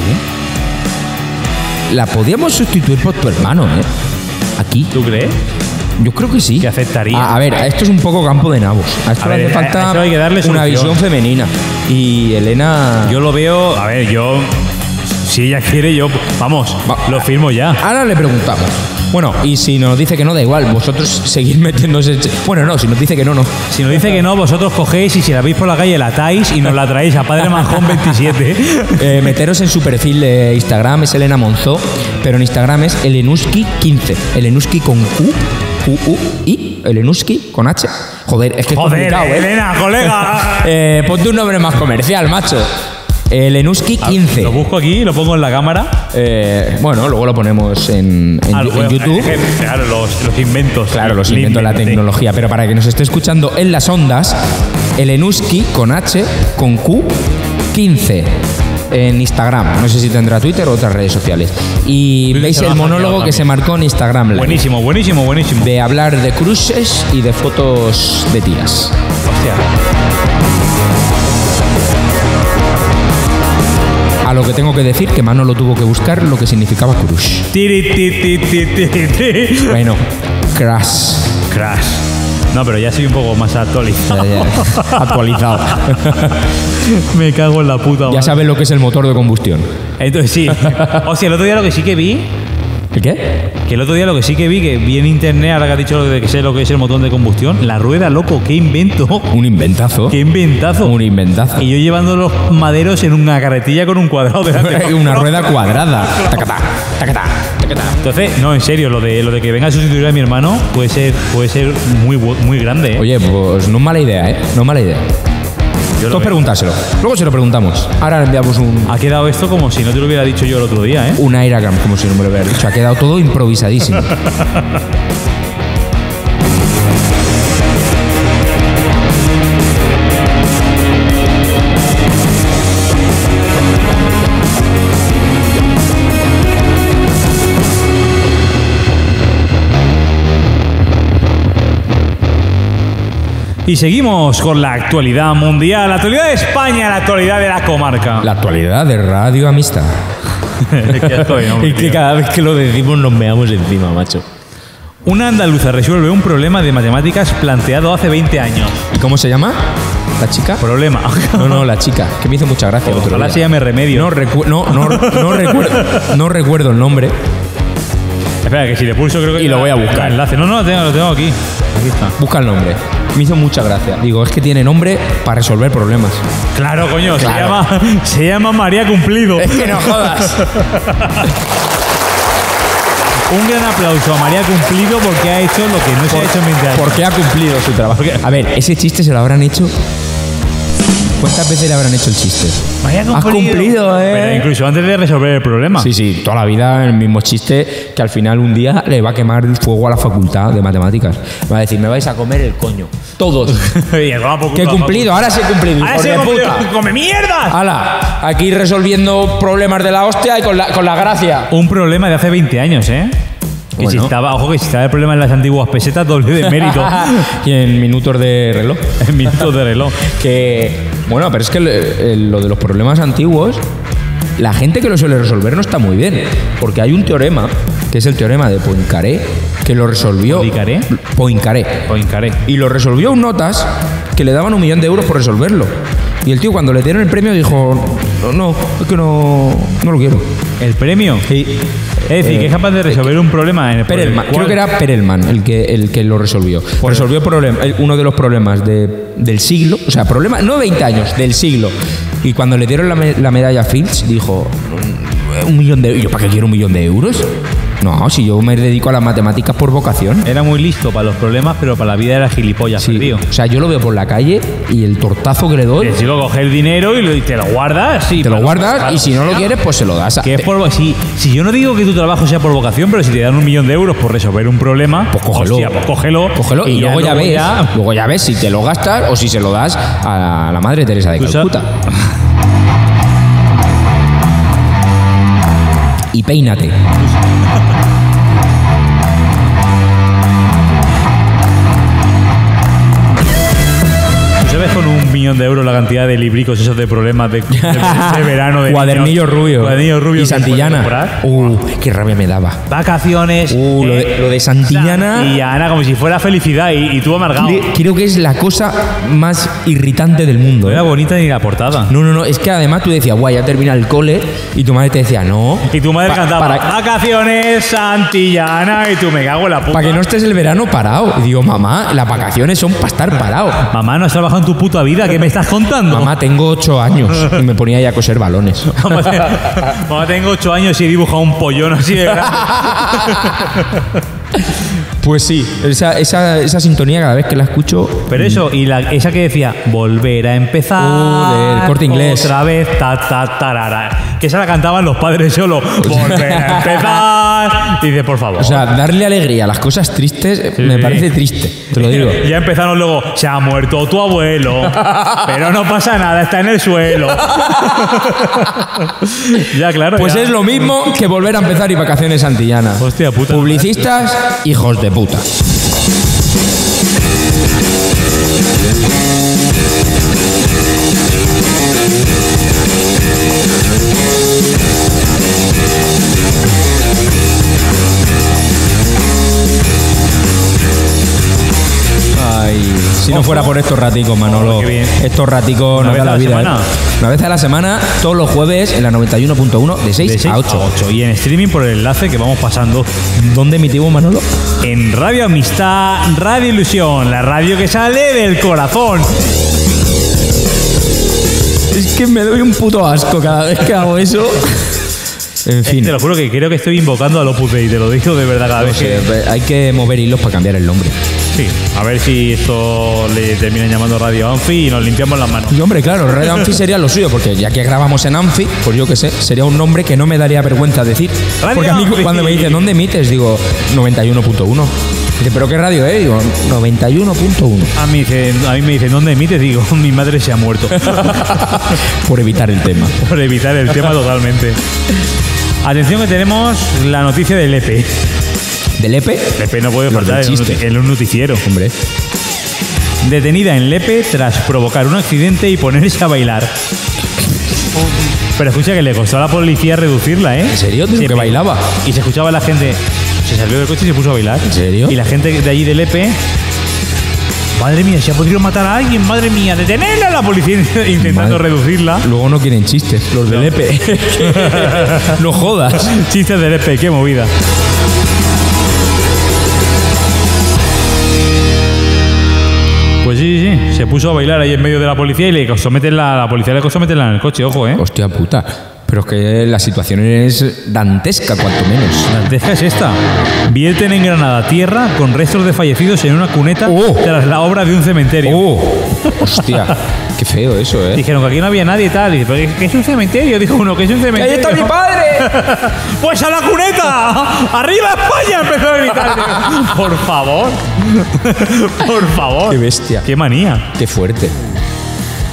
La podíamos sustituir por tu hermano, ¿eh? Aquí.
¿Tú crees?
Yo creo que sí. Que
aceptaría.
A, a ver, a esto es un poco campo de nabos. A esto le
A ver,
hace
a- a
falta
esto hay que darle
una
solución.
visión femenina. Y Elena.
Yo lo veo, a ver, yo. Si ella quiere, yo. Vamos, lo firmo ya.
Ahora le preguntamos. Bueno, y si nos dice que no, da igual. Vosotros seguís *laughs* metiéndose. Bueno, no, si nos dice que no, no.
Si nos dice que no, vosotros cogéis y si la veis por la calle la atáis y nos la traéis a Padre
*laughs*
Manjón 27.
Eh, meteros en su perfil de Instagram, es Elena Monzó, pero en Instagram es Elenuski15. Elenuski con Q, Q, U, I, Elenuski con H. Joder, es que es
Joder,
complicado, ¿eh?
Elena, colega.
Eh, ponte un nombre más comercial, macho. Elenuski15.
Ah, Lo busco aquí, lo pongo en la cámara.
Eh, bueno, luego lo ponemos en, en
Ah,
Yu-
lo
en
veo.
YouTube.
Claro, los, los inventos.
Claro, los inventos de la tecnología, pero para que nos esté escuchando en las ondas, el Enuski con H, con Q, 15 en Instagram. No sé si tendrá Twitter o otras redes sociales. Y
Twitter
veis
se lo
el
ha
monólogo
hackeado
que se
también.
marcó en Instagram. Live.
Buenísimo, buenísimo, buenísimo.
De hablar de cruces y de fotos de tiras.
Hostia.
A lo que tengo que decir que Manolo tuvo que buscar lo que significaba crush.
Tiri, ti, ti, ti, ti, ti.
Bueno, crash.
Crash. No, pero ya soy un poco más actualizado. *laughs*
Actualizado.
Me cago en la puta.
Ya
madre.
sabes lo que es el motor de combustión. *laughs*
Entonces sí. O sea, el otro día lo que sí que vi.
¿El qué?
Que el otro día lo que sí que vi, que vi en internet, ahora que has dicho lo de que sé lo que es el motor de combustión, la rueda, loco, qué invento. *laughs*
Un inventazo.
Qué inventazo.
Un inventazo.
Y yo llevando los maderos en una carretilla con un cuadrado delante.
*laughs* Una rueda cuadrada. Tacatá, tacatá, tacatá.
Entonces, no, en serio, lo de, lo de que venga a sustituir a mi hermano puede ser, puede ser muy, bu- muy grande. ¿eh?
Oye, pues no es mala idea, ¿eh? No es mala idea.
lo
Entonces
veo.
preguntárselo. Luego se lo preguntamos. Ahora le enviamos un,
Ha quedado esto como si no te lo hubiera dicho yo el otro día, ¿eh?
un airagam, como si no me lo hubiera dicho. Ha quedado todo improvisadísimo. *laughs*
Y seguimos con la actualidad mundial, la actualidad de España, la actualidad de la comarca. *laughs*
La actualidad de Radio Amistad.
Ya
*laughs*
estoy, hombre,
es que
tío.
cada vez que lo decimos nos meamos encima, macho.
Una andaluza resuelve un problema de matemáticas planteado hace 20 años.
¿Y cómo se llama? ¿La chica?
*laughs* Problema.
No, no, la chica, que me hizo mucha gracia. el otro
Ojalá
día.
se llame Remedio.
No, recu- no, no, no recuerdo, no recuerdo el nombre.
Espera, que si le pulso creo que...
Y lo voy a
el
buscar.
Enlace. No, no, lo tengo, lo tengo aquí. Aquí está.
Busca el nombre. Me hizo mucha gracia. Digo, es que tiene nombre para resolver problemas.
Claro, coño,
Claro.
Se, llama, se llama María Cumplido.
Es que no jodas.
Un gran aplauso a María Cumplido porque ha hecho lo que no se ha hecho en 20 años.
Porque ha cumplido su trabajo. A ver, ese chiste se lo habrán hecho. ¿Cuántas veces le habrán hecho el chiste?
María
Has cumplido, eh.
Pero incluso antes de resolver el problema.
Sí, sí, toda la vida el mismo chiste que al final un día le va a quemar el fuego a la facultad de matemáticas. Va a decir, me vais a comer el coño.
*laughs*
Todos.
Y el guapo,
que he
guapo.
cumplido, ahora sí he cumplido.
Ahora
hijo
sí he
de
cumplido.
puta. Ah.
¡Come mierda!
Ala, aquí resolviendo problemas de la hostia y con la, con la gracia.
Un problema de hace 20 años, ¿eh? Que si
Bueno.
estaba, ojo, que si estaba el problema en las antiguas pesetas, doble de mérito.
*laughs*
*laughs*
y en minutos de reloj.
en minutos de reloj.
Que, bueno, pero es que le- eh, lo de los problemas antiguos, la gente que lo suele resolver no está muy bien. Porque hay un teorema, que es el teorema de Poincaré, que lo resolvió.
¿Poincaré?
Poincaré.
Poincaré.
Y lo resolvió un notas que le daban un millón de euros por resolverlo. Y el tío, cuando le dieron el premio, dijo: No, no, es que no, no lo quiero.
¿El premio?
Sí. Eh,
Es decir, que es capaz de resolver un problema en el
Perelman, creo que era Perelman el que, el que lo resolvió. resolvió problem- el- uno de los problemas de- del siglo, o sea, problema, no 20 años, del siglo. Y cuando le dieron la, me- la medalla a Fields, dijo, "Mm, "Un- un millón de euros, ¿yo para qué quiero un millón de euros? No, si yo me dedico a las matemáticas por vocación.
Era muy listo para los problemas, pero para la vida era gilipollas, perdido.
O sea, yo lo veo por la calle y el tortazo que le doy...
Te digo, coger el dinero y, lo- y te lo guardas. Y te lo
guardas y si no lo quieres, pues se lo das.
Que es por, vo- si, si yo no digo que tu trabajo sea por vocación, pero si te dan un millón de euros por resolver un problema, pues cógelo. pues cógelo.
Cógelo y, luego ya ves,
ya-
luego ya ves si te lo gastas o si se lo das a la madre Teresa de
Tú sabes- *laughs*
Calcuta. Y peínate.
¿Tú sabes con un millón de euros la cantidad de libricos esos de problemas de, de-
*laughs*
de verano? De
Cuadernillo
niños?
rubio.
Cuadernillo rubio.
Y
que puedes comprar?
Santillana. Uh, qué rabia me daba.
Vacaciones.
Uh, lo, de, lo de Santillana.
Y Ana, como si fuera felicidad y, y tú amargado.
Cre- Creo que es la cosa más irritante del mundo. Era
bonita ni la portada.
No, no, no. Es que además tú decías, guay, ya termina el cole. Y tu madre te decía, no.
Y tu madre
Pa-
cantaba "Ah,
para-
vacaciones Santillana y tú me cago en la puta.
Para que no estés el verano parado. Y digo, mamá, las vacaciones son para estar parado.
Mamá, no has trabajado en tu puta vida. ¿Qué me estás contando? *laughs*
Mamá, tengo ocho años. Y me ponía ya a coser balones.
Mamá, te- mamá, tengo ocho años y he dibujado un pollón así de grande.
Pues sí, esa, esa, esa sintonía cada vez que la escucho.
Pero eso, y la, esa que decía, volver a empezar.
Uh, del Corte Inglés.
Otra vez, ta, ta, tarara. Que esa la cantaban los
*laughs*
padres solo. Volver a empezar. Y dice, por favor.
O sea, darle alegría a las cosas tristes eh, me
sí.
parece triste, te lo digo.
Ya empezaron luego, se ha muerto tu abuelo, pero no pasa nada, está en
*laughs*
el suelo. ya, claro.
Pues
ya.
es lo mismo que volver a empezar y vacaciones antillana.
Hostia puta.
Publicistas, hijos de puta. Ay, si no fuera por estos raticos, Manolo. Estos raticos
Una
nos
vez
dan la
a la
vida.
semana.
¿eh? Una vez a la semana, todos los jueves en la 91.1 de 6,
De seis
a 8.
a ocho. Y en streaming por el enlace que vamos pasando.
¿Dónde emitimos, Manolo?
En Radio Amistad, Radio Ilusión, la radio que sale del corazón.
Es que me doy un puto asco cada vez que hago eso. En fin.
Eh, Te lo juro que creo que estoy invocando a Opus Dei, te lo digo de verdad cada
No
vez
sé,
que...
pe- hay que mover hilos para cambiar el nombre.
Sí, a ver si esto le terminan llamando Radio Anfi y nos limpiamos las manos.
Y hombre, claro, Radio *laughs* Anfi sería lo suyo, porque ya que grabamos en Anfi, pues yo qué sé, sería un nombre que no me daría vergüenza decir.
Radio
porque a mí
Anfi.
cuando me dicen, ¿dónde emites? Digo, 91.1. Dice, ¿pero qué radio es? Digo, 91.1.
A mí, dicen- a mí me dicen, ¿dónde emites? Digo, *laughs* mi madre se
*laughs*
ha muerto.
Por evitar el tema.
Por evitar el
*laughs*
tema totalmente. Atención que tenemos la noticia del EPE.
¿Del E EPE?
EPE no puede faltar en un,
chiste.
noti- en un noticiero. Hombre. Detenida en Lepe tras provocar un accidente y ponerse a bailar. Pero escucha que le costó a la policía reducirla, ¿eh? ¿En
serio? ¿Pero que bailaba?
Y se escuchaba la gente. Se salió del coche y se puso a bailar. ¿En
serio?
Y la gente de allí del EPE. Madre mía, se ha podido matar a alguien, madre mía, detenerla la policía *laughs* intentando reducirla.
Luego no quieren chistes, los del EPE. *laughs* no jodas.
*laughs* Chistes del EPE, qué movida. Pues sí, sí, sí. Se puso a bailar ahí en medio de la policía y le costó meterla, la policía le costó meterla en el coche, ojo, ¿eh?
Hostia puta. Pero es que la situación es dantesca, cuanto menos.
Dantesca es esta. Vierten en Granada tierra con restos de fallecidos en una cuneta
Oh.
tras la obra de un cementerio.
Hostia, qué feo eso, ¿eh?
Dijeron que aquí no había nadie y tal. Y dice, "Pero ¿qué es un cementerio? Dijo uno, que es un cementerio?
está mi
padre! *laughs* ¡Pues a la cuneta! ¡Arriba España! Empezó a gritar.
*laughs*
Digo, Por favor. *laughs* Por favor.
Qué bestia.
Qué manía.
Qué fuerte.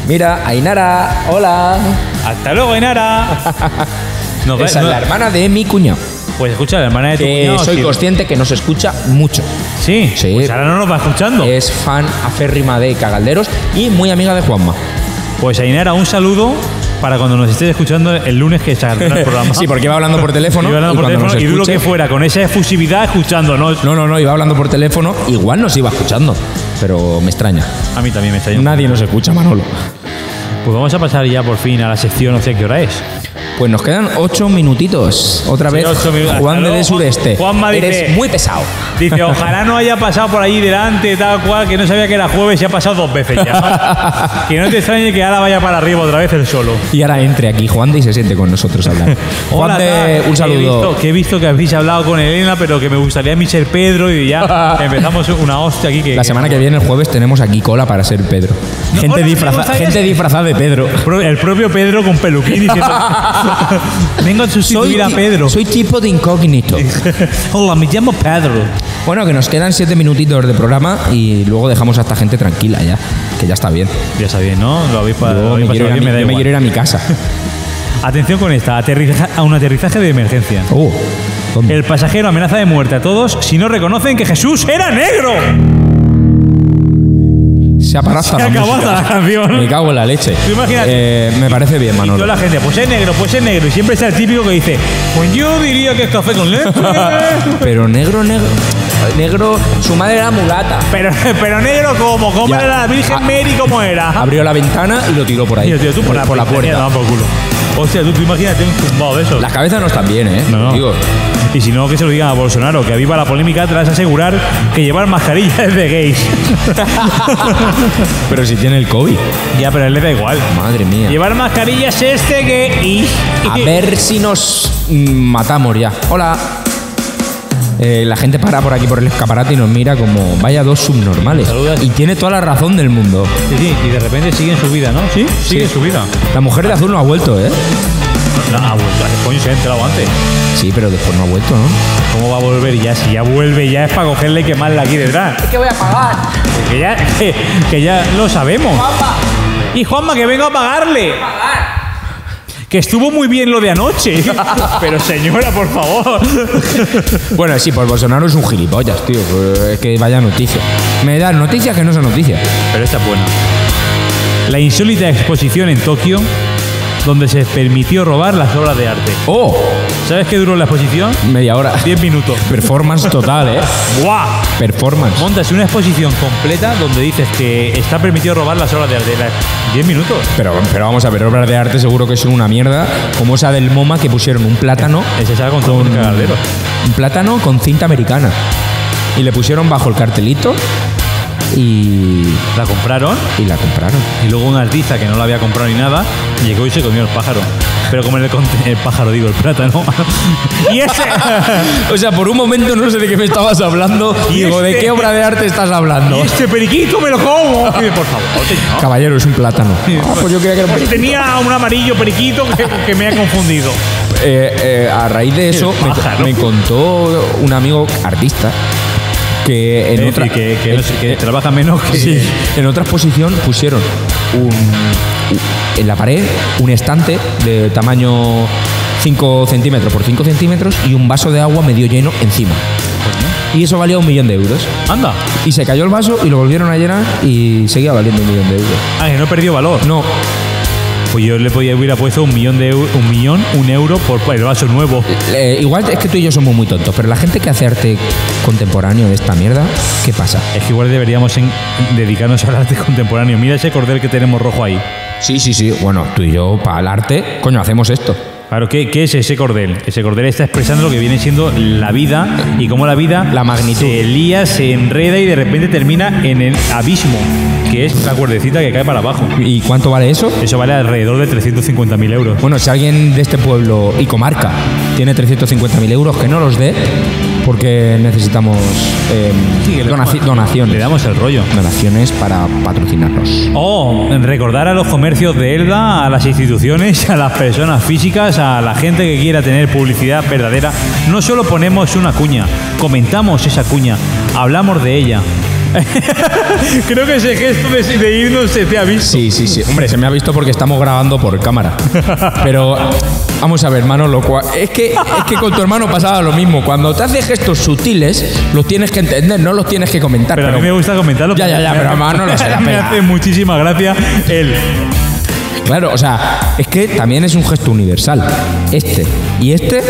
Mira, Ainara, hola.
Hasta
*laughs*
luego, Inara. Nos ve-
Esa es
no-
la hermana de mi cuñado.
Pues escucha, la hermana de tu
Eh,
cuñado,
soy
sí.
consciente que nos escucha mucho.
Sí,
sí. Eh. Pues ahora
no nos va escuchando.
Es fan aférrima de Cagalderos y muy amiga de Juanma.
Pues Ainara, un saludo para cuando nos estés escuchando el lunes
*laughs*
que saldrá el programa.
Sí, porque iba hablando por teléfono
*laughs* Iba hablando
y
por
cuando
teléfono
nos
y duro
escuche-
que fuera, con esa efusividad escuchándonos.
No, no, no, iba hablando por teléfono. Igual nos iba escuchando, pero me extraña.
A mí también me extraña.
Nadie nos escucha, Manolo.
Pues vamos a pasar ya por fin a la sección, no sé qué hora es.
Pues nos quedan ocho minutitos. Otra
Sí,
vez,
ocho minutos. Hasta
Juan
luego,
del Sureste.
Juanma dice-
Eres muy pesado.
Dice, ojalá no haya pasado por ahí delante, tal cual, que no sabía que era jueves y ha pasado dos veces ya.
*laughs*
que no te extrañe que ahora vaya para arriba otra vez el solo.
Y ahora entre aquí Juan de y se siente con nosotros a
*laughs*
hablar. Juan
Hola,
de,
tal.
un
Que he
saludo.
visto- que he visto que habéis hablado con Elena, pero que me gustaría Michel Pedro y
*laughs*
ya empezamos una hostia aquí que...
La semana que viene, el jueves, tenemos aquí cola para ser Pedro. gente, disfraza- gente disfrazada de Pedro.
El propio Pedro con
*laughs*
peluquín diciendo... Vengo a sustituir a
ti-
Pedro.
Soy tipo de incógnito.
*laughs* Hola, me llamo Pedro.
Bueno, que nos quedan siete minutitos de programa y luego dejamos a esta gente tranquila ya, que ya está bien.
Ya está bien, ¿no? Lo habéis pa- lo
Yo me
habéis
quiero
pasado
ir a
bien,
mi-
me da
yo me
igual.
quiero ir a mi casa.
*laughs* Atención con esta, aterriza- a un aterrizaje de emergencia. El pasajero amenaza de muerte a todos si no reconocen que Jesús era negro.
Se ha parado hasta
Se
la
acabó
música.
hasta la canción.
Me cago en la leche.
Tú imagínate.
Eh, me parece bien,
Y toda
Manolo.
la gente, pues es negro, pues es negro. Y siempre está el típico que dice, pues yo diría que es café
*laughs*
con leche.
Pero negro, negro. Negro, su madre era mulata.
Pero, pero negro como, como
Ya. Ah.
era la Virgen Mary, como era.
Abrió la ventana y lo tiró por ahí.
Tío, tío, tú por la ventanilla, no, por culo. Hostia, tú, tú imagínate un zumbado de eso.
Las cabezas no están bien, ¿eh? Digo.
Y si no, que se lo digan a Bolsonaro, que aviva la polémica tras asegurar que llevar mascarilla es
*laughs*
de gays.
Pero si tiene el COVID.
Ya, pero a él le da igual.
Madre mía.
Llevar mascarillas este que... Y...
A ver si nos mm, matamos ya. Hola. Eh, la gente para por aquí por el escaparate y nos mira como vaya dos subnormales. Y tiene toda la razón del mundo.
Sí, sí, y de repente siguen su vida, ¿no? Sí, sigue su vida.
La mujer de azul no ha vuelto, ¿eh?
No, ha vuelto, coño, se ha enterado antes.
Sí, pero después no ha vuelto, ¿no?
¿Cómo va a volver ya? Si ya vuelve, ya es para cogerle y quemarla aquí detrás.
que voy a pagar.
Que ya, que, que ya lo sabemos. Y Juanma, que vengo a pagarle. Que estuvo muy bien lo de anoche. *laughs* Pero señora, por favor.
Bueno, sí, pues Bolsonaro es un gilipollas, tío. Eh, Es que vaya noticia. Me dan noticias que no son noticias.
Pero esta es buena. La insólita exposición en Tokio, donde se permitió robar las obras de arte.
¡Oh!
¿Sabes qué duró la exposición?
Media hora.
10 minutos.
Performance total, ¿eh?
¡Buah!
Performance.
Montas una exposición completa donde dices que está permitido robar las obras de arte. Las- 10 minutos.
Pero, pero vamos a ver, obras de arte seguro que son una mierda. Como esa del MoMA que pusieron un plátano.
Ese sabe con todo un cagadero.
Un plátano con cinta americana. Y le pusieron bajo el cartelito. Y.
La compraron.
Y la compraron.
Y luego un artista que no la había comprado ni nada llegó y se comió el pájaro. Pero como en el, conte- el pájaro, digo, el plátano. *laughs* y ese.
o sea, por un momento no sé de qué me estabas hablando.
Y
Digo, ¿de
este-
qué obra de arte estás hablando?
Y este periquito me lo *laughs* como. Y, por favor, señor.
Caballero, es un plátano. Ah, pues yo creía que era un
Pues tenía un amarillo periquito que, que me ha confundido.
Eh, eh, a raíz de eso me,
pájaro.
me contó un amigo artista que en
Es
otra
decir, Eh, que- que no sé, que
trabaja
menos que-
en otra exposición pusieron un, en la pared un estante de tamaño 5 centímetros por 5 centímetros y un vaso de agua medio lleno encima y eso valía un millón de euros
anda
y se cayó el vaso y lo volvieron a llenar y seguía valiendo un millón de euros
Ah, que no perdió valor.
No.
Pues yo le podía hubiera puesto un millón de eu- un millón, un euro por por el vaso nuevo.
Eh, igual es que tú y yo somos muy tontos, pero la gente que hace arte contemporáneo de esta mierda, ¿qué pasa?
Es que igual deberíamos en- dedicarnos al arte contemporáneo. Mira ese cordel que tenemos rojo ahí.
Sí, sí, sí. Bueno, tú y yo, para el arte, coño, hacemos esto.
Claro, ¿qué, qué es ese cordel? Ese cordel está expresando lo que viene siendo la vida y cómo la vida la magnitud. se lía, se enreda y de repente termina en el abismo, que es la cuerdecita que cae para abajo.
¿Y cuánto vale eso?
Eso vale alrededor de 350.000 euros.
Bueno, si alguien de este pueblo y comarca tiene 350.000 euros, que no los dé, porque necesitamos eh, donaci- donaciones. Le
damos el rollo.
Donaciones para patrocinarnos.
O recordar a los comercios de Elda, a las instituciones, a las personas físicas, a la gente que quiera tener publicidad verdadera. No solo ponemos una cuña, comentamos esa cuña, hablamos de ella. *laughs* Creo que ese gesto de, de irnos se te ha visto.
Sí, sí, sí. Hombre, se me ha visto porque estamos grabando por cámara. *laughs* Pero vamos a ver, hermano, lo cual. Es que, es que con tu hermano pasaba lo mismo. Cuando te hace gestos sutiles, los tienes que entender, no los tienes que comentar.
Pero a mí me gusta comentarlo.
Ya, ya, ya,
porque
pero
*laughs* me-
hermano, no se la
Me
pela.
hace muchísima gracia el.
Claro, o sea, es que también es un gesto universal. Este y este,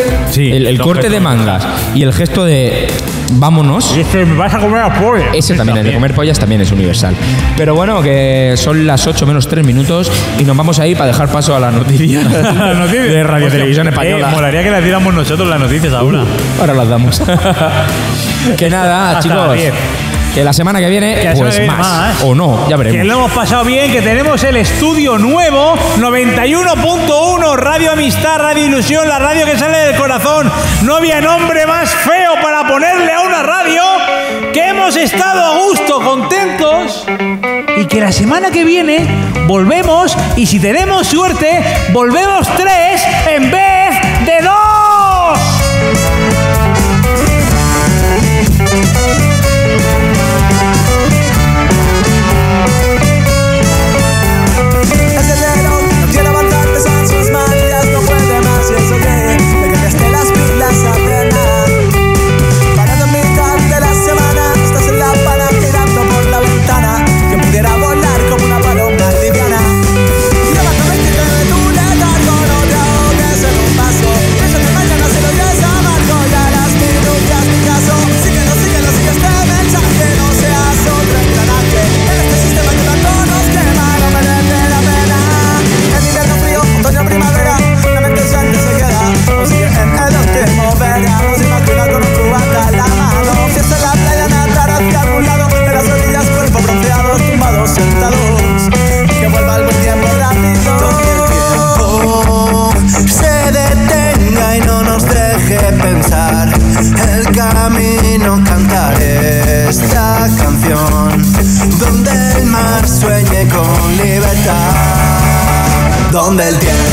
el, el
dos
corte
gestos
de mangas y el gesto de vámonos. Y este, vas a comer a pollas. Ese también, el de
*laughs*
comer pollas también es universal. Pero bueno, que son las 8 menos 3 minutos y nos vamos a ir para dejar paso a la
*laughs*
noticia
Las noticias.
*laughs* de Radio
Hostia,
Televisión
eh,
Española.
molaría que las diéramos nosotros las noticias ahora.
Ahora las
*laughs*
damos. que nada,
Hasta
chicos.
las 10.
Que la semana que viene,
Que la semana
pues
que viene
más.
más.
O no, ya veremos.
Que lo hemos pasado bien, que tenemos el estudio nuevo, 91.1, Radio Amistad, Radio Ilusión, la radio que sale del corazón. No había nombre más feo para ponerle a una radio que hemos estado a gusto, contentos y que la semana que viene volvemos y si tenemos suerte, volvemos tres en vez de dos.
El telero no quiere avanzarles en sus mallas, no puede más y eso que le cambiaste las pilas a frenar. Parado en mitad de la semana, estás en la pana mirando por la ventana, que pudiera volar como una paloma liviana. Levantame que de tu letargo, no te ahogues en un vaso, piensa que mañana se lo oyes amargo, ya las minutas ni caso. Síguelo, síguelo, sigue este mensaje, no seas otro engranaje, en este sistema que tanto nos quema, no merece la pena. El invierno frío, otoño, primavera, la mente santa se queda, o sigue en el último verano, se imagina con un cubata en la mano. Fiesta en la playa, nadar hacia un lado, en las orillas, cuerpo bronceado, tumbados, sentados, que vuelva el buen tiempo rápido.
tiempo se detenga y no nos deje pensar el camino cantar esta canción donde el mar sueñe con libertad donde el tiempo